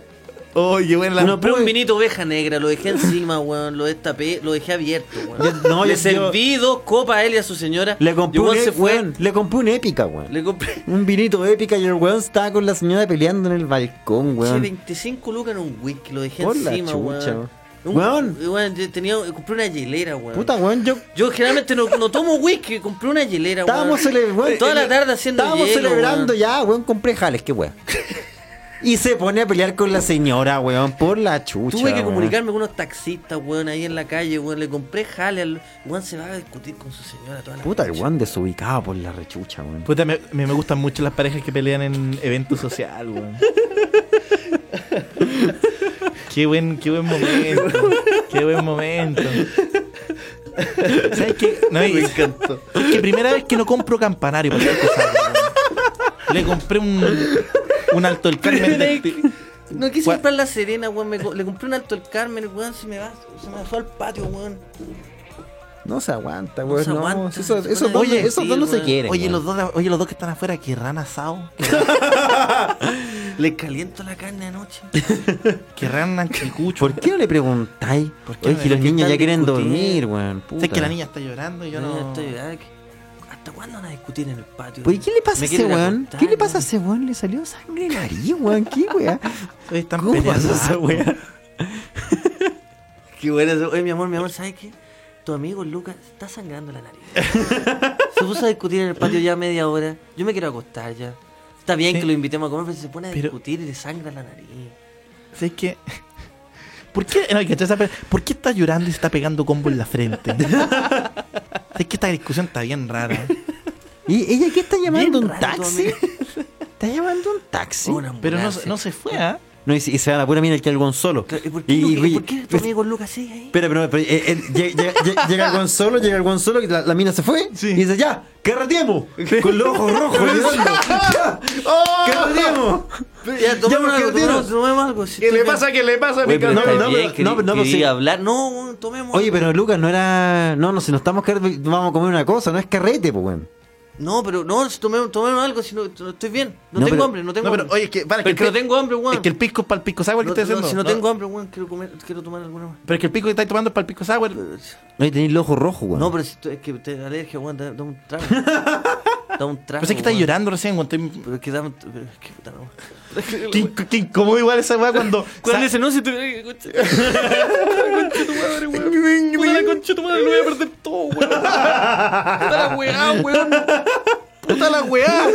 Speaker 5: Oye, buena la...
Speaker 3: Uno-
Speaker 4: Compré un
Speaker 3: pude-
Speaker 4: vinito oveja negra, lo dejé encima, weón, lo destapé, lo dejé abierto, weón.
Speaker 3: Yo- no,
Speaker 4: le
Speaker 3: yo-
Speaker 4: serví dos copas a él y a su señora.
Speaker 3: Le compré,
Speaker 4: y el
Speaker 3: un, e-
Speaker 4: weón se fue.
Speaker 3: weón, le compré una épica, weón.
Speaker 4: Le compré
Speaker 3: Un vinito épica y el weón estaba con la señora peleando en el balcón,
Speaker 4: che,
Speaker 3: weón.
Speaker 4: 25 lucas en un whisky, lo dejé
Speaker 3: Por la
Speaker 4: encima,
Speaker 3: chucha,
Speaker 4: weón.
Speaker 3: weón.
Speaker 4: Un-
Speaker 3: Weón.
Speaker 4: weón, yo tenía, compré una hielera, weón.
Speaker 3: Puta, weón, yo
Speaker 4: Yo generalmente no, no tomo whisky, compré una hielera, weón.
Speaker 3: Estábamos celebrando.
Speaker 4: Toda la tarde haciendo
Speaker 3: Eh, Estábamos
Speaker 4: hielo,
Speaker 3: celebrando
Speaker 4: weón.
Speaker 3: ya, weón, compré jales, qué weón. Y se pone a pelear con la señora, weón, por la chucha.
Speaker 4: Tuve que
Speaker 3: weón.
Speaker 4: comunicarme con unos taxistas, weón, ahí en la calle, weón. Le compré jale al... Weón se va a discutir con su señora toda la
Speaker 3: Puta, el
Speaker 4: noche.
Speaker 3: weón desubicado por la rechucha, weón.
Speaker 5: Puta, me, me, me gustan mucho las parejas que pelean en eventos social, weón. qué buen, qué buen momento. Qué buen momento. ¿Sabes qué? No, y- Es que primera vez que no compro campanario para hacer cosas, weón. Le compré un, un alto del Carmen de este-
Speaker 4: No quise
Speaker 5: Weón.
Speaker 4: comprar la Serena, weón. me co- le compré un Alto del Carmen, weón. Se me va, se me fue al patio, weón.
Speaker 3: No se aguanta, weón. No
Speaker 4: se aguanta.
Speaker 3: Eso-
Speaker 4: Se
Speaker 3: esos
Speaker 4: pone
Speaker 3: dos,
Speaker 4: a
Speaker 3: esos
Speaker 4: decir,
Speaker 3: dos no se
Speaker 4: weón.
Speaker 3: quieren.
Speaker 5: Oye,
Speaker 3: weón.
Speaker 5: los dos, de- oye, los dos que están afuera, que rana asado.
Speaker 4: Le caliento la carne anoche.
Speaker 5: Que rana chicucho.
Speaker 3: ¿Por qué no le preguntáis?
Speaker 5: qué
Speaker 3: Oye,
Speaker 5: no?
Speaker 3: que los
Speaker 5: ¿Qué
Speaker 3: niños ya
Speaker 4: están
Speaker 3: quieren dormir,
Speaker 4: discutiendo?
Speaker 3: weón.
Speaker 5: ¿Sabes
Speaker 3: puta.
Speaker 5: que la niña está llorando y yo
Speaker 4: Ay,
Speaker 5: no.
Speaker 4: estoy- ay, ¿Hasta cuándo van a discutir en el patio?
Speaker 3: Oye, ¿qué le pasa a
Speaker 4: Me
Speaker 3: ese
Speaker 4: quieren
Speaker 3: weón?
Speaker 4: acostar,
Speaker 3: ¿Qué le pasa a ese weón? Le salió sangre en la nariz, weón. ¿Qué weón?
Speaker 5: Oye, están
Speaker 3: ¿Cómo
Speaker 5: peleando.
Speaker 3: pasó esa weá?
Speaker 4: Qué buena. esa- Oye, mi amor, mi amor, ¿sabes qué? Tu amigo Lucas está sangrando la nariz. se puso a discutir en el patio ya media hora. Yo me quiero acostar ya. Está bien
Speaker 7: Sí.
Speaker 4: que lo invitemos a comer, pero se pone a
Speaker 7: Pero-
Speaker 4: discutir y le sangra la nariz.
Speaker 5: ¿Sabes qué? ¿Por qué, no, ¿cachai? Esa pe- ¿Por qué está llorando y se está pegando combo en la frente? es que esta discusión está bien rara.
Speaker 3: ¿Y ella qué está llamando?
Speaker 4: Bien
Speaker 3: ¿Un
Speaker 4: raro tu
Speaker 3: taxi?
Speaker 4: amigo.
Speaker 3: ¿Está llamando un taxi?
Speaker 4: Una
Speaker 5: Pero no,
Speaker 4: ambulancia.
Speaker 5: no se fue, ¿ah?
Speaker 3: No, y, se- y se va a la pura mina el que el Gonzalo.
Speaker 4: Claro, ¿Y por qué,
Speaker 3: Y-
Speaker 4: Lucas-
Speaker 3: y-
Speaker 4: por qué tu
Speaker 3: pero-
Speaker 4: amigo Lucas sigue ahí?
Speaker 3: Espera, pero, pero, eh, eh, llega, llega- llega- llega el Gonzalo, llega el Gonzolo, que la, la mina se fue y dice, ya, carreteemos. Con los ojos rojos, llorando. Ya, carreteemos.
Speaker 4: Oh. Ya, tomemos
Speaker 3: ya,
Speaker 4: algo,
Speaker 3: ¿qué
Speaker 4: tomemos, tomemos algo. Si
Speaker 5: ¿Qué
Speaker 4: estoy
Speaker 5: le
Speaker 4: bien.
Speaker 5: pasa? ¿Qué le pasa? a mi
Speaker 3: Oye, pero
Speaker 5: carnal?
Speaker 3: no,
Speaker 4: Está
Speaker 3: no,
Speaker 4: bien,
Speaker 3: pero- no, pero no, pues
Speaker 4: quería
Speaker 3: sí.
Speaker 4: hablar. No, tomemos.
Speaker 3: Oye, pero Lucas, no era... No, no, si nos estamos car- vamos a comer una cosa, no es carrete, pues, weón.
Speaker 4: No, pero no, si tomemos, tomemos algo, si no, no estoy bien. No,
Speaker 3: No,
Speaker 4: tengo
Speaker 3: pero-
Speaker 4: hambre, no tengo
Speaker 5: No, pero,
Speaker 4: hambre.
Speaker 5: oye, es que, para,
Speaker 4: Pero
Speaker 5: que
Speaker 4: es que no
Speaker 5: el pi-
Speaker 4: tengo hambre, weón.
Speaker 5: Es que el pisco es para el pisco sour Ah, que
Speaker 4: No, no,
Speaker 5: estoy haciendo.
Speaker 4: si no, tengo hambre, weón, quiero comer, quiero tomar alguna más.
Speaker 5: Pero es que el pisco que estáis tomando es para el pisco sour.
Speaker 3: No, y tenéis los ojos rojos, weón.
Speaker 4: Pues, No, pero si tú- es que te alergia, weón, da, da un trago. da un trago.
Speaker 5: Pero sé que estáis
Speaker 4: weón.
Speaker 5: llorando recién cuando estoy-
Speaker 4: Pero es que da un. pero es que puta, no.
Speaker 5: Qué inc- qué incómodo igual esa weá cuando.
Speaker 4: ¿Cuál
Speaker 5: sa-
Speaker 4: es ese no? Si te. Ay,
Speaker 2: Eh,
Speaker 4: concha- Concha tu madre, weón. Puta la concha tu madre, lo voy a perder todo, weón. Puta la weá, weón.
Speaker 5: puta la weá?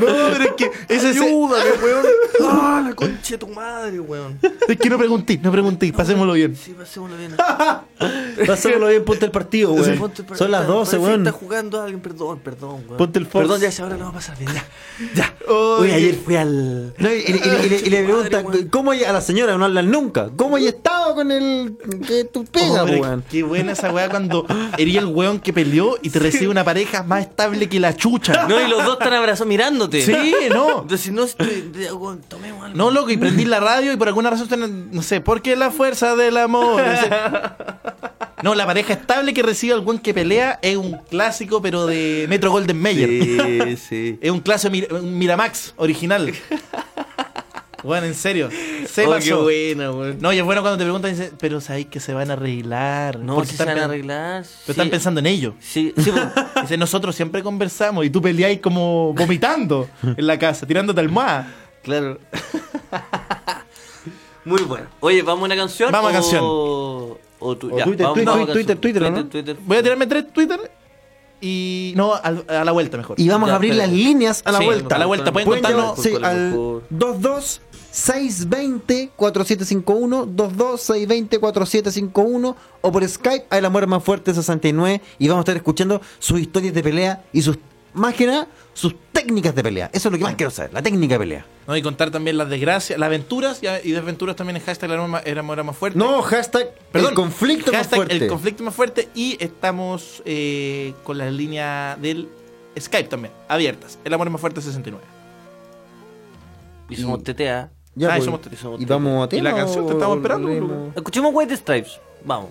Speaker 5: No, pero es que ese es,
Speaker 4: Ayúdame, weón. Ah, la concha de tu madre, weón.
Speaker 5: es que no preguntéis, no preguntéis, pasémoslo bien.
Speaker 4: Sí, pasémoslo bien.
Speaker 3: Pasémoslo bien, ponte el partido,
Speaker 4: Sí.
Speaker 3: weón.
Speaker 4: Ponte-
Speaker 3: Son las
Speaker 4: está-
Speaker 3: 12,
Speaker 4: parece que
Speaker 3: weón.
Speaker 4: Está jugando alguien, perdón, perdón, weón.
Speaker 5: Ponte el Force.
Speaker 4: Perdón, ya, ahora lo vamos a pasar bien, ya.
Speaker 3: Ya.
Speaker 5: Oye,
Speaker 3: Oye, ayer fui al. No, y, y- y- y le- y le pregunta, ¿cómo hay- a la señora no hablan nunca? ¿Cómo hay estado con el. que tú pegas,
Speaker 5: Oh, Hombre,
Speaker 3: weón?
Speaker 5: Qué buena esa weá cuando eres el weón que peleó y te recibe una pareja más estable que la chucha.
Speaker 4: No, y los dos están abrazados mirándote.
Speaker 5: Sí, no.
Speaker 4: Entonces, no, estoy, de- weón, tomemos algo.
Speaker 5: No, loco, y prendí la radio y por alguna razón, están- no sé, porque la fuerza del amor. No, sé. No, la pareja estable que recibe al buen que pelea es un clásico, pero de Metro Golden Mayer.
Speaker 4: Sí, sí.
Speaker 5: Es un clásico Mir- un Miramax original. Bueno, en serio. Se
Speaker 4: Oh, qué
Speaker 5: pasó.
Speaker 4: buena, weón.
Speaker 5: No, y es bueno cuando te preguntan, dicen, pero sabéis que se van a arreglar.
Speaker 4: No,
Speaker 5: Porque
Speaker 4: si se
Speaker 5: están
Speaker 4: van a
Speaker 5: pen-
Speaker 4: arreglar. Sí,
Speaker 5: Pero están pensando en ello.
Speaker 4: Sí, sí, pues. weón.
Speaker 5: Dice, nosotros siempre conversamos y tú peleáis como vomitando en la casa, tirándote almohada.
Speaker 4: Claro. Muy bueno. Oye, ¿vamos a una canción?
Speaker 5: Vamos a
Speaker 4: o-
Speaker 5: canción.
Speaker 4: O, tu-
Speaker 3: O
Speaker 4: ya,
Speaker 3: Twitter,
Speaker 4: vamos-
Speaker 3: Twitter,
Speaker 4: vamos a
Speaker 3: Twitter,
Speaker 4: canción.
Speaker 3: Twitter, ¿o no?
Speaker 4: Twitter, Twitter.
Speaker 5: Voy a tirarme tres Twitter y. No, al- a la vuelta mejor.
Speaker 3: Y vamos
Speaker 4: Ya,
Speaker 3: a abrir
Speaker 4: espera.
Speaker 3: las líneas a la
Speaker 4: Sí,
Speaker 3: vuelta.
Speaker 5: a la vuelta, pueden
Speaker 3: Pueden llamar,
Speaker 5: contarnos.
Speaker 3: sí,
Speaker 4: Por- por-
Speaker 3: al
Speaker 4: por-
Speaker 3: 22 620 4751 22 620 4751 o por Skype a El Amor Más Fuerte 69 y vamos a estar escuchando sus historias de pelea y sus más que nada sus técnicas de pelea. Eso es lo que más quiero saber, la técnica de pelea.
Speaker 5: No, y contar también las desgracias, las aventuras y, y desventuras también en hashtag era más, más fuerte.
Speaker 3: No, hashtag
Speaker 5: Perdón,
Speaker 3: el conflicto más
Speaker 5: hashtag
Speaker 3: fuerte.
Speaker 5: El conflicto más fuerte y estamos eh, con la línea del Skype también, abiertas. El amor más fuerte 69.
Speaker 4: Y somos TTA.
Speaker 5: Ah,
Speaker 3: Ya, pues.
Speaker 5: somos
Speaker 4: tres, somos
Speaker 3: y
Speaker 4: tres.
Speaker 3: vamos a
Speaker 5: ¿Y la
Speaker 3: tema
Speaker 5: canción? Te
Speaker 3: o-
Speaker 5: estamos
Speaker 3: o
Speaker 5: esperando,
Speaker 3: leemos?
Speaker 5: Lucas.
Speaker 4: Escuchemos White Stripes. Vamos.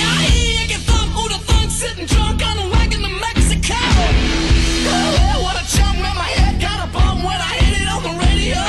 Speaker 2: Now he can thump who the thunk sitting drunk on a wagon to Mexico. Oh, yeah, what a chump, man, my head got a bump when I hit it on the radio.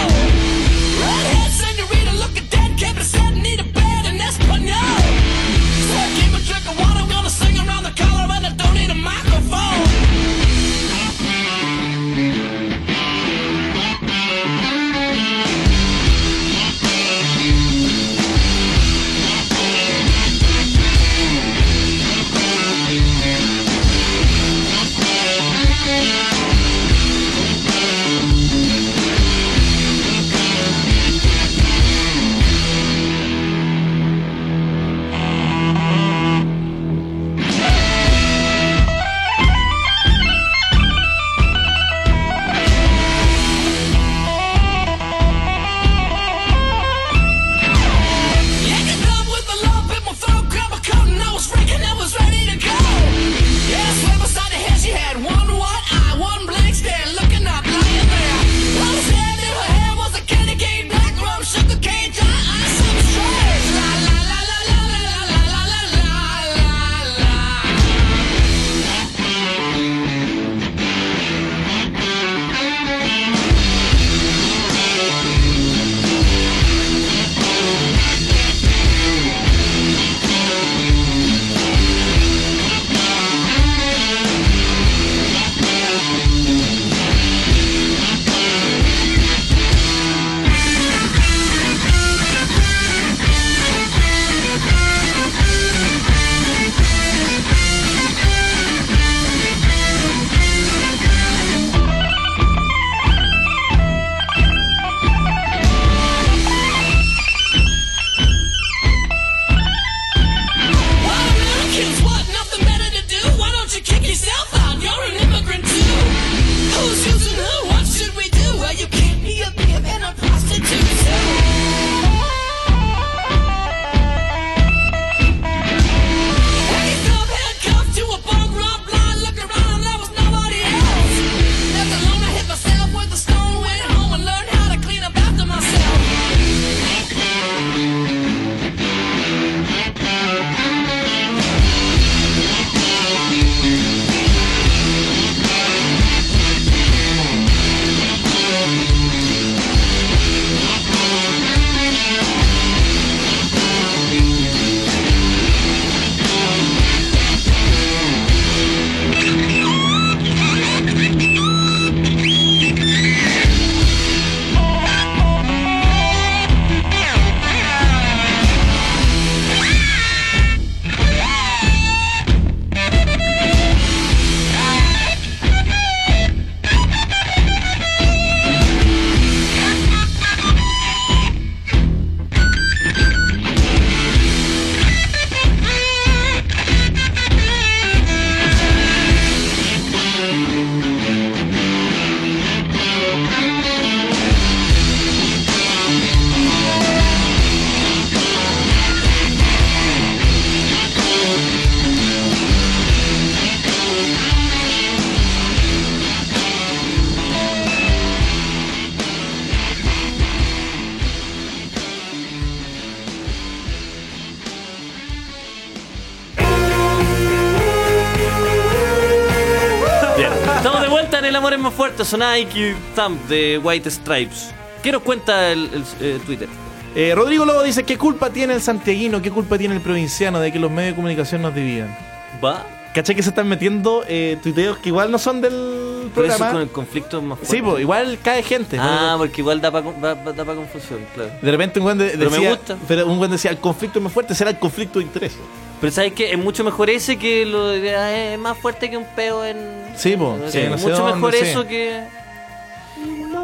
Speaker 4: el amor es más fuerte, sonaba Ike Thump de White Stripes. ¿Qué nos cuenta el, el, eh, Twitter?
Speaker 5: Eh, Rodrigo Lobo dice, ¿qué culpa tiene el santiaguino? ¿Qué culpa tiene el provinciano de que los medios de comunicación nos dividan?
Speaker 4: ¿Va?
Speaker 5: ¿Cachai que se están metiendo eh, tuiteos que igual no son del
Speaker 4: Por eso
Speaker 5: programa?
Speaker 4: es con el conflicto más fuerte.
Speaker 5: Sí, pues igual cae gente.
Speaker 4: Ah, porque igual da para confusión, claro.
Speaker 5: De repente un buen de-
Speaker 4: Pero me
Speaker 5: decía,
Speaker 4: gusta.
Speaker 5: pero un buen decía, el conflicto es más fuerte, será el conflicto de interés.
Speaker 4: Pero sabes que es mucho mejor ese que lo de, "Ah, es más fuerte que un peo en.
Speaker 5: Sí, po,
Speaker 4: Es
Speaker 5: sí, no sé
Speaker 4: mucho
Speaker 5: dónde,
Speaker 4: mejor
Speaker 5: sí.
Speaker 4: eso que.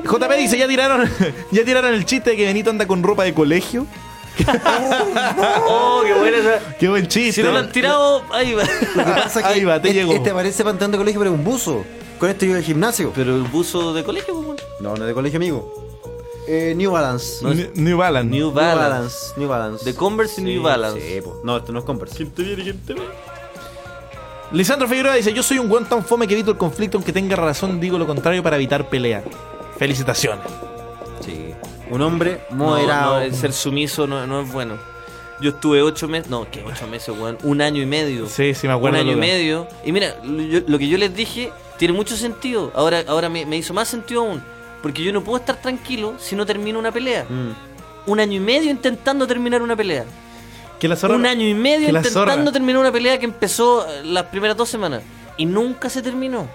Speaker 5: JP dice, ya tiraron, ya tiraron el chiste de que Benito anda con ropa de colegio.
Speaker 4: Oh, qué buena esa.
Speaker 5: Qué buen chiste.
Speaker 4: Si no lo han tirado, ahí va.
Speaker 3: Lo que pasa es que
Speaker 5: Ahí va, te
Speaker 3: este,
Speaker 5: llegó.
Speaker 3: este parece pantalón de colegio, pero es un buzo. Con esto yo al gimnasio.
Speaker 4: Pero el buzo de colegio,
Speaker 5: pues,
Speaker 4: ¿cómo?
Speaker 3: No, no es de colegio, amigo. Eh, New Balance.
Speaker 5: New- New Balance.
Speaker 4: New Balance.
Speaker 3: New Balance.
Speaker 4: De Converse y
Speaker 3: Sí,
Speaker 4: New Balance.
Speaker 3: sí, po. no, esto no es Converse.
Speaker 5: Lisandro Figueroa dice, yo soy un guan tan fome que evito el conflicto, aunque tenga razón, digo lo contrario para evitar pelea. Felicitaciones.
Speaker 3: Sí. Un hombre
Speaker 4: No,
Speaker 3: moderado.
Speaker 4: no, el ser sumiso no, no es bueno. Yo estuve ocho meses, no, que ocho meses, weón, un año y medio.
Speaker 5: Sí, sí, me acuerdo,
Speaker 4: Un año y
Speaker 5: Luca.
Speaker 4: medio. Y mira, lo, yo- lo que yo les dije tiene mucho sentido. Ahora, ahora me, me hizo más sentido aún. Porque yo no puedo estar tranquilo si no termino una pelea.
Speaker 3: Mm.
Speaker 4: Un año y medio intentando terminar una pelea.
Speaker 5: Que la zorra-
Speaker 4: Un año y medio
Speaker 5: que la zorra.
Speaker 4: intentando terminar una pelea que empezó eh, las primeras dos semanas. Y nunca se terminó.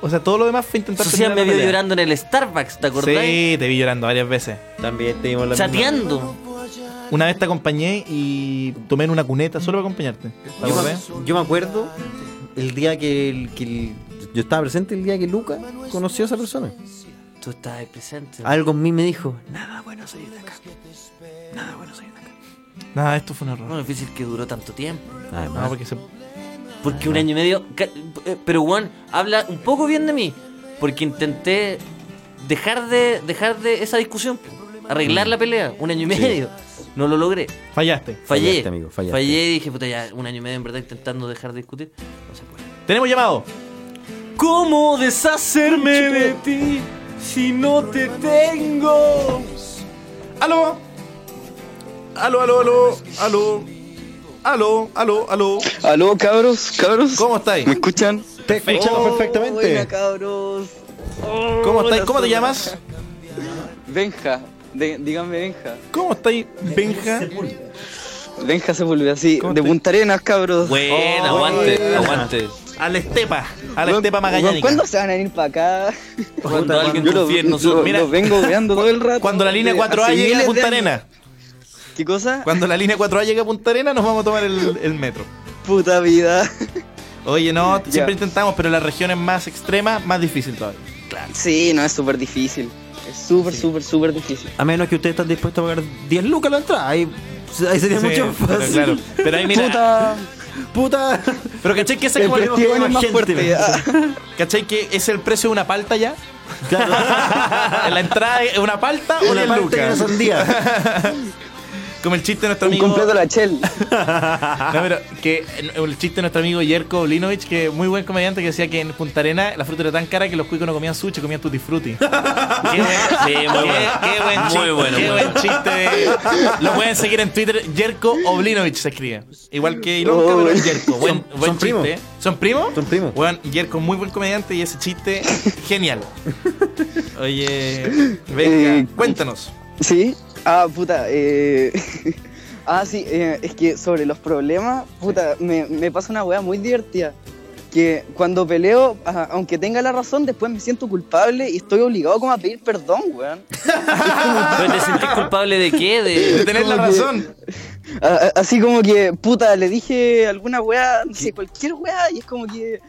Speaker 5: O sea, todo lo demás fue intentar
Speaker 4: Entonces me
Speaker 5: terminar
Speaker 4: vio
Speaker 5: la pelea.
Speaker 4: llorando en el Starbucks, ¿te acordás?
Speaker 5: Sí, te vi llorando varias veces.
Speaker 3: También tenemos la misma-
Speaker 4: Chateando.
Speaker 5: Una vez te acompañé y tomé en una cuneta solo para acompañarte. ¿Te
Speaker 3: Yo
Speaker 5: acordás?
Speaker 3: me, yo me acuerdo el día que, el- que el- yo estaba presente el día que Luca conoció a esa persona.
Speaker 4: Tú estabas ahí presente.
Speaker 3: Algo en mí me dijo, "Nah,
Speaker 5: Nada, esto fue un error.
Speaker 4: No, es difícil que duró tanto tiempo.
Speaker 5: No, porque se-
Speaker 4: Porque un año y medio. ca- eh, Pero Juan, habla un poco bien de mí. Porque intenté dejar de dejar de esa discusión. Arreglar la pelea. Un año y medio. No lo logré.
Speaker 5: fallaste.
Speaker 4: Fallé.
Speaker 3: Fallaste, amigo, fallaste.
Speaker 4: Fallé y dije, puta, ya un año y medio en verdad intentando dejar de discutir. No se puede.
Speaker 5: Tenemos llamado.
Speaker 4: ¿Cómo deshacerme de ti si no te tengo?
Speaker 5: Aló. Aló, aló, aló. Aló. Aló, aló, aló.
Speaker 8: Aló, cabros, cabros.
Speaker 5: ¿Cómo estáis?
Speaker 8: ¿Me escuchan?
Speaker 6: Te escuchamos perfectamente.
Speaker 8: cabros.
Speaker 5: Oh, ¿Cómo estáis? ¿Cómo te llamas?
Speaker 8: Benja. de- díganme Benja.
Speaker 5: ¿Cómo estáis,
Speaker 4: Eh,
Speaker 5: Benja?
Speaker 8: Benja se volvió así.
Speaker 5: ¿Cómo
Speaker 8: De
Speaker 5: te-
Speaker 8: Punta Arenas, cabros.
Speaker 4: Buena, aguante, aguante.
Speaker 5: Oh, A la estepa. A la
Speaker 8: Weón,
Speaker 5: estepa
Speaker 8: weón,
Speaker 5: magallánica.
Speaker 8: ¿Cuándo se van a ir para acá?
Speaker 4: Cuando alguien
Speaker 8: Yo
Speaker 4: confía en nosotros.
Speaker 8: los
Speaker 4: Mira,
Speaker 8: vengo veando todo el rato.
Speaker 5: Cuando la línea
Speaker 8: De-
Speaker 5: 4A
Speaker 8: hace
Speaker 5: llegue a
Speaker 8: miles de
Speaker 5: Punta
Speaker 8: años.
Speaker 5: Arena.
Speaker 8: ¿Qué cosa?
Speaker 5: Cuando la línea 4A llegue a Punta Arena, nos vamos a tomar el, el metro.
Speaker 8: Puta vida.
Speaker 5: Oye, no, siempre
Speaker 8: Ya.
Speaker 5: intentamos, pero en las regiones más extremas, más difícil todavía.
Speaker 8: Sí, no, es súper difícil. Es súper, súper, súper difícil.
Speaker 3: a menos que ustedes están dispuestos a pagar 10 lucas la entrada, ahí, ahí sería
Speaker 5: Sí,
Speaker 3: mucho más
Speaker 5: pero
Speaker 3: fácil.
Speaker 5: claro. Pero ahí mira.
Speaker 8: Puta.
Speaker 3: Puta.
Speaker 5: Pero caché que ese es
Speaker 8: El
Speaker 5: como el
Speaker 8: festival es más fuerte. Ah,
Speaker 5: ¿Cachai que es el precio de una palta ya? la entrada es una palta o
Speaker 3: Una
Speaker 5: 10
Speaker 3: parte que no
Speaker 5: lucas.
Speaker 3: son días.
Speaker 5: Como el chiste de nuestro
Speaker 8: Un
Speaker 5: amigo.
Speaker 8: completo la chel.
Speaker 5: No, pero que eh, el chiste de nuestro amigo Jerko Blinovich, que muy buen comediante, que decía que en Punta Arena la fruta era tan cara que los cuicos no comían sushi, comían tutti frutti. Qué buen,
Speaker 4: Sí, muy bueno.
Speaker 5: qué buen
Speaker 4: Muy
Speaker 5: chiste.
Speaker 4: bueno,
Speaker 5: qué
Speaker 4: bueno.
Speaker 5: buen chiste. Lo pueden seguir en Twitter, Jerko Oblinovich se escribe. Igual que Ilonka,
Speaker 8: Oh,
Speaker 5: pero
Speaker 8: bueno.
Speaker 5: Jerko. Buen,
Speaker 3: Son-
Speaker 5: buen
Speaker 3: son primos.
Speaker 5: chiste. ¿Son primos?
Speaker 3: Son primos.
Speaker 5: Bueno, Jerko es muy buen comediante y ese chiste, genial. Oye, venga,
Speaker 8: Eh,
Speaker 5: cuéntanos.
Speaker 8: Sí, ah, puta, eh... ah, sí, eh, es que sobre los problemas, puta, me, me pasa una weá muy divertida. Que cuando peleo, a- aunque tenga la razón, después me siento culpable y estoy obligado como a pedir perdón, weón.
Speaker 4: ¿Pero te sentís culpable de qué?
Speaker 5: De
Speaker 4: De...
Speaker 5: tener la
Speaker 8: como que-
Speaker 5: razón.
Speaker 8: A- a- así como que, puta, le dije alguna weá, no sé, cualquier weá, y es como que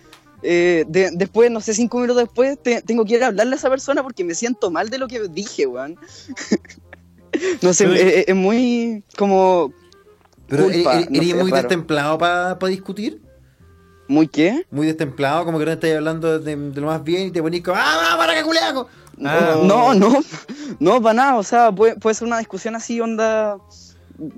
Speaker 8: eh, de- después, no sé, cinco minutos después, te- tengo que ir a hablarle a esa persona porque me siento mal de lo que dije, weón. no sé,
Speaker 3: Pero-
Speaker 8: es, es- es muy como...
Speaker 3: Pero
Speaker 8: culpa,
Speaker 3: ¿er- er-
Speaker 8: no
Speaker 3: ¿eres
Speaker 8: sé,
Speaker 3: muy
Speaker 8: es raro.
Speaker 3: destemplado para discutir?
Speaker 8: ¿Muy qué?
Speaker 3: Muy destemplado, como que no estáis hablando de, de lo más bien y te ponís como, ¡ah, para que culeaco!
Speaker 5: Ah.
Speaker 8: No, no, no, para nada. O sea, puede, puede ser una discusión así, onda.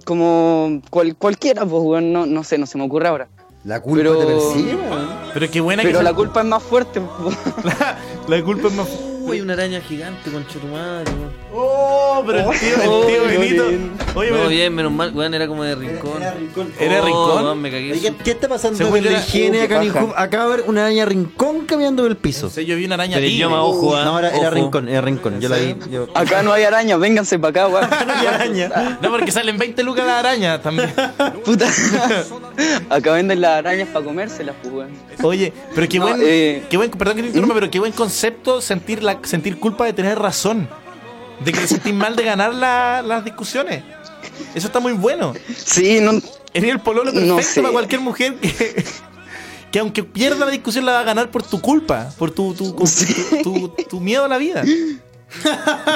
Speaker 8: Como cual- cualquiera, pues, weón. No, no sé, no se me ocurre ahora.
Speaker 3: La culpa
Speaker 8: Pero-
Speaker 3: te persigue, weón.
Speaker 5: Pero qué buena
Speaker 8: Pero
Speaker 5: que
Speaker 8: la culpa es más fuerte. pues.
Speaker 5: la, la culpa es más.
Speaker 4: Uh, hay una araña gigante con chetumare, weón.
Speaker 5: Oh, pero el tío,
Speaker 4: Oh,
Speaker 5: el tío
Speaker 4: qué
Speaker 5: Benito.
Speaker 6: bien.
Speaker 5: Oye,
Speaker 4: No,
Speaker 5: pero-
Speaker 4: bien, menos mal, weón, era como de rincón.
Speaker 3: Era rincón.
Speaker 5: ¿Era
Speaker 4: Oh,
Speaker 5: rincón?
Speaker 4: weón, me cagué.
Speaker 3: Oye, ¿Qué, qué está pasando
Speaker 5: Según
Speaker 3: con
Speaker 5: yo
Speaker 3: la
Speaker 5: era-
Speaker 3: higiene
Speaker 6: Uh, qué
Speaker 3: acá en
Speaker 6: paja.
Speaker 3: Injuv? Acaba de haber una araña rincón caminando del piso.
Speaker 5: No sé, yo vi una araña
Speaker 4: Pero
Speaker 5: tigre.
Speaker 4: idioma, ojo, ah,
Speaker 3: No, era, era
Speaker 4: ojo.
Speaker 3: rincón, era rincón. Yo la vi. yo-
Speaker 8: Acá no hay araña, vénganse para acá, weón.
Speaker 3: Una araña.
Speaker 5: No, porque salen 20 lucas la araña también.
Speaker 8: Puta. Acá venden las arañas para comérselas, pues, weón.
Speaker 5: Oye, pero qué
Speaker 8: No,
Speaker 5: buen,
Speaker 8: eh,
Speaker 5: qué buen, perdón que te
Speaker 3: ¿Mm?
Speaker 5: interrumpa, pero qué buen concepto sentir la, sentir culpa de tener razón, de que te sentís mal de ganar la- las discusiones. Eso está muy bueno.
Speaker 8: Sí, no.
Speaker 5: Eres el pololo perfecto
Speaker 8: No sé.
Speaker 5: para cualquier mujer que, que aunque pierda la discusión la va a ganar por tu culpa, por tu tu, tu-
Speaker 8: Sí.
Speaker 5: tu- tu miedo a la vida.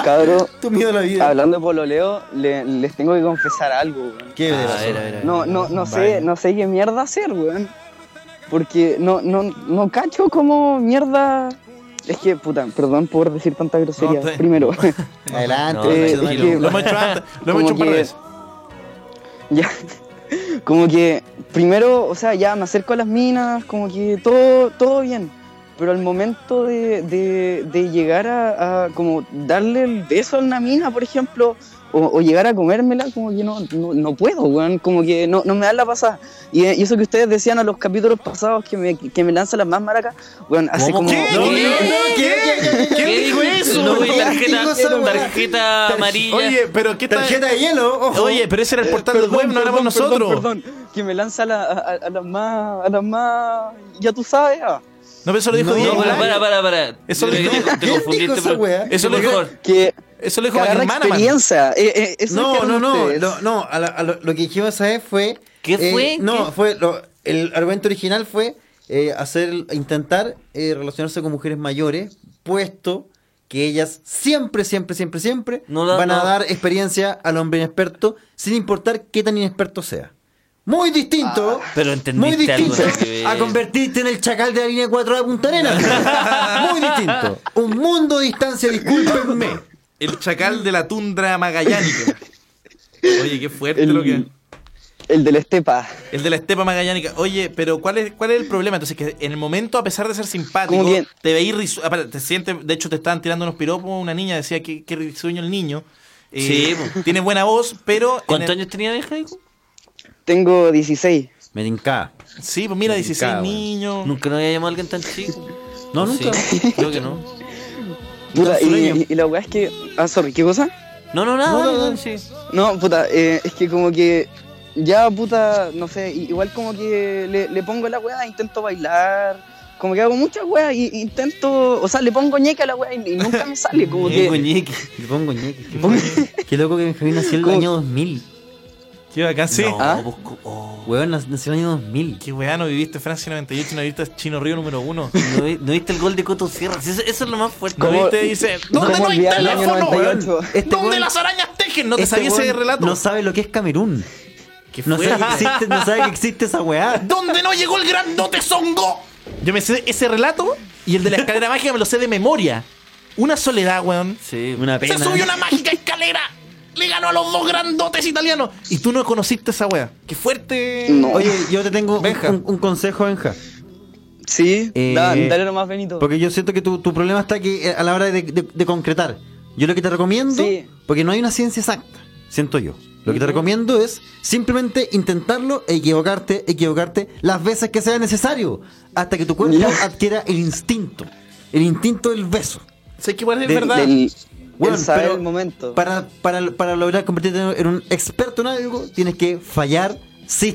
Speaker 8: Cabro,
Speaker 3: Tu miedo a la vida.
Speaker 8: hablando de pololeo, le- les tengo que confesar algo, weón.
Speaker 3: ¿Qué le
Speaker 4: Ah,
Speaker 3: pasó?
Speaker 4: era, era.
Speaker 8: No, no, no sé, no sé qué mierda hacer, weón. Porque no, no, no cacho como mierda. Es que, puta, perdón por decir tanta grosería.
Speaker 5: No, pues. te-
Speaker 8: Primero.
Speaker 3: Adelante,
Speaker 4: No,
Speaker 3: eh,
Speaker 8: tranquilo.
Speaker 3: tranquilo.
Speaker 5: Lo hemos hecho antes, lo hemos
Speaker 8: Como
Speaker 5: hecho un par de
Speaker 8: que-
Speaker 5: veces.
Speaker 8: Ya. Como que primero, o sea, ya me acerco a las minas, como que todo, todo bien. Pero al momento de, de- de llegar a, a como darle el beso a una mina, por ejemplo, o, o llegar a comérmela, como que no, no, no puedo, weón. Como que no, no me da la pasada. Y, eh, y eso que ustedes decían a los capítulos pasados que me, que me lanzan las más maracas, weón, hace
Speaker 3: ¿Cómo?
Speaker 8: como...
Speaker 3: ¿Qué?
Speaker 5: No,
Speaker 3: ¿Qué?
Speaker 5: no,
Speaker 3: ¿Qué? ¿Qué?
Speaker 4: ¿Qué
Speaker 3: dijo eso?
Speaker 4: No, güey,
Speaker 3: ¿Quién
Speaker 4: tarjeta,
Speaker 3: dijo esa weá?
Speaker 4: tarjeta amarilla.
Speaker 5: Oye, pero qué tal-
Speaker 3: Tarjeta de hielo, ojo.
Speaker 5: Oye, pero ese era el portal
Speaker 8: Eh, Perdón,
Speaker 5: web, no éramos
Speaker 8: perdón,
Speaker 5: nosotros.
Speaker 8: Perdón, perdón, que me lanza a, la- a- a- a las más... A las más... Ya tú sabes, ah.
Speaker 5: No, pero eso lo dijo
Speaker 3: No,
Speaker 5: Diego.
Speaker 4: no, para,
Speaker 3: weón.
Speaker 4: para, para, para.
Speaker 5: Eso
Speaker 4: Yo creo
Speaker 5: lo
Speaker 4: que
Speaker 5: dijo-
Speaker 4: te, te
Speaker 3: ¿Quién dijo
Speaker 4: confundiste,
Speaker 3: esa
Speaker 4: pero-
Speaker 3: weá?
Speaker 5: Eso lo dijo.
Speaker 4: mejor.
Speaker 8: que
Speaker 5: Eso lo dijo
Speaker 8: que
Speaker 5: mi
Speaker 8: agarra
Speaker 5: hermana, man.
Speaker 8: experiencia. Eh, eh, eso
Speaker 3: No,
Speaker 8: dijeron
Speaker 3: no, no,
Speaker 8: ustedes.
Speaker 3: lo, no, a la- a lo, lo que dijimos esa vez fue... eh,
Speaker 4: ¿Qué fue?
Speaker 3: No, fue lo- el argumento original fue eh, hacer, intentar eh, relacionarse con mujeres mayores, puesto que ellas siempre, siempre, siempre, siempre
Speaker 4: No la-
Speaker 3: van a
Speaker 4: no.
Speaker 3: dar experiencia al hombre inexperto, sin importar qué tan inexperto sea. Muy distinto,
Speaker 8: Ah,
Speaker 4: Pero
Speaker 3: muy
Speaker 4: entendiste algo
Speaker 3: distinto
Speaker 4: de lo que-
Speaker 3: a convertirte en el chacal de la línea 4 de Punta Arenas. muy distinto. Un mundo de distancia, discúlpenme.
Speaker 5: El chacal de la tundra magallánica. Oye, qué fuerte
Speaker 8: El-
Speaker 5: lo que.
Speaker 8: El del Estepa.
Speaker 5: El de la estepa magallánica. Oye, pero ¿cuál es, cuál es el problema? Entonces, que en el momento, a pesar de ser simpático,
Speaker 8: Como bien.
Speaker 5: te veis risu- aparte, te sientes. De hecho, te estaban tirando unos piropos. Una niña decía que, que risueño el niño. Eh,
Speaker 4: Sí, po.
Speaker 5: Tiene buena voz, pero. en
Speaker 4: ¿Cuántos
Speaker 5: el-
Speaker 4: años tenía de hija? hijo?
Speaker 8: Tengo 16.
Speaker 3: Me tincaba.
Speaker 5: Sí, pues mira, 16
Speaker 3: Cada weón.
Speaker 5: niños.
Speaker 4: Nunca nos había llamado a alguien tan chico.
Speaker 3: No,
Speaker 4: ¿O
Speaker 3: nunca.
Speaker 4: sí? Creo que no.
Speaker 8: Puta, y,
Speaker 3: sureño.
Speaker 8: y- y la weá es que. Ah, sorry, ¿qué cosa?
Speaker 4: No, no, nada.
Speaker 3: No, no,
Speaker 4: dale,
Speaker 3: no.
Speaker 4: dale, sí.
Speaker 8: No, puta, eh, es que como que. Ya, puta, no sé, i- igual como que le, le pongo la weá, intento bailar. Como que hago muchas weas y y intento. O sea, le pongo ñeca a la weá y, y nunca me sale. Como
Speaker 4: Eh,
Speaker 8: que.
Speaker 4: coñeque.
Speaker 3: Le pongo ñeque. Qué, qué loco que Benjamín nació en el
Speaker 8: ¿Cómo?
Speaker 3: año 2000.
Speaker 5: Qué bacán, sí.
Speaker 4: No,
Speaker 8: ¿Ah?
Speaker 4: busco- oh.
Speaker 3: Weón, nac- nació en el año 2000.
Speaker 5: Qué weá, no viviste Francia 98, no viviste Chino Río número 1.
Speaker 4: ¿No, vi- no viste el gol de Coto Sierra? Sí, Eso, eso es lo más fuerte.
Speaker 5: No
Speaker 8: ¿Cómo-
Speaker 5: viste, dice. ¿Dónde
Speaker 8: cómo
Speaker 5: no hay
Speaker 8: olvidar el año
Speaker 5: teléfono, weón?
Speaker 8: 98?
Speaker 3: Este
Speaker 5: ¿Dónde
Speaker 3: weón-
Speaker 5: las arañas tejen? ¿No te
Speaker 3: Este
Speaker 5: sabía ese
Speaker 3: weón
Speaker 5: relato?
Speaker 3: No sabe lo que es Camerún. No sabe, que
Speaker 5: fuerte.
Speaker 3: existe, no sabe que existe esa weá.
Speaker 5: ¿Dónde no llegó el grandote Songo? Yo me sé ese relato y el de la escalera mágica me lo sé de memoria. Una soledad, weón.
Speaker 4: Sí,
Speaker 3: Una pena.
Speaker 5: Se subió una mágica escalera. Le ganó a los dos grandotes italianos. Y tú no conociste esa weá. Qué fuerte.
Speaker 8: No.
Speaker 3: Oye, yo te tengo un,
Speaker 5: Benja.
Speaker 3: un- un consejo, Benja.
Speaker 8: Sí,
Speaker 3: Eh,
Speaker 8: da- dale nomás, Benito.
Speaker 3: Porque yo siento que tu, tu problema está que eh, a la hora de, de- de concretar. Yo lo que te recomiendo,
Speaker 8: Sí.
Speaker 3: porque no hay una ciencia exacta, siento yo. Lo que te recomiendo es simplemente intentarlo, equivocarte, equivocarte las veces que sea necesario, hasta que tu cuerpo
Speaker 8: Ya.
Speaker 3: adquiera el instinto, el instinto del beso.
Speaker 5: Sé que igual es
Speaker 3: De-
Speaker 5: verdad.
Speaker 8: Del,
Speaker 3: Bueno,
Speaker 8: el saber
Speaker 3: pero
Speaker 8: el momento.
Speaker 3: Para, para, para lograr convertirte en un experto en algo, tienes que fallar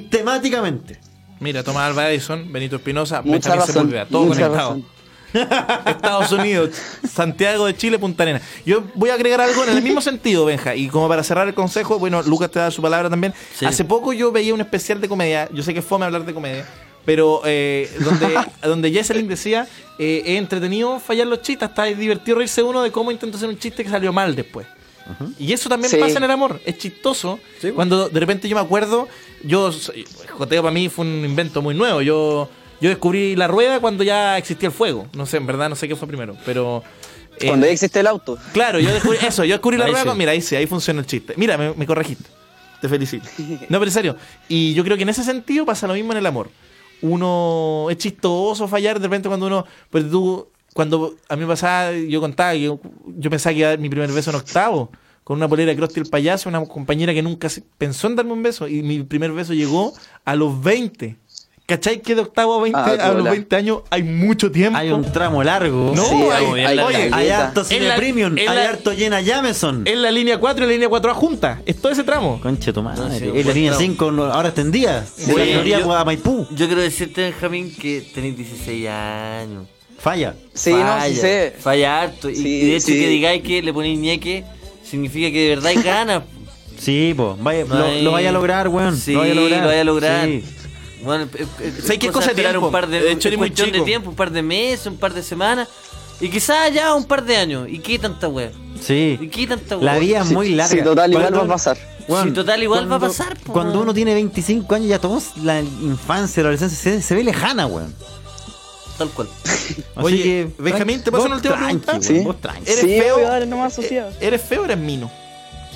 Speaker 3: sistemáticamente.
Speaker 5: Mira, Tomás Alba Edison, Benito Espinosa,
Speaker 8: Mucha
Speaker 5: Benjamín
Speaker 8: razón.
Speaker 5: Sepúlveda. Todo
Speaker 8: mucha
Speaker 5: conectado.
Speaker 8: razón.
Speaker 5: Estados Unidos, Santiago de Chile, Punta Arenas. Yo voy a agregar algo en el mismo sentido, Benja. Y como para cerrar el consejo, bueno, Lucas te da su palabra también.
Speaker 4: Sí.
Speaker 5: Hace poco yo veía un especial de comedia. Yo sé que es fome hablar de comedia. Pero eh, donde, donde Jesselyn decía, eh, es entretenido fallar los chistes, está divertido reírse uno de cómo intentó hacer un chiste que salió mal después. Y eso también
Speaker 8: Sí.
Speaker 5: pasa en el amor, es chistoso. Cuando de repente yo me acuerdo, yo, soy- joteo para mí fue un invento muy nuevo. Yo, yo descubrí la rueda cuando ya existía el fuego. No sé, en verdad no sé qué fue primero, pero. eh,
Speaker 8: Cuando ya existe el auto.
Speaker 5: Claro, yo descubrí eso, yo descubrí la
Speaker 4: Ahí
Speaker 5: rueda.
Speaker 4: sí.
Speaker 5: con- Mira, ahí sí, ahí funciona el chiste. Mira, me, me corregiste. Te felicito. No, pero en serio. Y yo creo que en ese sentido pasa lo mismo en el amor. Uno es chistoso fallar de repente cuando uno. Pero pues tú cuando a mí me pasaba, yo contaba, que yo, yo pensaba que iba a dar mi primer beso en octavo, con una polera de Krusty el payaso, una compañera que nunca se- pensó en darme un beso, y mi primer beso llegó a los 20. ¿Cachai que de octavo a, 20,
Speaker 8: Ah,
Speaker 5: a los
Speaker 8: hola.
Speaker 5: 20 años hay mucho tiempo?
Speaker 3: Hay un tramo largo.
Speaker 5: No,
Speaker 8: Sí,
Speaker 5: hay,
Speaker 4: hay-
Speaker 5: oye,
Speaker 8: hay-
Speaker 3: Hay
Speaker 8: Caleta.
Speaker 3: harto cine
Speaker 4: En la-
Speaker 3: premium,
Speaker 4: en
Speaker 3: hay
Speaker 4: la-
Speaker 3: harto llena Jameson.
Speaker 5: es la línea 4 y la línea 4A juntas.
Speaker 4: Este
Speaker 5: Es todo ese tramo.
Speaker 3: Conche tu madre.
Speaker 4: No, sí,
Speaker 3: es la
Speaker 4: buen
Speaker 3: línea
Speaker 4: tramo.
Speaker 3: 5 no- ahora extendida. De
Speaker 4: Sí,
Speaker 3: la Florida
Speaker 4: yo-
Speaker 3: a Maipú.
Speaker 4: Yo quiero decirte, Benjamín, que tenés 16 años.
Speaker 3: Falla.
Speaker 8: Sí, no, sí sé.
Speaker 4: Falla harto. Y-
Speaker 8: Sí,
Speaker 4: y de hecho
Speaker 8: sí.
Speaker 4: que digáis que le ponéis ñeque significa que de verdad hay ganas.
Speaker 3: Sí, po. Vaya,
Speaker 4: No
Speaker 3: lo,
Speaker 4: hay-
Speaker 3: lo vaya a lograr, weón.
Speaker 4: Sí,
Speaker 3: lo vaya a lograr.
Speaker 4: Sí.
Speaker 3: Sí.
Speaker 4: Bueno, eh, eh,
Speaker 5: ¿Sabes qué?
Speaker 4: cosa
Speaker 5: Cosa de
Speaker 4: esperar
Speaker 5: tiempo.
Speaker 4: un par de,
Speaker 5: De hecho,
Speaker 4: es
Speaker 5: eres muy
Speaker 4: cuestión de
Speaker 5: chico.
Speaker 4: tiempo, un par de meses, un par de semanas. Y quizás ya un par de años. ¿Y qué tanta wea?
Speaker 3: Sí.
Speaker 4: ¿Y qué tanta wea?
Speaker 3: La vida es muy larga.
Speaker 8: Sí, total, igual
Speaker 3: Cuando-
Speaker 8: va a pasar.
Speaker 3: Weón,
Speaker 4: Sí, total, igual va a pasar, po,
Speaker 3: Cuando
Speaker 4: weón.
Speaker 3: uno tiene 25 años, ya todos la infancia, la adolescencia se, se ve lejana, weón.
Speaker 4: Tal cual.
Speaker 3: Así
Speaker 5: Oye,
Speaker 3: que,
Speaker 5: Benjamín,
Speaker 3: tran-
Speaker 5: ¿te paso
Speaker 3: vos
Speaker 5: una última pregunta?
Speaker 3: tranqui,
Speaker 8: Sí.
Speaker 3: weón, vos tranqui.
Speaker 5: ¿Eres
Speaker 8: sí,
Speaker 5: feo? eh,
Speaker 8: obvio, dale nomás, Sofía.
Speaker 5: ¿Eres feo o eres mino?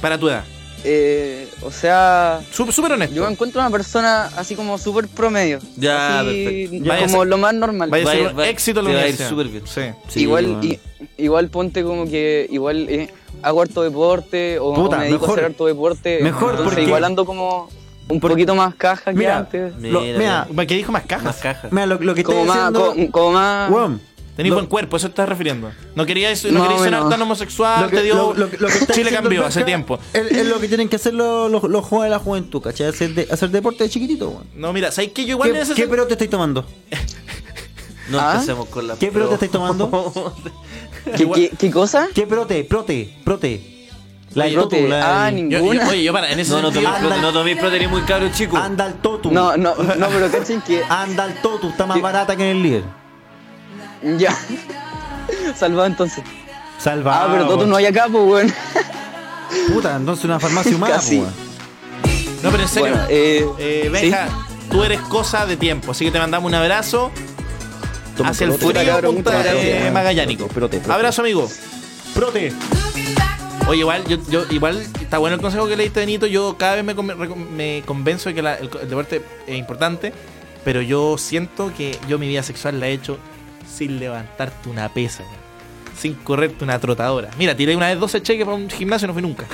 Speaker 5: Para tu edad.
Speaker 8: Eh, o sea,
Speaker 5: Sú- Súper honesto.
Speaker 8: yo encuentro una persona así como súper promedio.
Speaker 4: Ya,
Speaker 8: así,
Speaker 4: perfecto.
Speaker 5: Ya. Vaya a
Speaker 8: como
Speaker 5: ser-
Speaker 8: lo más normal.
Speaker 5: Vaya a
Speaker 4: Vaya-
Speaker 5: ser un
Speaker 4: vaya-
Speaker 5: éxito en la
Speaker 4: te va a ir
Speaker 5: universidad.
Speaker 4: súper bien.
Speaker 5: Sí.
Speaker 3: Sí,
Speaker 8: igual,
Speaker 3: weón.
Speaker 8: i- igual ponte como que igual eh, hago harto deporte o,
Speaker 3: Puta,
Speaker 8: o me dedico
Speaker 3: mejor.
Speaker 8: a hacer harto deporte.
Speaker 3: Mejor,
Speaker 8: entonces
Speaker 3: porque-
Speaker 8: igual ando como un poquito más caja que
Speaker 3: Mira,
Speaker 8: antes.
Speaker 3: lo-
Speaker 4: Mira,
Speaker 3: mira,
Speaker 5: ¿Qué dijo más cajas?
Speaker 4: Más cajas.
Speaker 3: mira, lo, lo que
Speaker 8: Como
Speaker 3: estoy
Speaker 8: más,
Speaker 3: diciendo,
Speaker 8: co- como más
Speaker 3: weón,
Speaker 5: Tenís
Speaker 3: Lo-
Speaker 5: buen cuerpo, eso estás refiriendo. No querías, no
Speaker 8: Más o
Speaker 5: querías sonar
Speaker 8: menos.
Speaker 5: tan homosexual, te dio.
Speaker 3: está
Speaker 5: Chile
Speaker 3: haciendo
Speaker 5: cambió
Speaker 3: el
Speaker 5: hace
Speaker 3: Benja
Speaker 5: tiempo.
Speaker 3: Es, es lo que tienen que hacer los, los, los jóvenes de la juventud, ¿cachai? Hacer, de- hacer deporte de chiquitito, weón.
Speaker 5: No, mira, ¿sabes qué? Yo igual en
Speaker 3: ¿Qué,
Speaker 5: ese
Speaker 3: qué
Speaker 5: sen-
Speaker 3: pero te estáis tomando?
Speaker 4: No
Speaker 8: ¿Ah?
Speaker 4: empecemos con la
Speaker 3: ¿Qué pelota estáis tomando?
Speaker 8: ¿Qué, qué, qué cosa?
Speaker 3: ¿Qué prote? Prote, prote. La
Speaker 8: Ay,
Speaker 3: del totu,
Speaker 8: prote.
Speaker 3: la
Speaker 8: Ah,
Speaker 3: del-
Speaker 8: ni-
Speaker 5: Yo- yo-
Speaker 8: Ninguna.
Speaker 5: oye, yo para, en ese
Speaker 4: No, no
Speaker 5: sentido-
Speaker 4: toméis prote- no toméis prote, eres muy cabro chico.
Speaker 3: Anda el totu.
Speaker 8: No, no, no, pero cachen que
Speaker 3: Anda el totu, está más
Speaker 8: ¿Qué?
Speaker 3: barata que en el líder.
Speaker 8: ya. Salvado entonces.
Speaker 3: Salva.
Speaker 8: Ah, pero Toto no hay acá, pues weón.
Speaker 3: Puta, entonces una farmacia humana,
Speaker 8: Casi.
Speaker 3: weón.
Speaker 5: No, pero en serio.
Speaker 8: Bueno, eh,
Speaker 5: Eh, Benja, tú eres cosa de tiempo, así que te mandamos un abrazo hacia el
Speaker 8: prote.
Speaker 5: frío
Speaker 8: Cabrón,
Speaker 5: punta
Speaker 8: muchas
Speaker 5: eh,
Speaker 8: gracias.
Speaker 5: magallánico.
Speaker 3: Prote, prote.
Speaker 5: Abrazo, amigo. Prote. Oye, igual, yo, yo- igual está bueno el consejo que le diste, Benito. Yo cada vez me, con- recon- me convenzo de que la- el, co- el deporte es importante, pero yo siento que yo mi vida sexual la he hecho sin levantarte una pesa, güey. sin correrte una trotadora. Mira, tiré una vez 12 cheques para un gimnasio y no fui nunca.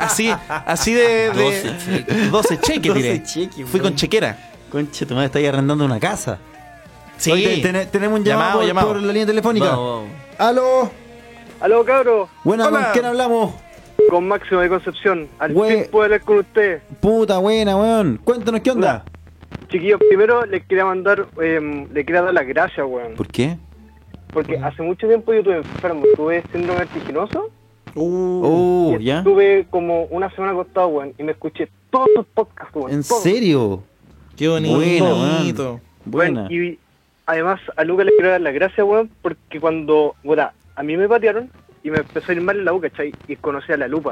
Speaker 5: Así, así de, de
Speaker 4: 12 cheques.
Speaker 5: 12 cheques
Speaker 3: 12
Speaker 5: tiré.
Speaker 3: cheques,
Speaker 5: Fui
Speaker 3: güey.
Speaker 5: con chequera.
Speaker 3: Conche, tu madre, estáis arrendando una casa.
Speaker 5: Sí.
Speaker 3: Oye, ten- tenemos un
Speaker 5: Llamado,
Speaker 3: llamado, por,
Speaker 5: llamado.
Speaker 3: por la línea telefónica.
Speaker 4: Vamos, vamos.
Speaker 3: ¡Aló!
Speaker 9: Aló, cabro,
Speaker 3: Buena,
Speaker 5: Hola.
Speaker 3: ¿con quién hablamos?
Speaker 9: con Máximo de Concepción. Al
Speaker 3: Güey.
Speaker 9: fin puedo hablar con usted.
Speaker 3: Puta, buena, weón. Cuéntanos qué onda.
Speaker 9: Chiquillos, primero les quería mandar, em, le quería dar las gracias, weón.
Speaker 3: ¿Por qué?
Speaker 9: Porque hace mucho tiempo yo estuve enfermo, tuve síndrome vertiginoso.
Speaker 3: Uh,
Speaker 9: y
Speaker 3: ya.
Speaker 9: Estuve como una semana acostado, weón, y me escuché todos sus podcasts, weón.
Speaker 3: ¿En
Speaker 9: todos.
Speaker 3: serio?
Speaker 5: Qué bonito.
Speaker 3: Buena, weón.
Speaker 9: Weón,
Speaker 3: Buena.
Speaker 9: y además a Lucas le quiero dar las gracias, weón, porque cuando, weón, a mí me patearon y me empezó a ir mal en la boca, ¿cachai? Y conocí a la lupa.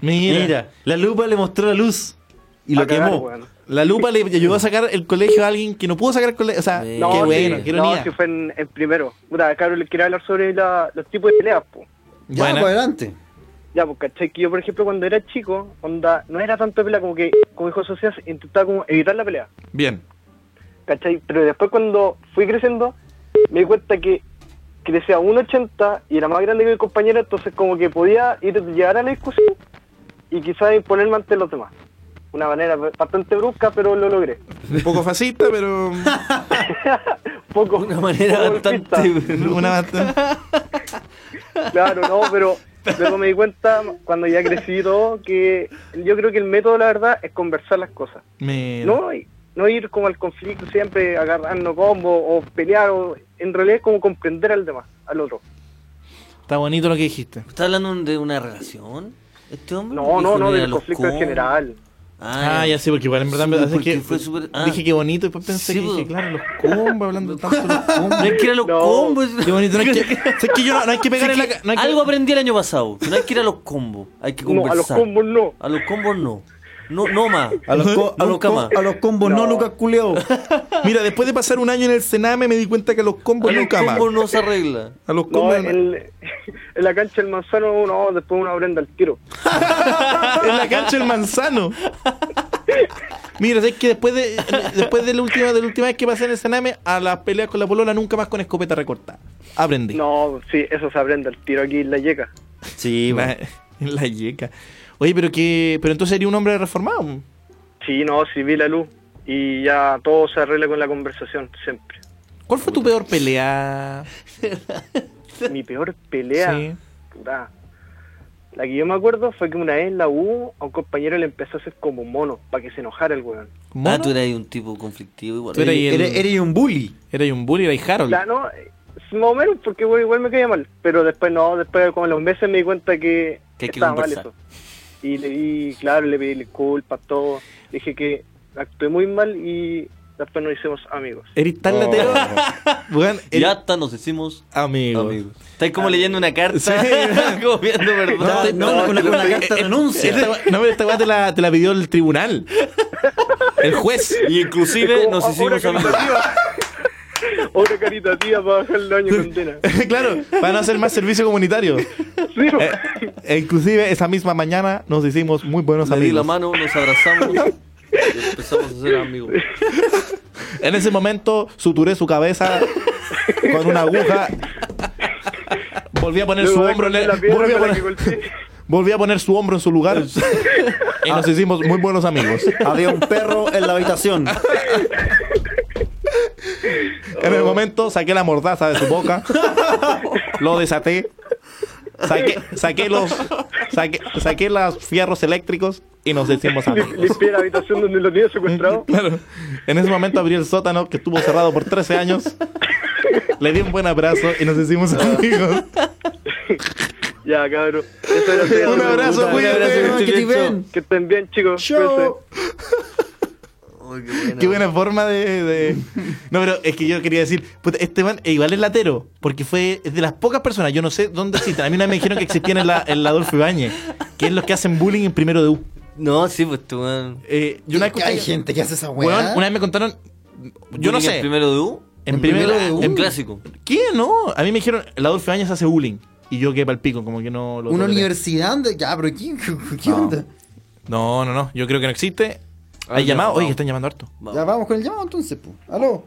Speaker 5: Mira.
Speaker 3: Mira, la lupa le mostró la luz y lo
Speaker 9: A cagar,
Speaker 3: quemó.
Speaker 9: weón.
Speaker 5: La lupa le ayudó a sacar el colegio a alguien que no pudo sacar el colegio. O sea,
Speaker 3: Eh,
Speaker 4: Sí.
Speaker 9: No,
Speaker 5: qué
Speaker 9: sí,
Speaker 5: bueno, qué
Speaker 9: no,
Speaker 5: ironía.
Speaker 9: sí fue en, en primero. Puta, cabrón, le quería hablar sobre la- los tipos de peleas, po.
Speaker 3: Ya,
Speaker 5: Buena.
Speaker 3: pa' adelante.
Speaker 9: Ya, pues, ¿cachai? Que yo, por ejemplo, cuando era chico, onda, no era tanto pelea como que, como dijo Socias, intentaba como evitar la pelea,
Speaker 5: Bien.
Speaker 9: ¿cachai? Pero después cuando fui creciendo, me di cuenta que crecía a 1,80 y era más grande que mi compañero, entonces como que podía ir, llegar a la discusión y quizás imponerme ante los demás. Una manera bastante brusca, pero lo logré.
Speaker 5: Un poco fascista, pero.
Speaker 9: Poco,
Speaker 4: Una manera
Speaker 9: poco golpista.
Speaker 4: bastante.
Speaker 5: una bastante.
Speaker 9: Claro, no, pero luego me di cuenta cuando ya crecí y todo que yo creo que el método, la verdad, es conversar las cosas.
Speaker 5: Mira.
Speaker 9: No, y- no ir como al conflicto siempre agarrando combo o pelear, o, en realidad es como comprender al demás, al otro.
Speaker 5: Está bonito lo que dijiste.
Speaker 4: ¿Está hablando de una relación? ¿Este hombre?
Speaker 9: No, no,
Speaker 4: Dijo,
Speaker 9: no,
Speaker 4: mira,
Speaker 9: del
Speaker 4: los
Speaker 9: conflicto en
Speaker 4: combos.
Speaker 9: general.
Speaker 5: Ah, ya sí, porque igual en verdad me
Speaker 4: Sí,
Speaker 5: parece
Speaker 4: porque
Speaker 5: que
Speaker 4: fue súper- ah.
Speaker 5: dije que bonito y después pensé
Speaker 4: Sí,
Speaker 5: que
Speaker 4: pues.
Speaker 5: dije, claro, los combos, hablando tanto de los combos.
Speaker 4: No es que ir a los
Speaker 9: No.
Speaker 4: combos.
Speaker 5: Qué bonito, no hay que, ¿sabes que yo no, no hay que pegar en la ca- no hay que-
Speaker 4: Algo aprendí el año pasado. que No hay que ir a los combos. Hay que
Speaker 9: No,
Speaker 4: conversar.
Speaker 9: a los combos no.
Speaker 4: A los combos no. No, no más.
Speaker 3: A los, co- a los
Speaker 4: Nunca
Speaker 3: co-
Speaker 4: más.
Speaker 3: a los combos, no,
Speaker 9: No.
Speaker 3: Lucas Culeo.
Speaker 5: Mira, después de pasar un año en el Sename me di cuenta que a los combos
Speaker 4: A los
Speaker 5: nunca más.
Speaker 4: combos no se arregla.
Speaker 5: A los
Speaker 9: No,
Speaker 5: combos.
Speaker 9: en, el- en la cancha del manzano uno, después uno aprende al tiro.
Speaker 5: en la cancha el manzano. Mira, es que después de, después de la última, de la última vez que pasé en el Sename, a las peleas con la polola nunca más con escopeta recortada. Aprendí.
Speaker 9: No, sí, eso se aprende, el tiro aquí en la yeca.
Speaker 3: Sí,
Speaker 5: La, la yeca. Oye, pero que. Pero entonces sería un hombre reformado.
Speaker 9: Sí, no, sí vi la luz y ya todo se arregla con la conversación, siempre.
Speaker 5: ¿Cuál fue tu peor pelea?
Speaker 9: Mi peor pelea,
Speaker 5: Sí.
Speaker 9: puta. La que yo me acuerdo fue que una vez en la U a un compañero le empezó a hacer como un mono para que se enojara el weón.
Speaker 5: ¿Mono?
Speaker 4: Ah, tú eras un tipo conflictivo igual.
Speaker 5: Tú eras-
Speaker 4: Sí.
Speaker 5: el-
Speaker 3: Eres, eres un bully.
Speaker 5: Era un bully, era y Harold.
Speaker 9: Ya, no, eh, más o menos porque bueno, igual me caía mal, pero después no, después con los meses me di cuenta que,
Speaker 4: Que hay que
Speaker 9: estaba mal
Speaker 4: conversar.
Speaker 9: eso. Y, le, y claro, le pedí disculpas, todo. Dije que actué muy mal y después nos hicimos amigos.
Speaker 5: Eres tan latero. Weón, eres-
Speaker 4: Oh. Ya hasta nos hicimos
Speaker 5: Amigo.
Speaker 4: amigos. Estáis como leyendo una carta. como viendo perdón.
Speaker 3: No,
Speaker 4: no,
Speaker 3: no,
Speaker 4: eh,
Speaker 3: una, una carta de renuncia.
Speaker 5: Esta gua- no, pero esta weá te la, te la pidió el tribunal. El juez.
Speaker 4: Y inclusive
Speaker 9: Como
Speaker 4: nos hicimos amigos.
Speaker 9: Obra caritativa para bajar el año de condena.
Speaker 5: claro, para no hacer más servicio comunitario.
Speaker 9: Sí,
Speaker 5: Eh, eh, inclusive esa misma mañana nos hicimos muy buenos
Speaker 4: Le di la
Speaker 5: amigos.
Speaker 4: mano, nos abrazamos y empezamos a ser amigos.
Speaker 5: En ese momento suturé su cabeza Eh, con una aguja. Volví a poner
Speaker 9: Luego
Speaker 5: su
Speaker 9: me
Speaker 5: hombro en el-
Speaker 9: corté la pierna
Speaker 5: volví a
Speaker 9: para
Speaker 5: poner-
Speaker 9: que golpeé.
Speaker 5: volví a poner su hombro en su lugar. y nos hicimos muy buenos amigos.
Speaker 3: Ah. Había un perro en la habitación.
Speaker 5: En el momento saqué la mordaza de su boca, lo desaté, saqué, saqué los saqué, saqué los fierros eléctricos y nos hicimos amigos.
Speaker 9: Limpié la habitación donde lo tenía secuestrado.
Speaker 5: Claro. En ese momento abrí el sótano que estuvo cerrado por 13 años. Le di un buen abrazo y nos hicimos amigos.
Speaker 9: Ya, cabrón. Eso era todo.
Speaker 5: Un abrazo,
Speaker 4: Un abrazo,
Speaker 5: cuídate.
Speaker 4: Lucho.
Speaker 3: que te ven.
Speaker 9: Que estén bien, chicos. Cuídense.
Speaker 5: Chao. Qué buena forma de, de- No, pero es que yo quería decir, puta, este man eh, igual es latero, porque fue es de las pocas personas, yo no sé dónde existen. A mí una vez me dijeron que existían en la, en la Adolfo Ibáñez, que es los que hacen bullying en primero de U.
Speaker 4: No, sí, pues tú, weón.
Speaker 5: Eh, yo una vez
Speaker 6: Hay
Speaker 5: conté-
Speaker 6: gente que hace esa weá.
Speaker 5: Weón, una vez me contaron, yo no
Speaker 4: Bullying en
Speaker 5: sé,
Speaker 4: primero de U?
Speaker 5: en primero de U.
Speaker 4: Un clásico.
Speaker 5: ¿Qué? No, a mí me dijeron, la Adolfo Ibáñez hace bullying. Y yo quedé palpico, como que no lo
Speaker 6: Una
Speaker 5: toleré.
Speaker 6: universidad donde. Ya, pero ¿qué, qué onda?
Speaker 5: No, no, no, yo creo que no existe. Hay
Speaker 4: Ah, ya,
Speaker 5: llamado, oye,
Speaker 4: vamos.
Speaker 5: que están llamando harto.
Speaker 6: Ya vamos con el llamado entonces, po. Aló.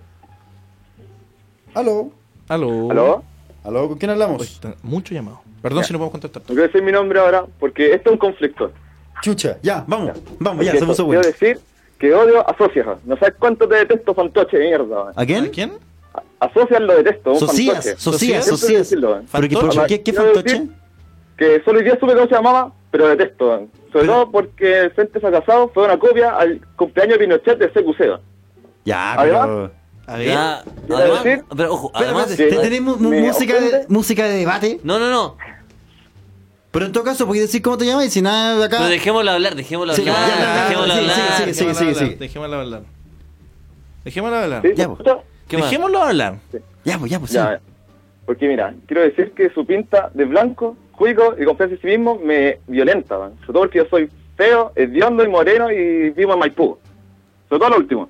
Speaker 6: Aló.
Speaker 5: Aló.
Speaker 9: ¿Aló?
Speaker 6: Aló, ¿con quién
Speaker 5: Oye,
Speaker 6: hablamos?
Speaker 5: está- mucho llamado. Perdón si no puedo contestar.
Speaker 9: Yo voy a decir mi nombre ahora porque esto es un conflicto.
Speaker 6: Chucha.
Speaker 3: Ya, vamos, vamos, ya,
Speaker 9: Porque
Speaker 3: se puso
Speaker 9: Quiero
Speaker 3: bueno.
Speaker 9: decir que odio a Socias. No sabes cuánto te detesto, fantoche de mierda.
Speaker 3: ¿A
Speaker 5: ¿A
Speaker 3: quién?
Speaker 5: quién?
Speaker 9: A Socias lo detesto, un
Speaker 3: Socias,
Speaker 9: fantoche.
Speaker 3: socias,
Speaker 5: Socias.
Speaker 9: Siempre
Speaker 3: socias.
Speaker 9: decirlo, ¿eh?
Speaker 3: ¿Pero qué,
Speaker 5: Fantoche.
Speaker 3: por qué, qué
Speaker 9: Quiero
Speaker 3: fantoche?
Speaker 9: decir Que solo hoy día supe cómo se llamaba, pero lo detesto. ¿eh? Sobre todo porque el Frente Fracasado fue una copia al cumpleaños de Pinochet de CQC.
Speaker 5: Ah,
Speaker 3: Ya,
Speaker 9: Además,
Speaker 3: pero...
Speaker 5: A ver.
Speaker 4: Ya,
Speaker 9: Quiero
Speaker 4: además-
Speaker 9: decir-
Speaker 4: pero ojo,
Speaker 3: Pero
Speaker 4: además...
Speaker 3: espérate, te-
Speaker 9: de-
Speaker 3: tenemos mu-
Speaker 9: me
Speaker 3: música de,
Speaker 9: ofende.
Speaker 3: música de debate.
Speaker 4: No, no, no.
Speaker 3: Pero en todo caso, podéis decir cómo te llamas y si nada de acá.
Speaker 4: Pero dejémoslo hablar, dejémoslo
Speaker 3: Sí,
Speaker 4: hablar.
Speaker 3: ya, ya, ya,
Speaker 4: dejémoslo
Speaker 3: sí, sí,
Speaker 4: hablar.
Speaker 3: sí, sí.
Speaker 5: Dejémosla hablar, Dejémosla hablar. Dejémosla hablar.
Speaker 9: ¿Sí?
Speaker 3: Ya, pues.
Speaker 4: ¿Qué más?
Speaker 5: Dejémoslo hablar.
Speaker 3: Ya, pues, ya, pues, sí.
Speaker 9: Ya, porque mira, quiero decir que su pinta de blanco, juicio y confianza en sí mismo me violenta, man. sobre todo porque yo soy feo, hediondo y moreno y vivo en Maipú. Sobre todo lo último.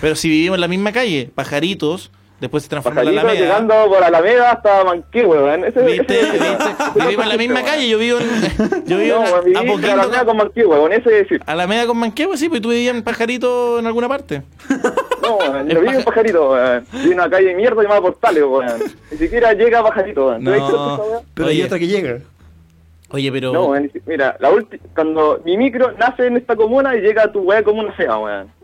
Speaker 5: Pero si vivimos en la misma calle, pajaritos, después se transforma en la
Speaker 9: Pajarito
Speaker 5: Alameda.
Speaker 9: llegando por Alameda hasta Manquí, weón. Ese,
Speaker 5: ¿Viste?
Speaker 9: ese-
Speaker 5: ¿Viste? Vivimos en la misma calle, yo vivo en, yo vivo
Speaker 9: No, weón,
Speaker 5: en
Speaker 9: viví en
Speaker 5: Apoquindo,
Speaker 9: Alameda con Manquí, weón. Ese es decir,
Speaker 5: Alameda con Manquehue, sí, pues tú vivías en pajarito en alguna parte.
Speaker 9: no, weón.
Speaker 5: Es
Speaker 9: Yo vivo
Speaker 5: paja-
Speaker 9: en Pajarito, weón. Vivo en una calle de mierda llamada Portales, weón. Ni siquiera llega a Pajarito, weón. ¿Tú ves que esa
Speaker 5: No.
Speaker 9: weá?
Speaker 3: Pero hay
Speaker 5: oye,
Speaker 3: otra que llega.
Speaker 5: oye, pero
Speaker 9: No, weón, ni si- mira, la ulti- cuando mi micro nace en esta comuna y llega a tu weá comuna fea, weón.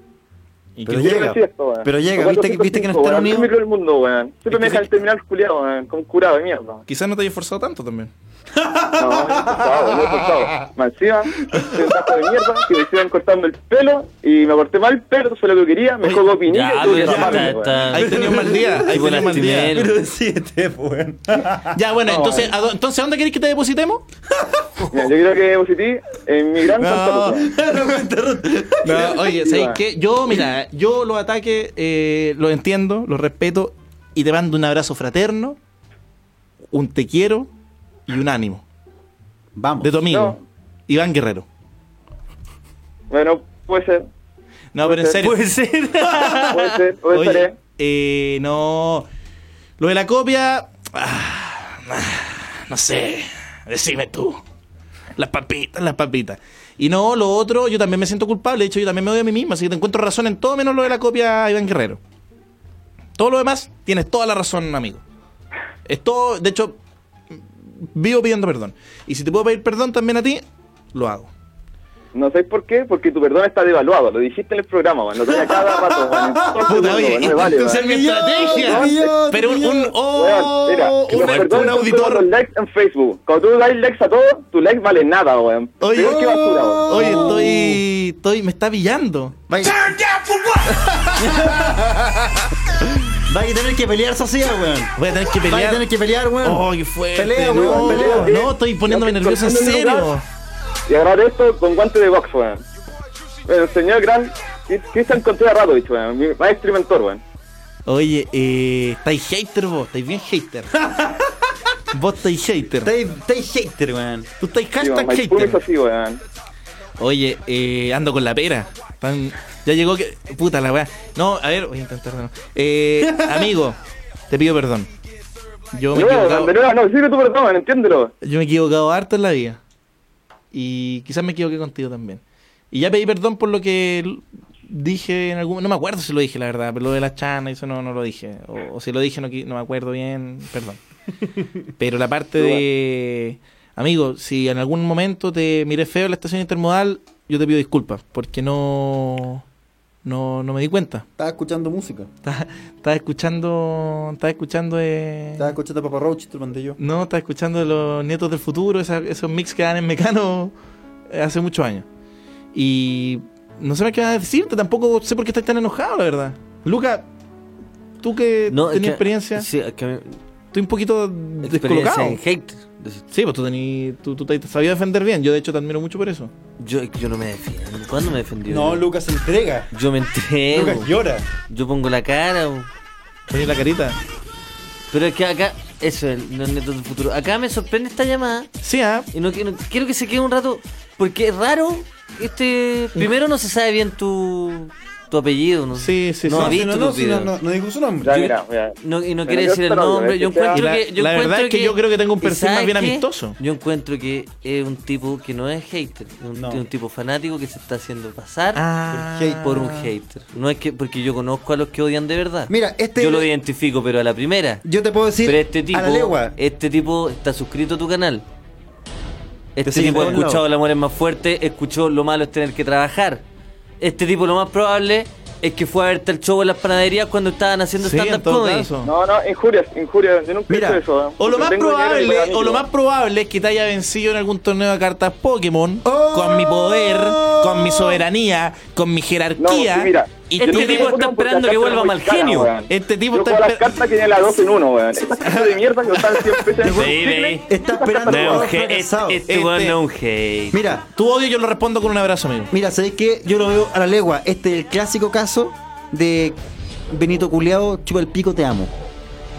Speaker 5: ¿y
Speaker 3: Pero
Speaker 5: qué-
Speaker 3: llega.
Speaker 9: Siempre es esto, weón.
Speaker 3: Pero llega,
Speaker 9: Como
Speaker 3: ¿viste que- viste que no
Speaker 9: 405,
Speaker 3: están
Speaker 9: weón,
Speaker 3: unidos?
Speaker 9: el micro del mundo, weón.
Speaker 5: Es que
Speaker 9: Siempre me dejan
Speaker 5: sí
Speaker 9: el terminal culiado, weón, con curado de mierda. No,
Speaker 5: quizás no te hayas esforzado tanto también.
Speaker 9: no he soltado, no he soltado. Más encima, soy un tajo de mierda que me hicieron cortando el pelo y me corté mal, pero fue lo que quería, me
Speaker 5: Oye,
Speaker 9: juego pinilla
Speaker 4: Ya,
Speaker 9: y tuve que
Speaker 4: pero está-
Speaker 9: raparme, weón.
Speaker 4: está-
Speaker 5: Ahí tenía un mal día, ahí
Speaker 4: Tipo
Speaker 5: tenía un mal día.
Speaker 4: lastimero.
Speaker 3: siete, weón.
Speaker 5: Ya, bueno,
Speaker 9: eh.
Speaker 5: entonces, ¿a dó- entonces, ¿a dónde queréis que te depositemos?
Speaker 9: Mira, yo creo que deposité en mi gran Santa
Speaker 5: No.
Speaker 9: Lucía.
Speaker 5: No, oye, ¿sabéis qué? Yo, mira, yo los ataques eh, los entiendo, los respeto y te mando un abrazo fraterno, un te quiero y un ánimo.
Speaker 3: Vamos.
Speaker 5: De tu amigo,
Speaker 9: No.
Speaker 5: Iván Guerrero.
Speaker 9: Bueno, puede ser,
Speaker 5: No, pero en serio. Puede ser.
Speaker 9: puede ser, puede
Speaker 5: Oye,
Speaker 9: ser.
Speaker 5: eh, no. Lo de la copia. ah, ah, no sé. Decime tú. Las papitas, las papitas. Y no, lo otro, yo también me siento culpable. De hecho, yo también me odio a mí mismo. Así que te encuentro razón en todo menos lo de la copia a Iván Guerrero. Todo lo demás, tienes toda la razón, amigo. Es todo, de hecho, vivo pidiendo perdón. Y si te puedo pedir perdón también a ti, lo hago.
Speaker 10: No sé por qué, porque tu perdón está devaluado. Lo dijiste en el programa, weón. Lo tenía cada rato, weón. Todo
Speaker 5: Puta,
Speaker 10: segundo,
Speaker 5: oye,
Speaker 10: weón, no me vale,
Speaker 5: esto
Speaker 10: weón.
Speaker 5: es mi estrategia.
Speaker 6: Millón,
Speaker 5: Pero un, un- oh,
Speaker 10: Weón, mira,
Speaker 5: un-
Speaker 10: los
Speaker 5: un,
Speaker 10: perdones son como
Speaker 5: auditor.
Speaker 10: Los likes en Facebook. Cuando tú das likes a todo, tu like vale nada, weón.
Speaker 5: Oye,
Speaker 10: Peor que basura, weón.
Speaker 5: oye, estoy, estoy, me está pillando.
Speaker 3: Vaya, vaya a tener que pelear, socia, weón.
Speaker 5: Voy a tener que
Speaker 3: Vaya a
Speaker 5: pelear.
Speaker 3: tener que pelear, weón.
Speaker 5: Oh, qué fuerte.
Speaker 3: Pelea,
Speaker 5: no,
Speaker 10: weón, pelea,
Speaker 5: no,
Speaker 10: pelea.
Speaker 5: estoy poniéndome
Speaker 10: Ya,
Speaker 5: nervioso en
Speaker 10: cortando el
Speaker 5: serio.
Speaker 10: lugar. Y agarrar esto con guante de box, weón. El señor Gran, Cristian Contreras Radovich, weón. Mi maestro y mentor, weón.
Speaker 5: Oye, eh, estáis hater vos, estáis bien hater. vos estáis hater.
Speaker 3: Estáis estáis hater, weón.
Speaker 5: Tú estáis
Speaker 10: Sí, weón,
Speaker 5: hashtag
Speaker 10: Maipú es
Speaker 5: hater.
Speaker 10: así, weón.
Speaker 5: Oye, eh, ando con la pera. Tan- Ya llegó que. Puta la weá. No, a ver, voy a intentar de nuevo. Eh, amigo, te pido perdón. Yo
Speaker 10: De
Speaker 5: me he
Speaker 10: nuevo,
Speaker 5: equivocado.
Speaker 10: weón, de nuevo, no, sirve tu perdón, weón, entiéndelo.
Speaker 5: Yo me he equivocado harto en la vida. Y quizás me equivoqué contigo también. Y ya pedí perdón por lo que l- dije en algún... No me acuerdo si lo dije, la verdad. Pero lo de la chana, eso no, no lo dije. O, o si lo dije, no, qui- no me acuerdo bien. Perdón. Pero la parte de... Amigo, si en algún momento te miré feo en la estación intermodal, yo te pido disculpas. Porque no... No, no me di cuenta.
Speaker 6: Estaba escuchando música.
Speaker 5: Estaba, estaba escuchando... Estaba escuchando... eh,
Speaker 6: Estaba escuchando a Papa Roach, te lo mandé yo.
Speaker 5: no, está escuchando Los Nietos del Futuro, esa- esos mix que dan en Mecano eh, hace muchos años. Y no sé más qué vas a decirte, tampoco sé por qué estás tan enojado, la verdad. Luca, tú que
Speaker 4: No, es
Speaker 5: tenías
Speaker 4: que-
Speaker 5: experiencia,
Speaker 4: Sí, es que a mí-
Speaker 5: estoy un poquito
Speaker 4: experiencia
Speaker 5: descolocado.
Speaker 4: en hate. Decís,
Speaker 5: Sí, pues tú, tení, tú, tú te has sabido defender bien. Yo, de hecho, te admiro mucho por eso.
Speaker 4: Yo, yo no me defiendo. ¿Cuándo me defendí?
Speaker 6: No,
Speaker 4: yo?
Speaker 6: Lucas se entrega.
Speaker 4: Yo me entrego.
Speaker 6: Lucas llora.
Speaker 4: Yo pongo la cara. bo.
Speaker 5: Tenés la carita.
Speaker 4: Pero es que acá, eso es los netos del futuro. Acá me sorprende esta llamada.
Speaker 5: Sí, ah,
Speaker 4: Y no, que- no- quiero que se quede un rato. Porque es raro. Este. Primero no se sabe bien tu. tu apellido, ¿no?
Speaker 5: Sí, sí,
Speaker 4: no
Speaker 5: sí.
Speaker 4: ha visto
Speaker 6: no, no,
Speaker 4: tus
Speaker 6: si no,
Speaker 4: videos.
Speaker 6: no, no dijo su nombre.
Speaker 10: Ya,
Speaker 6: Yo-
Speaker 10: mira, mira.
Speaker 4: No, y no
Speaker 10: Pero
Speaker 4: quiere
Speaker 10: yo
Speaker 4: decir el
Speaker 10: espero algo,
Speaker 4: nombre.
Speaker 10: eh,
Speaker 4: Yo
Speaker 10: que sea-
Speaker 4: encuentro
Speaker 5: Y la-
Speaker 4: que. Yo
Speaker 5: la verdad
Speaker 4: encuentro
Speaker 5: es que yo creo que tengo un
Speaker 4: ¿y
Speaker 5: perfil más
Speaker 4: sabes
Speaker 5: bien
Speaker 4: qué?
Speaker 5: amistoso.
Speaker 4: Yo encuentro que es un tipo que no es hater. Es un,
Speaker 6: No.
Speaker 4: es un tipo fanático que se está haciendo pasar
Speaker 5: Ah.
Speaker 4: por, hate- por un hater. No es que. Porque yo conozco a los que odian de verdad.
Speaker 6: Mira, este-
Speaker 4: Yo lo identifico, pero a la primera.
Speaker 6: Yo te puedo decir
Speaker 4: Pero este tipo,
Speaker 6: a la legua.
Speaker 4: este tipo está suscrito a tu canal. Este
Speaker 6: sigue
Speaker 4: tipo
Speaker 6: en
Speaker 4: ha
Speaker 6: todos
Speaker 4: escuchado
Speaker 6: lados.
Speaker 4: El amor es más fuerte, escuchó lo malo es tener que trabajar. Este tipo lo más probable es que fue a verte el show en las panaderías cuando estaban haciendo
Speaker 5: Sí, en
Speaker 4: stand-up
Speaker 5: todo
Speaker 4: comedy.
Speaker 5: caso.
Speaker 10: No, no, injurias, injurias. Yo nunca he
Speaker 6: Mira,
Speaker 10: hecho eso, weón.
Speaker 5: O lo,
Speaker 10: Porque
Speaker 5: más
Speaker 10: tengo dinero y
Speaker 5: probable,
Speaker 10: para mí,
Speaker 5: o lo
Speaker 10: weón.
Speaker 5: más probable es que te haya vencido en algún torneo de cartas Pokémon con mi poder, con mi soberanía, con mi
Speaker 10: Oh. No, sí,
Speaker 5: jerarquía.
Speaker 10: mira.
Speaker 5: y
Speaker 10: Yo
Speaker 5: tú-
Speaker 10: no
Speaker 4: Este
Speaker 10: me
Speaker 4: tipo está
Speaker 10: acuerdo porque
Speaker 4: esperando
Speaker 10: las
Speaker 4: que
Speaker 10: cartas
Speaker 4: vuelva
Speaker 10: eran muy
Speaker 4: mal
Speaker 10: caras,
Speaker 4: genio.
Speaker 10: weón.
Speaker 5: Este tipo
Speaker 10: Yo
Speaker 5: está
Speaker 10: juego a las
Speaker 5: esper-
Speaker 10: cartas que tiene la 2 en 1, weón. Estas cartas de mierda que están 100 pesos en
Speaker 4: Sí,
Speaker 10: el
Speaker 4: ve.
Speaker 3: Está esperando
Speaker 4: No es un
Speaker 3: todo
Speaker 4: hate,
Speaker 3: fracasado.
Speaker 4: este- este
Speaker 5: Este-
Speaker 4: weón no es un hate.
Speaker 3: Mira,
Speaker 5: tu odio yo lo respondo con un abrazo, amigo.
Speaker 3: mira, ¿sabéis qué? Yo lo veo a la legua. Este es el clásico caso de Benito Culeado, chupa el pico, te amo.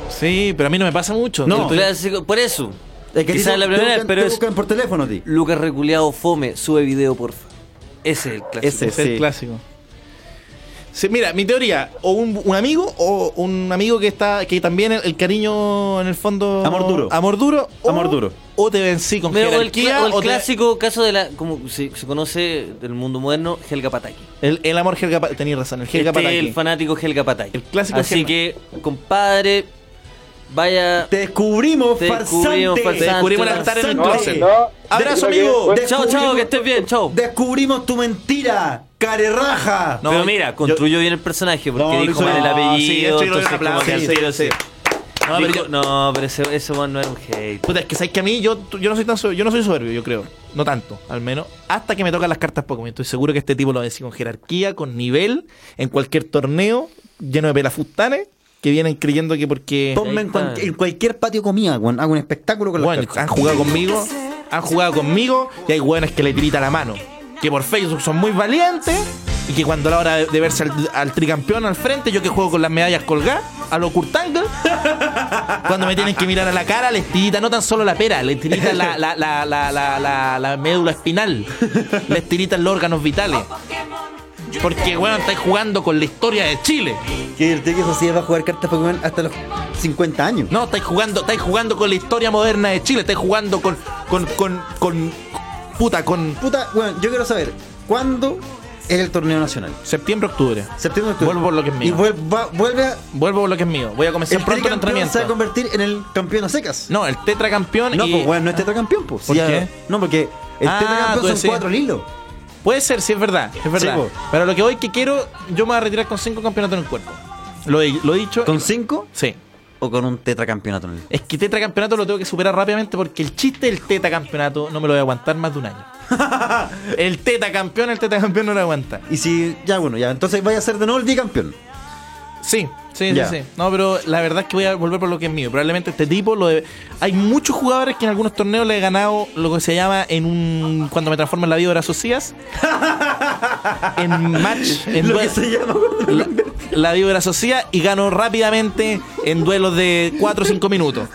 Speaker 5: Sí, pero a mí no me pasa mucho.
Speaker 4: El clásico- por eso.
Speaker 3: Es a ti
Speaker 4: Quizás
Speaker 3: te-
Speaker 4: la
Speaker 3: te
Speaker 4: primera vez,
Speaker 3: buscan-
Speaker 4: pero
Speaker 3: te
Speaker 4: es
Speaker 3: buscan por teléfono, a ti.
Speaker 4: Lucas Reculeado Fome, sube video, porfa. Ese es el clásico.
Speaker 3: Ese.
Speaker 5: es el
Speaker 3: sí.
Speaker 5: clásico. Sí, mira, mi teoría, o un, un amigo, o un amigo que está, que también el, el cariño en el fondo.
Speaker 3: Amor duro.
Speaker 5: Amor duro. o-
Speaker 3: Amor duro.
Speaker 5: O te vencí con
Speaker 4: Mira, o el,
Speaker 5: jerarquía.
Speaker 4: cla- o el
Speaker 5: o te-
Speaker 4: clásico caso de la, como se, se conoce del mundo moderno, Helga Pataki.
Speaker 5: el, el amor Helga Pa- Tenías razón, el Helga
Speaker 4: Este es
Speaker 5: Pataki.
Speaker 4: el fanático Helga Pataki.
Speaker 5: El clásico
Speaker 4: Así
Speaker 5: Helga.
Speaker 4: que, compadre, vaya.
Speaker 3: Te descubrimos,
Speaker 4: Ah. Te descubrimos,
Speaker 3: farsante.
Speaker 4: farsante.
Speaker 5: Descubrimos el altar en el
Speaker 3: No,
Speaker 5: closet.
Speaker 10: no,
Speaker 5: Abrazo,
Speaker 10: yo creo que-
Speaker 5: amigo.
Speaker 10: Bueno,
Speaker 4: Chao, chao,
Speaker 3: descubrimos-
Speaker 4: que estés bien, chao.
Speaker 3: Descubrimos tu mentira, carerraja.
Speaker 5: No,
Speaker 4: Pero mira,
Speaker 5: yo-
Speaker 4: construyó bien el personaje porque
Speaker 5: No,
Speaker 4: dijo
Speaker 5: lo
Speaker 4: mal el
Speaker 5: hizo- no, sí,
Speaker 4: apellido.
Speaker 5: esto yo creo que
Speaker 4: entonces
Speaker 5: un
Speaker 4: como que
Speaker 5: aplauso,
Speaker 4: al
Speaker 5: sí,
Speaker 4: tiro
Speaker 5: sí,
Speaker 4: se-
Speaker 5: No, pero
Speaker 4: Dijo-
Speaker 5: yo-
Speaker 4: No, pero ese, ese weón no era un hate.
Speaker 5: Puta, es que sabes que a mí yo, yo no soy tan soberbio, yo no soy soberbio, yo creo. No tanto, al menos. Hasta que me tocan las cartas Pokémon. Estoy seguro que este tipo lo decía con jerarquía, con nivel, en cualquier torneo, lleno de pelafustanes, que vienen creyendo que porque.
Speaker 3: Ponme
Speaker 4: Ahí
Speaker 3: en,
Speaker 4: está.
Speaker 3: cuan- en cualquier patio comida, weón. Hago un espectáculo con
Speaker 5: Bueno,
Speaker 3: las cartas.
Speaker 5: han jugado conmigo, han jugado conmigo, y hay hueones que le tirita la mano. Que por Facebook son muy valientes, y que cuando a la hora de, de verse al, al tricampeón al frente, yo que juego con las medallas colgadas, a lo curtanga, cuando me tienen que mirar a la cara, les tirita no tan solo la pera, les tirita la, la, la, la, la, la- la médula espinal, les tiritan los órganos vitales. Porque, weón, estáis jugando con la historia de Chile.
Speaker 3: Que el tío que Sociedad va a jugar cartas Pokémon hasta los 50 años.
Speaker 5: No, estáis jugando, estáis jugando con la historia moderna de Chile, estáis jugando con, con, con, con, Puta, con.
Speaker 3: Puta, bueno, yo quiero saber, ¿cuándo es el torneo nacional?
Speaker 5: Septiembre, octubre.
Speaker 3: Septiembre, octubre.
Speaker 5: Vuelvo por lo que es mío.
Speaker 3: Y vuel- va- vuelve a.
Speaker 5: Vuelvo por lo que es mío. Voy a comenzar
Speaker 3: El
Speaker 5: pronto el
Speaker 3: tricampeón
Speaker 5: entrenamiento.
Speaker 3: se va a convertir en el campeón a secas.
Speaker 5: No, el tetracampeón.
Speaker 3: No,
Speaker 5: y-
Speaker 3: pues bueno, no es tetracampeón, pues.
Speaker 5: ¿Por
Speaker 3: Ya-
Speaker 5: qué?
Speaker 3: No, porque el
Speaker 5: Ah, tú
Speaker 3: tetracampeón
Speaker 5: decís.
Speaker 3: son cuatro lilos.
Speaker 5: Puede ser, sí, es verdad. Es verdad.
Speaker 3: po.
Speaker 5: Pero lo que hoy que quiero, yo me voy a retirar con cinco campeonatos en el cuerpo. Lo he, lo he dicho.
Speaker 3: ¿Con cinco
Speaker 5: Sí.
Speaker 3: o con un tetracampeonato en el?
Speaker 5: Es que tetracampeonato lo tengo que superar rápidamente porque el chiste del tetracampeonato no me lo voy a aguantar más de un año. el tetracampeón, el tetracampeón no lo voy a aguantar.
Speaker 3: Y si, ya bueno, ya, entonces vaya a ser de nuevo el bicampeón.
Speaker 5: Sí, sí,
Speaker 3: Ya.
Speaker 5: sí, sí. No, pero la verdad es que voy a volver por lo que es mío. Probablemente este tipo lo de- Hay muchos jugadores que en algunos torneos le he ganado lo que se llama en un. Cuando me transformo en la víbora socias. en match. En
Speaker 3: Lo
Speaker 5: due-
Speaker 3: que se llama.
Speaker 5: la, la víbora socia y gano rápidamente en duelos de 4 o 5 minutos.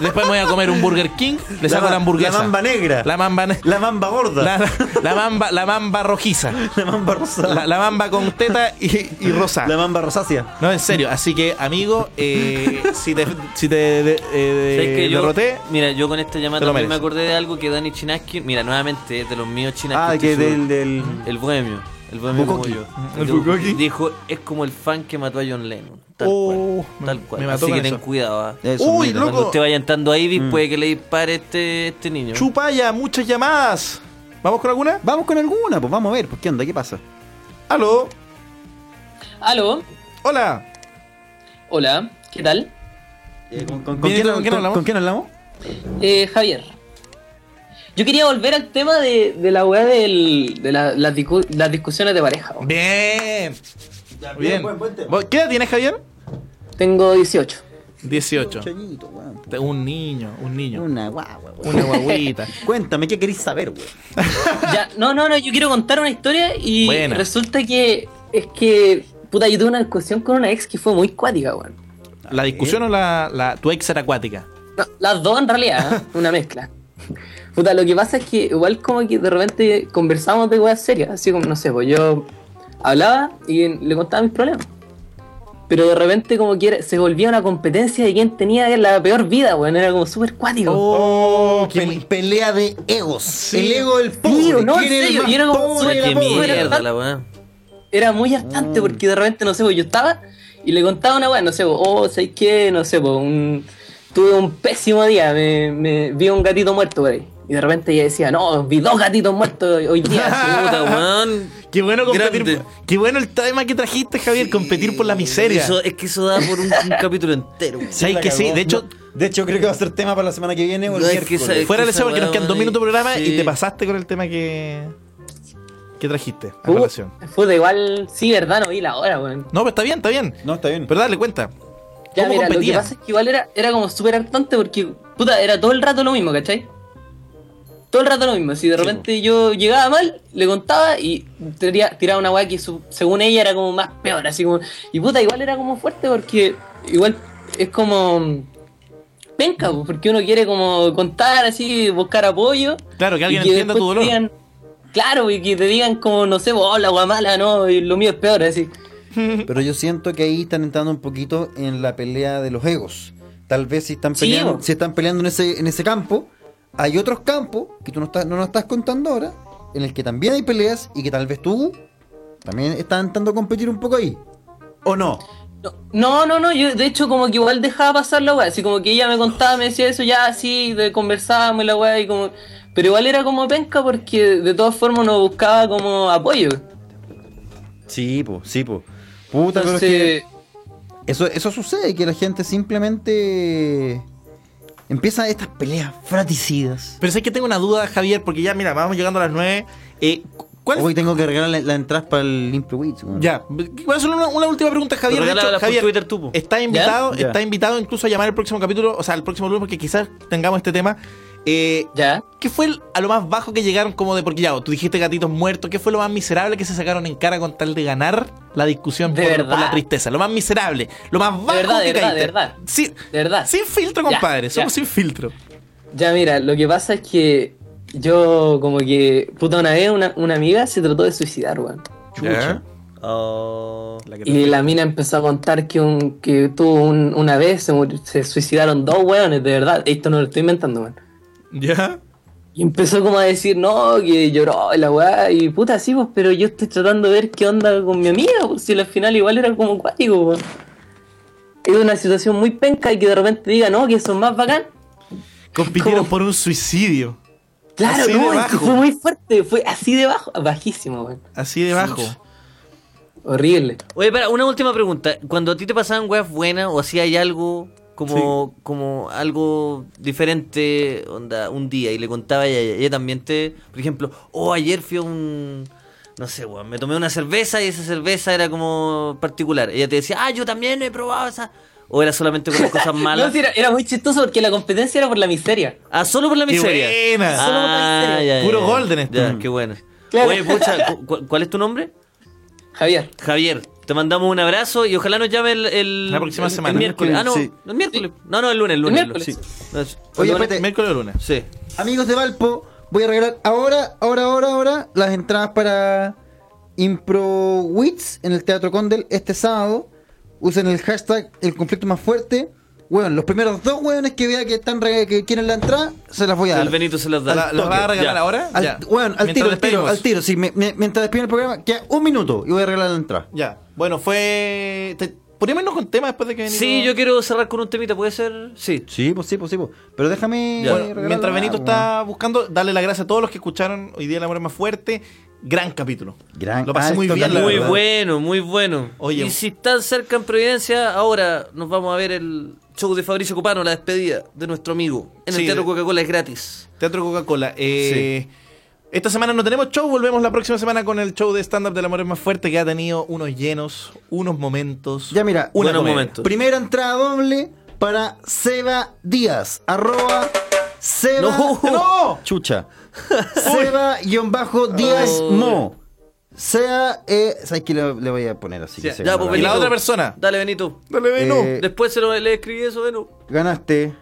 Speaker 5: Después me voy a comer un Burger King, le saco la,
Speaker 3: ma-
Speaker 5: hamburguesa.
Speaker 3: La mamba negra.
Speaker 5: La
Speaker 3: La,
Speaker 5: mamba, ne-
Speaker 3: mamba gorda.
Speaker 5: la,
Speaker 3: La,
Speaker 5: la mamba, la mamba rojiza.
Speaker 3: mamba rosa.
Speaker 5: La,
Speaker 3: La,
Speaker 5: la mamba con teta y, y rosa.
Speaker 3: mamba rosácea.
Speaker 5: No, en serio. Así que, amigo, eh, si te, si te de- eh,
Speaker 4: ¿Sabes que yo,
Speaker 5: derroté,
Speaker 4: mira, yo con esta llamada
Speaker 5: te lo
Speaker 4: también me
Speaker 5: mereces.
Speaker 4: acordé de algo que Dani Chinaski, mira, nuevamente es de los míos Chinaski.
Speaker 3: Ah, que
Speaker 4: estoy seguro.
Speaker 3: del, del.
Speaker 5: Mm.
Speaker 4: El bohemio. El bohemio como
Speaker 3: Bukkake.
Speaker 4: yo.
Speaker 5: El Bukkake.
Speaker 4: Dijo, es como el fan que mató a John Lennon. Tal
Speaker 5: Oh,
Speaker 4: cual. Tal cual.
Speaker 5: me
Speaker 4: Así
Speaker 5: mató
Speaker 4: que
Speaker 5: con
Speaker 4: ten
Speaker 5: eso.
Speaker 4: cuidado. ah.
Speaker 3: Eso,
Speaker 5: Uy,
Speaker 3: mira. Mm.
Speaker 5: loco.
Speaker 4: Cuando usted vaya entrando ahí, Ibis, puede que le dispare este, este niño.
Speaker 5: chupalla, muchas llamadas. ¿Vamos con alguna?
Speaker 3: Vamos con alguna, pues vamos a ver, pues qué onda, qué pasa.
Speaker 5: ¿Aló?
Speaker 11: Aló,
Speaker 5: Hola.
Speaker 11: hola, ¿qué tal?
Speaker 3: Eh, ¿Con, con-
Speaker 5: Bien,
Speaker 3: quién,
Speaker 5: ¿con quién hablamos?
Speaker 3: con quién hablamos?
Speaker 11: Eh, Javier. Yo quería volver al tema de, de la weá del- de la- las, discu- las discusiones de pareja. weón.
Speaker 5: Bien. Bien. ¿Vos- ¿Qué edad tienes, Javier?
Speaker 11: Tengo 18.
Speaker 5: 18.
Speaker 3: Chañito, weón.
Speaker 5: Te- Un niño, un niño.
Speaker 3: Una guagua, weón.
Speaker 5: Una guaguita.
Speaker 3: Cuéntame, ¿qué queréis saber, weón?
Speaker 11: Ya, no, no, no, yo quiero contar una historia y
Speaker 5: Buena.
Speaker 11: resulta que es que, puta, yo tuve una discusión con una ex que fue muy cuática, weón.
Speaker 5: ¿La discusión o la, la- tu ex era acuática?
Speaker 11: No, las dos en realidad, ¿eh? una mezcla. Puta, lo que pasa es que igual como que de repente conversamos de weas serias, así como, no sé, pues yo hablaba y le contaba mis problemas. Pero de repente como que era- se volvía una competencia de quién tenía la peor vida, weón, era como súper cuático.
Speaker 3: Oh, pe- pelea de egos. El ego del pobre.
Speaker 11: Tío, no, en
Speaker 3: ¿Quién es el
Speaker 11: serio,
Speaker 3: más
Speaker 11: y era como
Speaker 3: pobre de
Speaker 11: suena
Speaker 4: Qué
Speaker 3: la pobre?
Speaker 4: mierda la weá.
Speaker 11: Era muy hartante porque de repente, no sé, pues yo estaba y le contaba una wea, no sé, pues, oh, ¿sabes qué? No sé, pues un- tuve un pésimo día, me, me- vi un gatito muerto por ahí. Y de repente ella decía, no, vi dos gatitos muertos hoy día.
Speaker 4: Puta, weón.
Speaker 5: Qué bueno competir.
Speaker 4: Grande.
Speaker 5: Qué bueno el tema que trajiste, Javier, competir por la miseria.
Speaker 4: Eso- es que eso da por un, un capítulo entero. weón.
Speaker 5: ¿Sabes que sí? De hecho,
Speaker 3: De hecho, creo que va a ser tema para la semana que viene o el
Speaker 4: No, es que
Speaker 3: miércoles.
Speaker 4: esa-
Speaker 5: fuera de
Speaker 4: esa
Speaker 5: eso porque nos
Speaker 4: weá,
Speaker 5: quedan dos
Speaker 4: weón,
Speaker 5: minutos de programa
Speaker 4: sí.
Speaker 5: y te pasaste con el tema que, que trajiste a
Speaker 11: Uh,
Speaker 5: relación.
Speaker 11: Puta, igual, sí, verdad, no vi la hora, weón.
Speaker 5: No, pero está bien, está bien.
Speaker 6: No, está bien.
Speaker 5: Pero dale cuenta.
Speaker 11: Ya, mira,
Speaker 5: ¿Cómo
Speaker 11: lo que
Speaker 5: competían?
Speaker 11: pasa es que igual era, era como súper hartante porque, puta, era todo el rato lo mismo, ¿cachai? Todo el rato lo mismo. Si de repente yo llegaba mal, le contaba y tiría- tiraba una weá que su- según ella era como más peor, así como. Y puta, igual era como fuerte porque igual es como. Venga, porque uno quiere como contar así, buscar apoyo.
Speaker 5: Claro, que
Speaker 11: y
Speaker 5: alguien entienda
Speaker 11: después
Speaker 5: tu
Speaker 11: te
Speaker 5: dolor.
Speaker 11: digan- claro, y que te digan como, no sé, oh, la weá mala, no, y lo mío es peor, así.
Speaker 3: Pero yo siento que ahí están entrando un poquito en la pelea de los egos. Tal vez si están
Speaker 11: Sí,
Speaker 3: peleando,
Speaker 11: o-
Speaker 3: si están peleando en ese, en ese campo, hay otros campos que tú no, estás, no nos estás contando ahora, en el que también hay peleas y que tal vez tú también estás intentando competir un poco ahí. ¿O no?
Speaker 11: No, no, no, yo de hecho como que igual dejaba pasar la weá, así como que ella me contaba, me decía eso, ya así, de- conversábamos y la weá y como... Pero igual era como penca porque de todas formas uno buscaba como apoyo.
Speaker 3: Sí, po, sí, po. Puta, pero es
Speaker 11: Entonces,
Speaker 3: que eso, eso sucede, que la gente simplemente empieza estas peleas fraticidas.
Speaker 5: Pero sé que tengo una duda, Javier, porque ya, mira, vamos llegando a las 9. Eh, ¿Cuál
Speaker 3: Hoy tengo que regalar la, la entrada para el Limpio Wits. weón.
Speaker 5: Ya, voy a hacer una, una última pregunta, Javier. De
Speaker 4: Regálala
Speaker 5: hecho,
Speaker 4: por
Speaker 5: Javier,
Speaker 4: Twitter tú, po.
Speaker 5: está invitado,
Speaker 3: Ya.
Speaker 5: está invitado incluso a llamar el próximo capítulo, o sea, el próximo lunes, porque quizás tengamos este tema. Eh,
Speaker 11: ya.
Speaker 5: ¿Qué fue el- a lo más bajo que llegaron como de porque ya, tú dijiste gatitos muertos? ¿Qué fue lo más miserable que se sacaron en cara con tal de ganar la discusión
Speaker 11: De
Speaker 5: por, por
Speaker 11: verdad.
Speaker 5: la tristeza? Lo más miserable, lo más bajo
Speaker 11: verdad, de
Speaker 5: que
Speaker 11: verdad,
Speaker 5: caíste.
Speaker 11: de verdad.
Speaker 5: Sin,
Speaker 11: De verdad.
Speaker 5: sin filtro,
Speaker 11: Ya,
Speaker 5: compadre,
Speaker 11: ya.
Speaker 5: somos sin filtro.
Speaker 11: Ya mira, lo que pasa es que yo como que, puta, una vez una, una amiga se trató de suicidar, weón.
Speaker 5: Chucha.
Speaker 4: Oh.
Speaker 11: Y la mina empezó a contar que, un, que tuvo un- una vez, se, mur- se suicidaron dos weones, de verdad, esto no lo estoy inventando, weón.
Speaker 5: ¿Ya?
Speaker 11: Y empezó como a decir, no, que lloró y la weá, y puta, sí, pues, pero yo estoy tratando de ver qué onda con mi amiga, pues, si al final igual era como cuático, pues. Es una situación muy penca y que de repente diga, no, que son más bacán.
Speaker 5: Compitieron por un suicidio.
Speaker 11: Claro,
Speaker 5: Así de
Speaker 11: no, es que
Speaker 5: bajo.
Speaker 11: fue muy fuerte, fue así de bajo, bajísimo, weón.
Speaker 5: Así de bajo.
Speaker 11: Horrible.
Speaker 4: Oye, para, una última pregunta. Cuando a ti te pasaban weas buenas o hacías algo como, como algo diferente, onda, un día, y le contaba a ella, ella también te, por ejemplo, oh, ayer fui a un, no sé, weón, me tomé una cerveza y esa cerveza era como particular. Ella te decía, ah, yo también he probado esa. O era solamente con las cosas malas.
Speaker 11: No, sí, era, era muy chistoso porque la competencia era por la miseria.
Speaker 4: Ah, solo por la
Speaker 11: Qué
Speaker 4: miseria.
Speaker 11: buena.
Speaker 4: Ah,
Speaker 11: Solo por la miseria.
Speaker 4: ya, ya,
Speaker 11: Puro
Speaker 4: ya.
Speaker 11: golden esto.
Speaker 4: Ya, qué bueno.
Speaker 11: Claro.
Speaker 4: Oye, pucha, cu- cu- ¿cuál es tu nombre?
Speaker 11: Javier.
Speaker 4: Javier, te mandamos un abrazo y ojalá nos llame el, el-
Speaker 5: La próxima
Speaker 4: el- el
Speaker 5: semana.
Speaker 4: miércoles. Ah, no,
Speaker 5: Sí.
Speaker 4: el miércoles. No, no, el lunes, el lunes.
Speaker 5: El miércoles.
Speaker 3: Oye,
Speaker 4: Perdón,
Speaker 3: espérate.
Speaker 5: miércoles o lunes.
Speaker 4: Sí.
Speaker 3: Amigos de Valpo, voy a regalar ahora, ahora, ahora, ahora las entradas para Impro Wits en el Teatro Condel este sábado. Usen el hashtag el conflicto más fuerte. Weón, los primeros dos weones que vea que están re- que quieren la entrada, se las voy a dar.
Speaker 4: El Benito se las da.
Speaker 3: Al toque. Ya. Al, Weón, al tiro, al tiro, al tiro. Sí, me- me- mientras despiden el programa, queda un minuto y voy a regalar la entrada.
Speaker 5: Ya. Bueno, fue. Te... Ponémonos con tema después de que Benito.
Speaker 4: Sí, yo quiero cerrar con un temita, ¿puede ser? Sí.
Speaker 3: Sí, pues sí, pues sí. Pues. Pero déjame.
Speaker 5: Bueno,
Speaker 3: regalarla,
Speaker 5: mientras Benito
Speaker 3: weón.
Speaker 5: está buscando, darle las gracias a todos los que escucharon hoy día El Amor es más fuerte. Gran capítulo.
Speaker 3: Gran-
Speaker 5: Lo pasé
Speaker 3: Ah,
Speaker 5: muy
Speaker 3: esto
Speaker 5: bien, la
Speaker 3: también.
Speaker 4: Muy
Speaker 5: verdad.
Speaker 4: bueno, muy bueno.
Speaker 5: Oye.
Speaker 4: Y si están cerca en Providencia, ahora nos vamos a ver el show de Fabricio Copano, la despedida de nuestro amigo. En
Speaker 5: Sí,
Speaker 4: el Teatro
Speaker 5: de-
Speaker 4: Coca-Cola es gratis.
Speaker 5: Teatro Coca-Cola. Eh, Esta semana no tenemos show, volvemos la próxima semana con el show de stand-up del amor es más fuerte que ha tenido unos llenos, unos momentos.
Speaker 3: Ya mira,
Speaker 5: una
Speaker 3: buenos
Speaker 5: comedia.
Speaker 3: momentos. Primera entrada doble para Seba Díaz. Arroba Seba.
Speaker 5: No. No.
Speaker 3: Chucha. Seba-Díaz Mo. Sea. Eh, ¿Sabes qué le, le voy a poner así? que
Speaker 4: Ya,
Speaker 3: se
Speaker 4: ya,
Speaker 3: me
Speaker 4: pues,
Speaker 3: olvide.
Speaker 4: Benito. Dale, Benito. Dale,
Speaker 3: Benu. Eh,
Speaker 4: Después se lo, le escribí eso, Benu.
Speaker 3: Ganaste.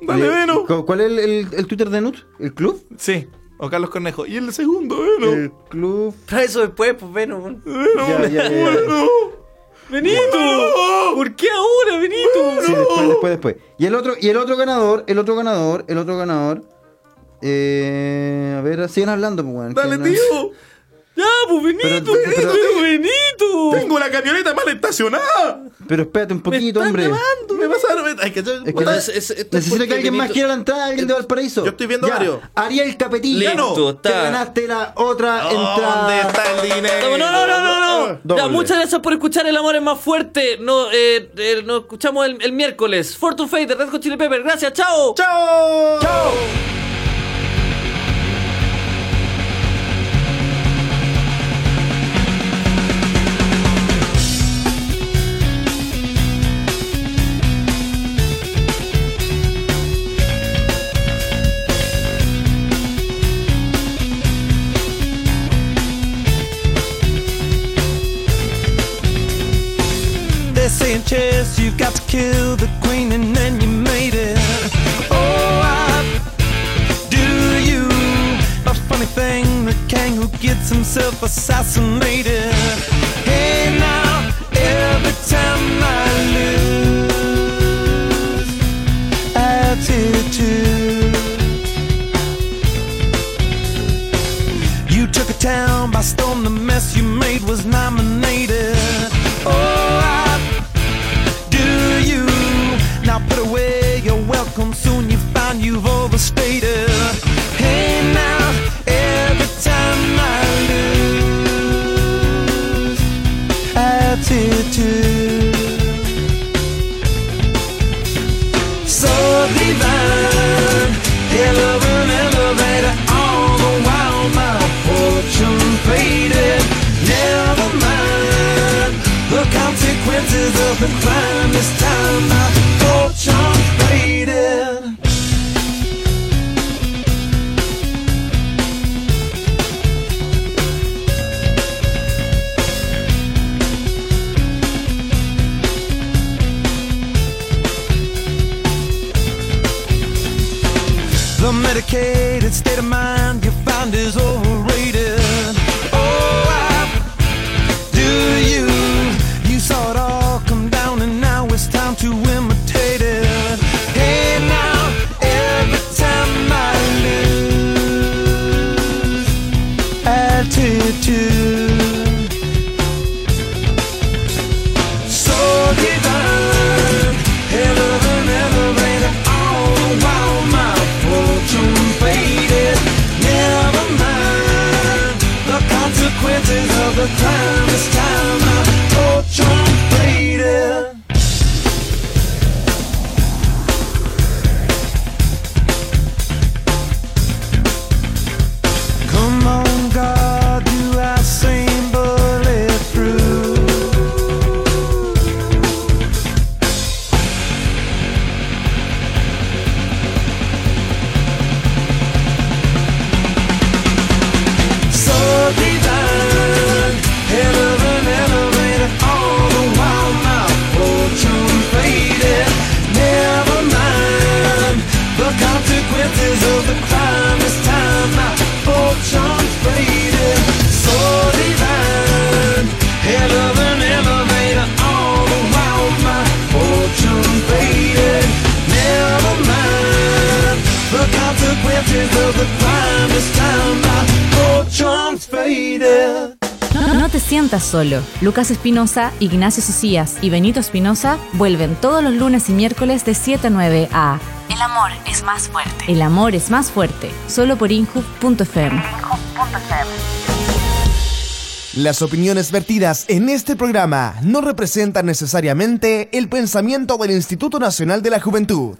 Speaker 5: Dale,
Speaker 3: Eh,
Speaker 5: Beno.
Speaker 3: ¿cu- ¿Cuál es el, el- el Twitter de Nut? ¿El club?
Speaker 5: Sí, o Carlos Cornejo. Y el segundo, bueno.
Speaker 3: El club.
Speaker 4: Trae eso después, pues, Benu.
Speaker 3: Ya, ya, ya, ya.
Speaker 4: Benito. ¿Por qué ahora, Benito?
Speaker 3: Sí, después, después, después. Y el otro, y el otro ganador, el otro ganador, el otro ganador. Eh, a ver, sigan hablando, pues, weón, que no-
Speaker 4: Ya, pues, Benito,
Speaker 3: Pero- pero-
Speaker 4: Benito, Benito.
Speaker 5: Tengo la camioneta mal estacionada.
Speaker 3: Pero espérate un poquito, hombre.
Speaker 5: Me pasaron. Hay que
Speaker 3: Es que neces- necesito que alguien más quiera la entrada, alguien de Valparaíso. ah, Yo estoy
Speaker 5: viendo varios.
Speaker 3: Ariel Capetillo.
Speaker 4: Listo, está.
Speaker 3: Te ganaste la otra entrada.
Speaker 5: ¿Dónde está el dinero?
Speaker 4: No, no, no, no, no.
Speaker 3: Doble.
Speaker 4: Ya, muchas gracias por escuchar El Amor es más fuerte. No, eh, eh, nos escuchamos el, el miércoles. Fortune Fate de Red Hot Chili Pepper. Gracias, chao.
Speaker 5: ¡Chao! ¡Chao!
Speaker 12: They're saying chess, you've got to kill the queen and then you made it. Oh, I do you. A funny thing, the king who gets himself assassinated. Hey now, every time I lose, attitude. You took a town by storm, the mess you made was nominated. Oh, I do you. Now put away your welcome, soon you find you've overstated. Hey, now, every time I lose, attitude. So divine, ever and elevator, all the while my fortune faded. Never mind the consequences of the crime. This time my fortune faded. The medicated state of mind you find is overrated. Oh, I do you. You saw it all come down, and now it's time to imitate it. Hey, now, every time I lose,
Speaker 2: altitude. So divine, heaven and ever and all the while my fortune faded. Never mind the consequences of the crime. This time my fortune faded. Come on, God, do I seem bulletproof? So divine, heaven and elevated, all the while my fortune faded. Never mind the consequences of the crime. This time my fortune faded. So divine, heaven and elevated, all the while my fortune faded. Never mind the consequences of the crime. This time my fortune's faded.
Speaker 1: No, no te sientas solo. Lucas Espinosa, Ignacio Socias y Benito Espinosa vuelven todos los lunes y miércoles de 7 a 9 a
Speaker 8: El amor es más fuerte.
Speaker 1: El amor es más fuerte, solo por inhub.fm.
Speaker 5: Las opiniones vertidas en este programa no representan necesariamente el pensamiento del Instituto Nacional de la Juventud.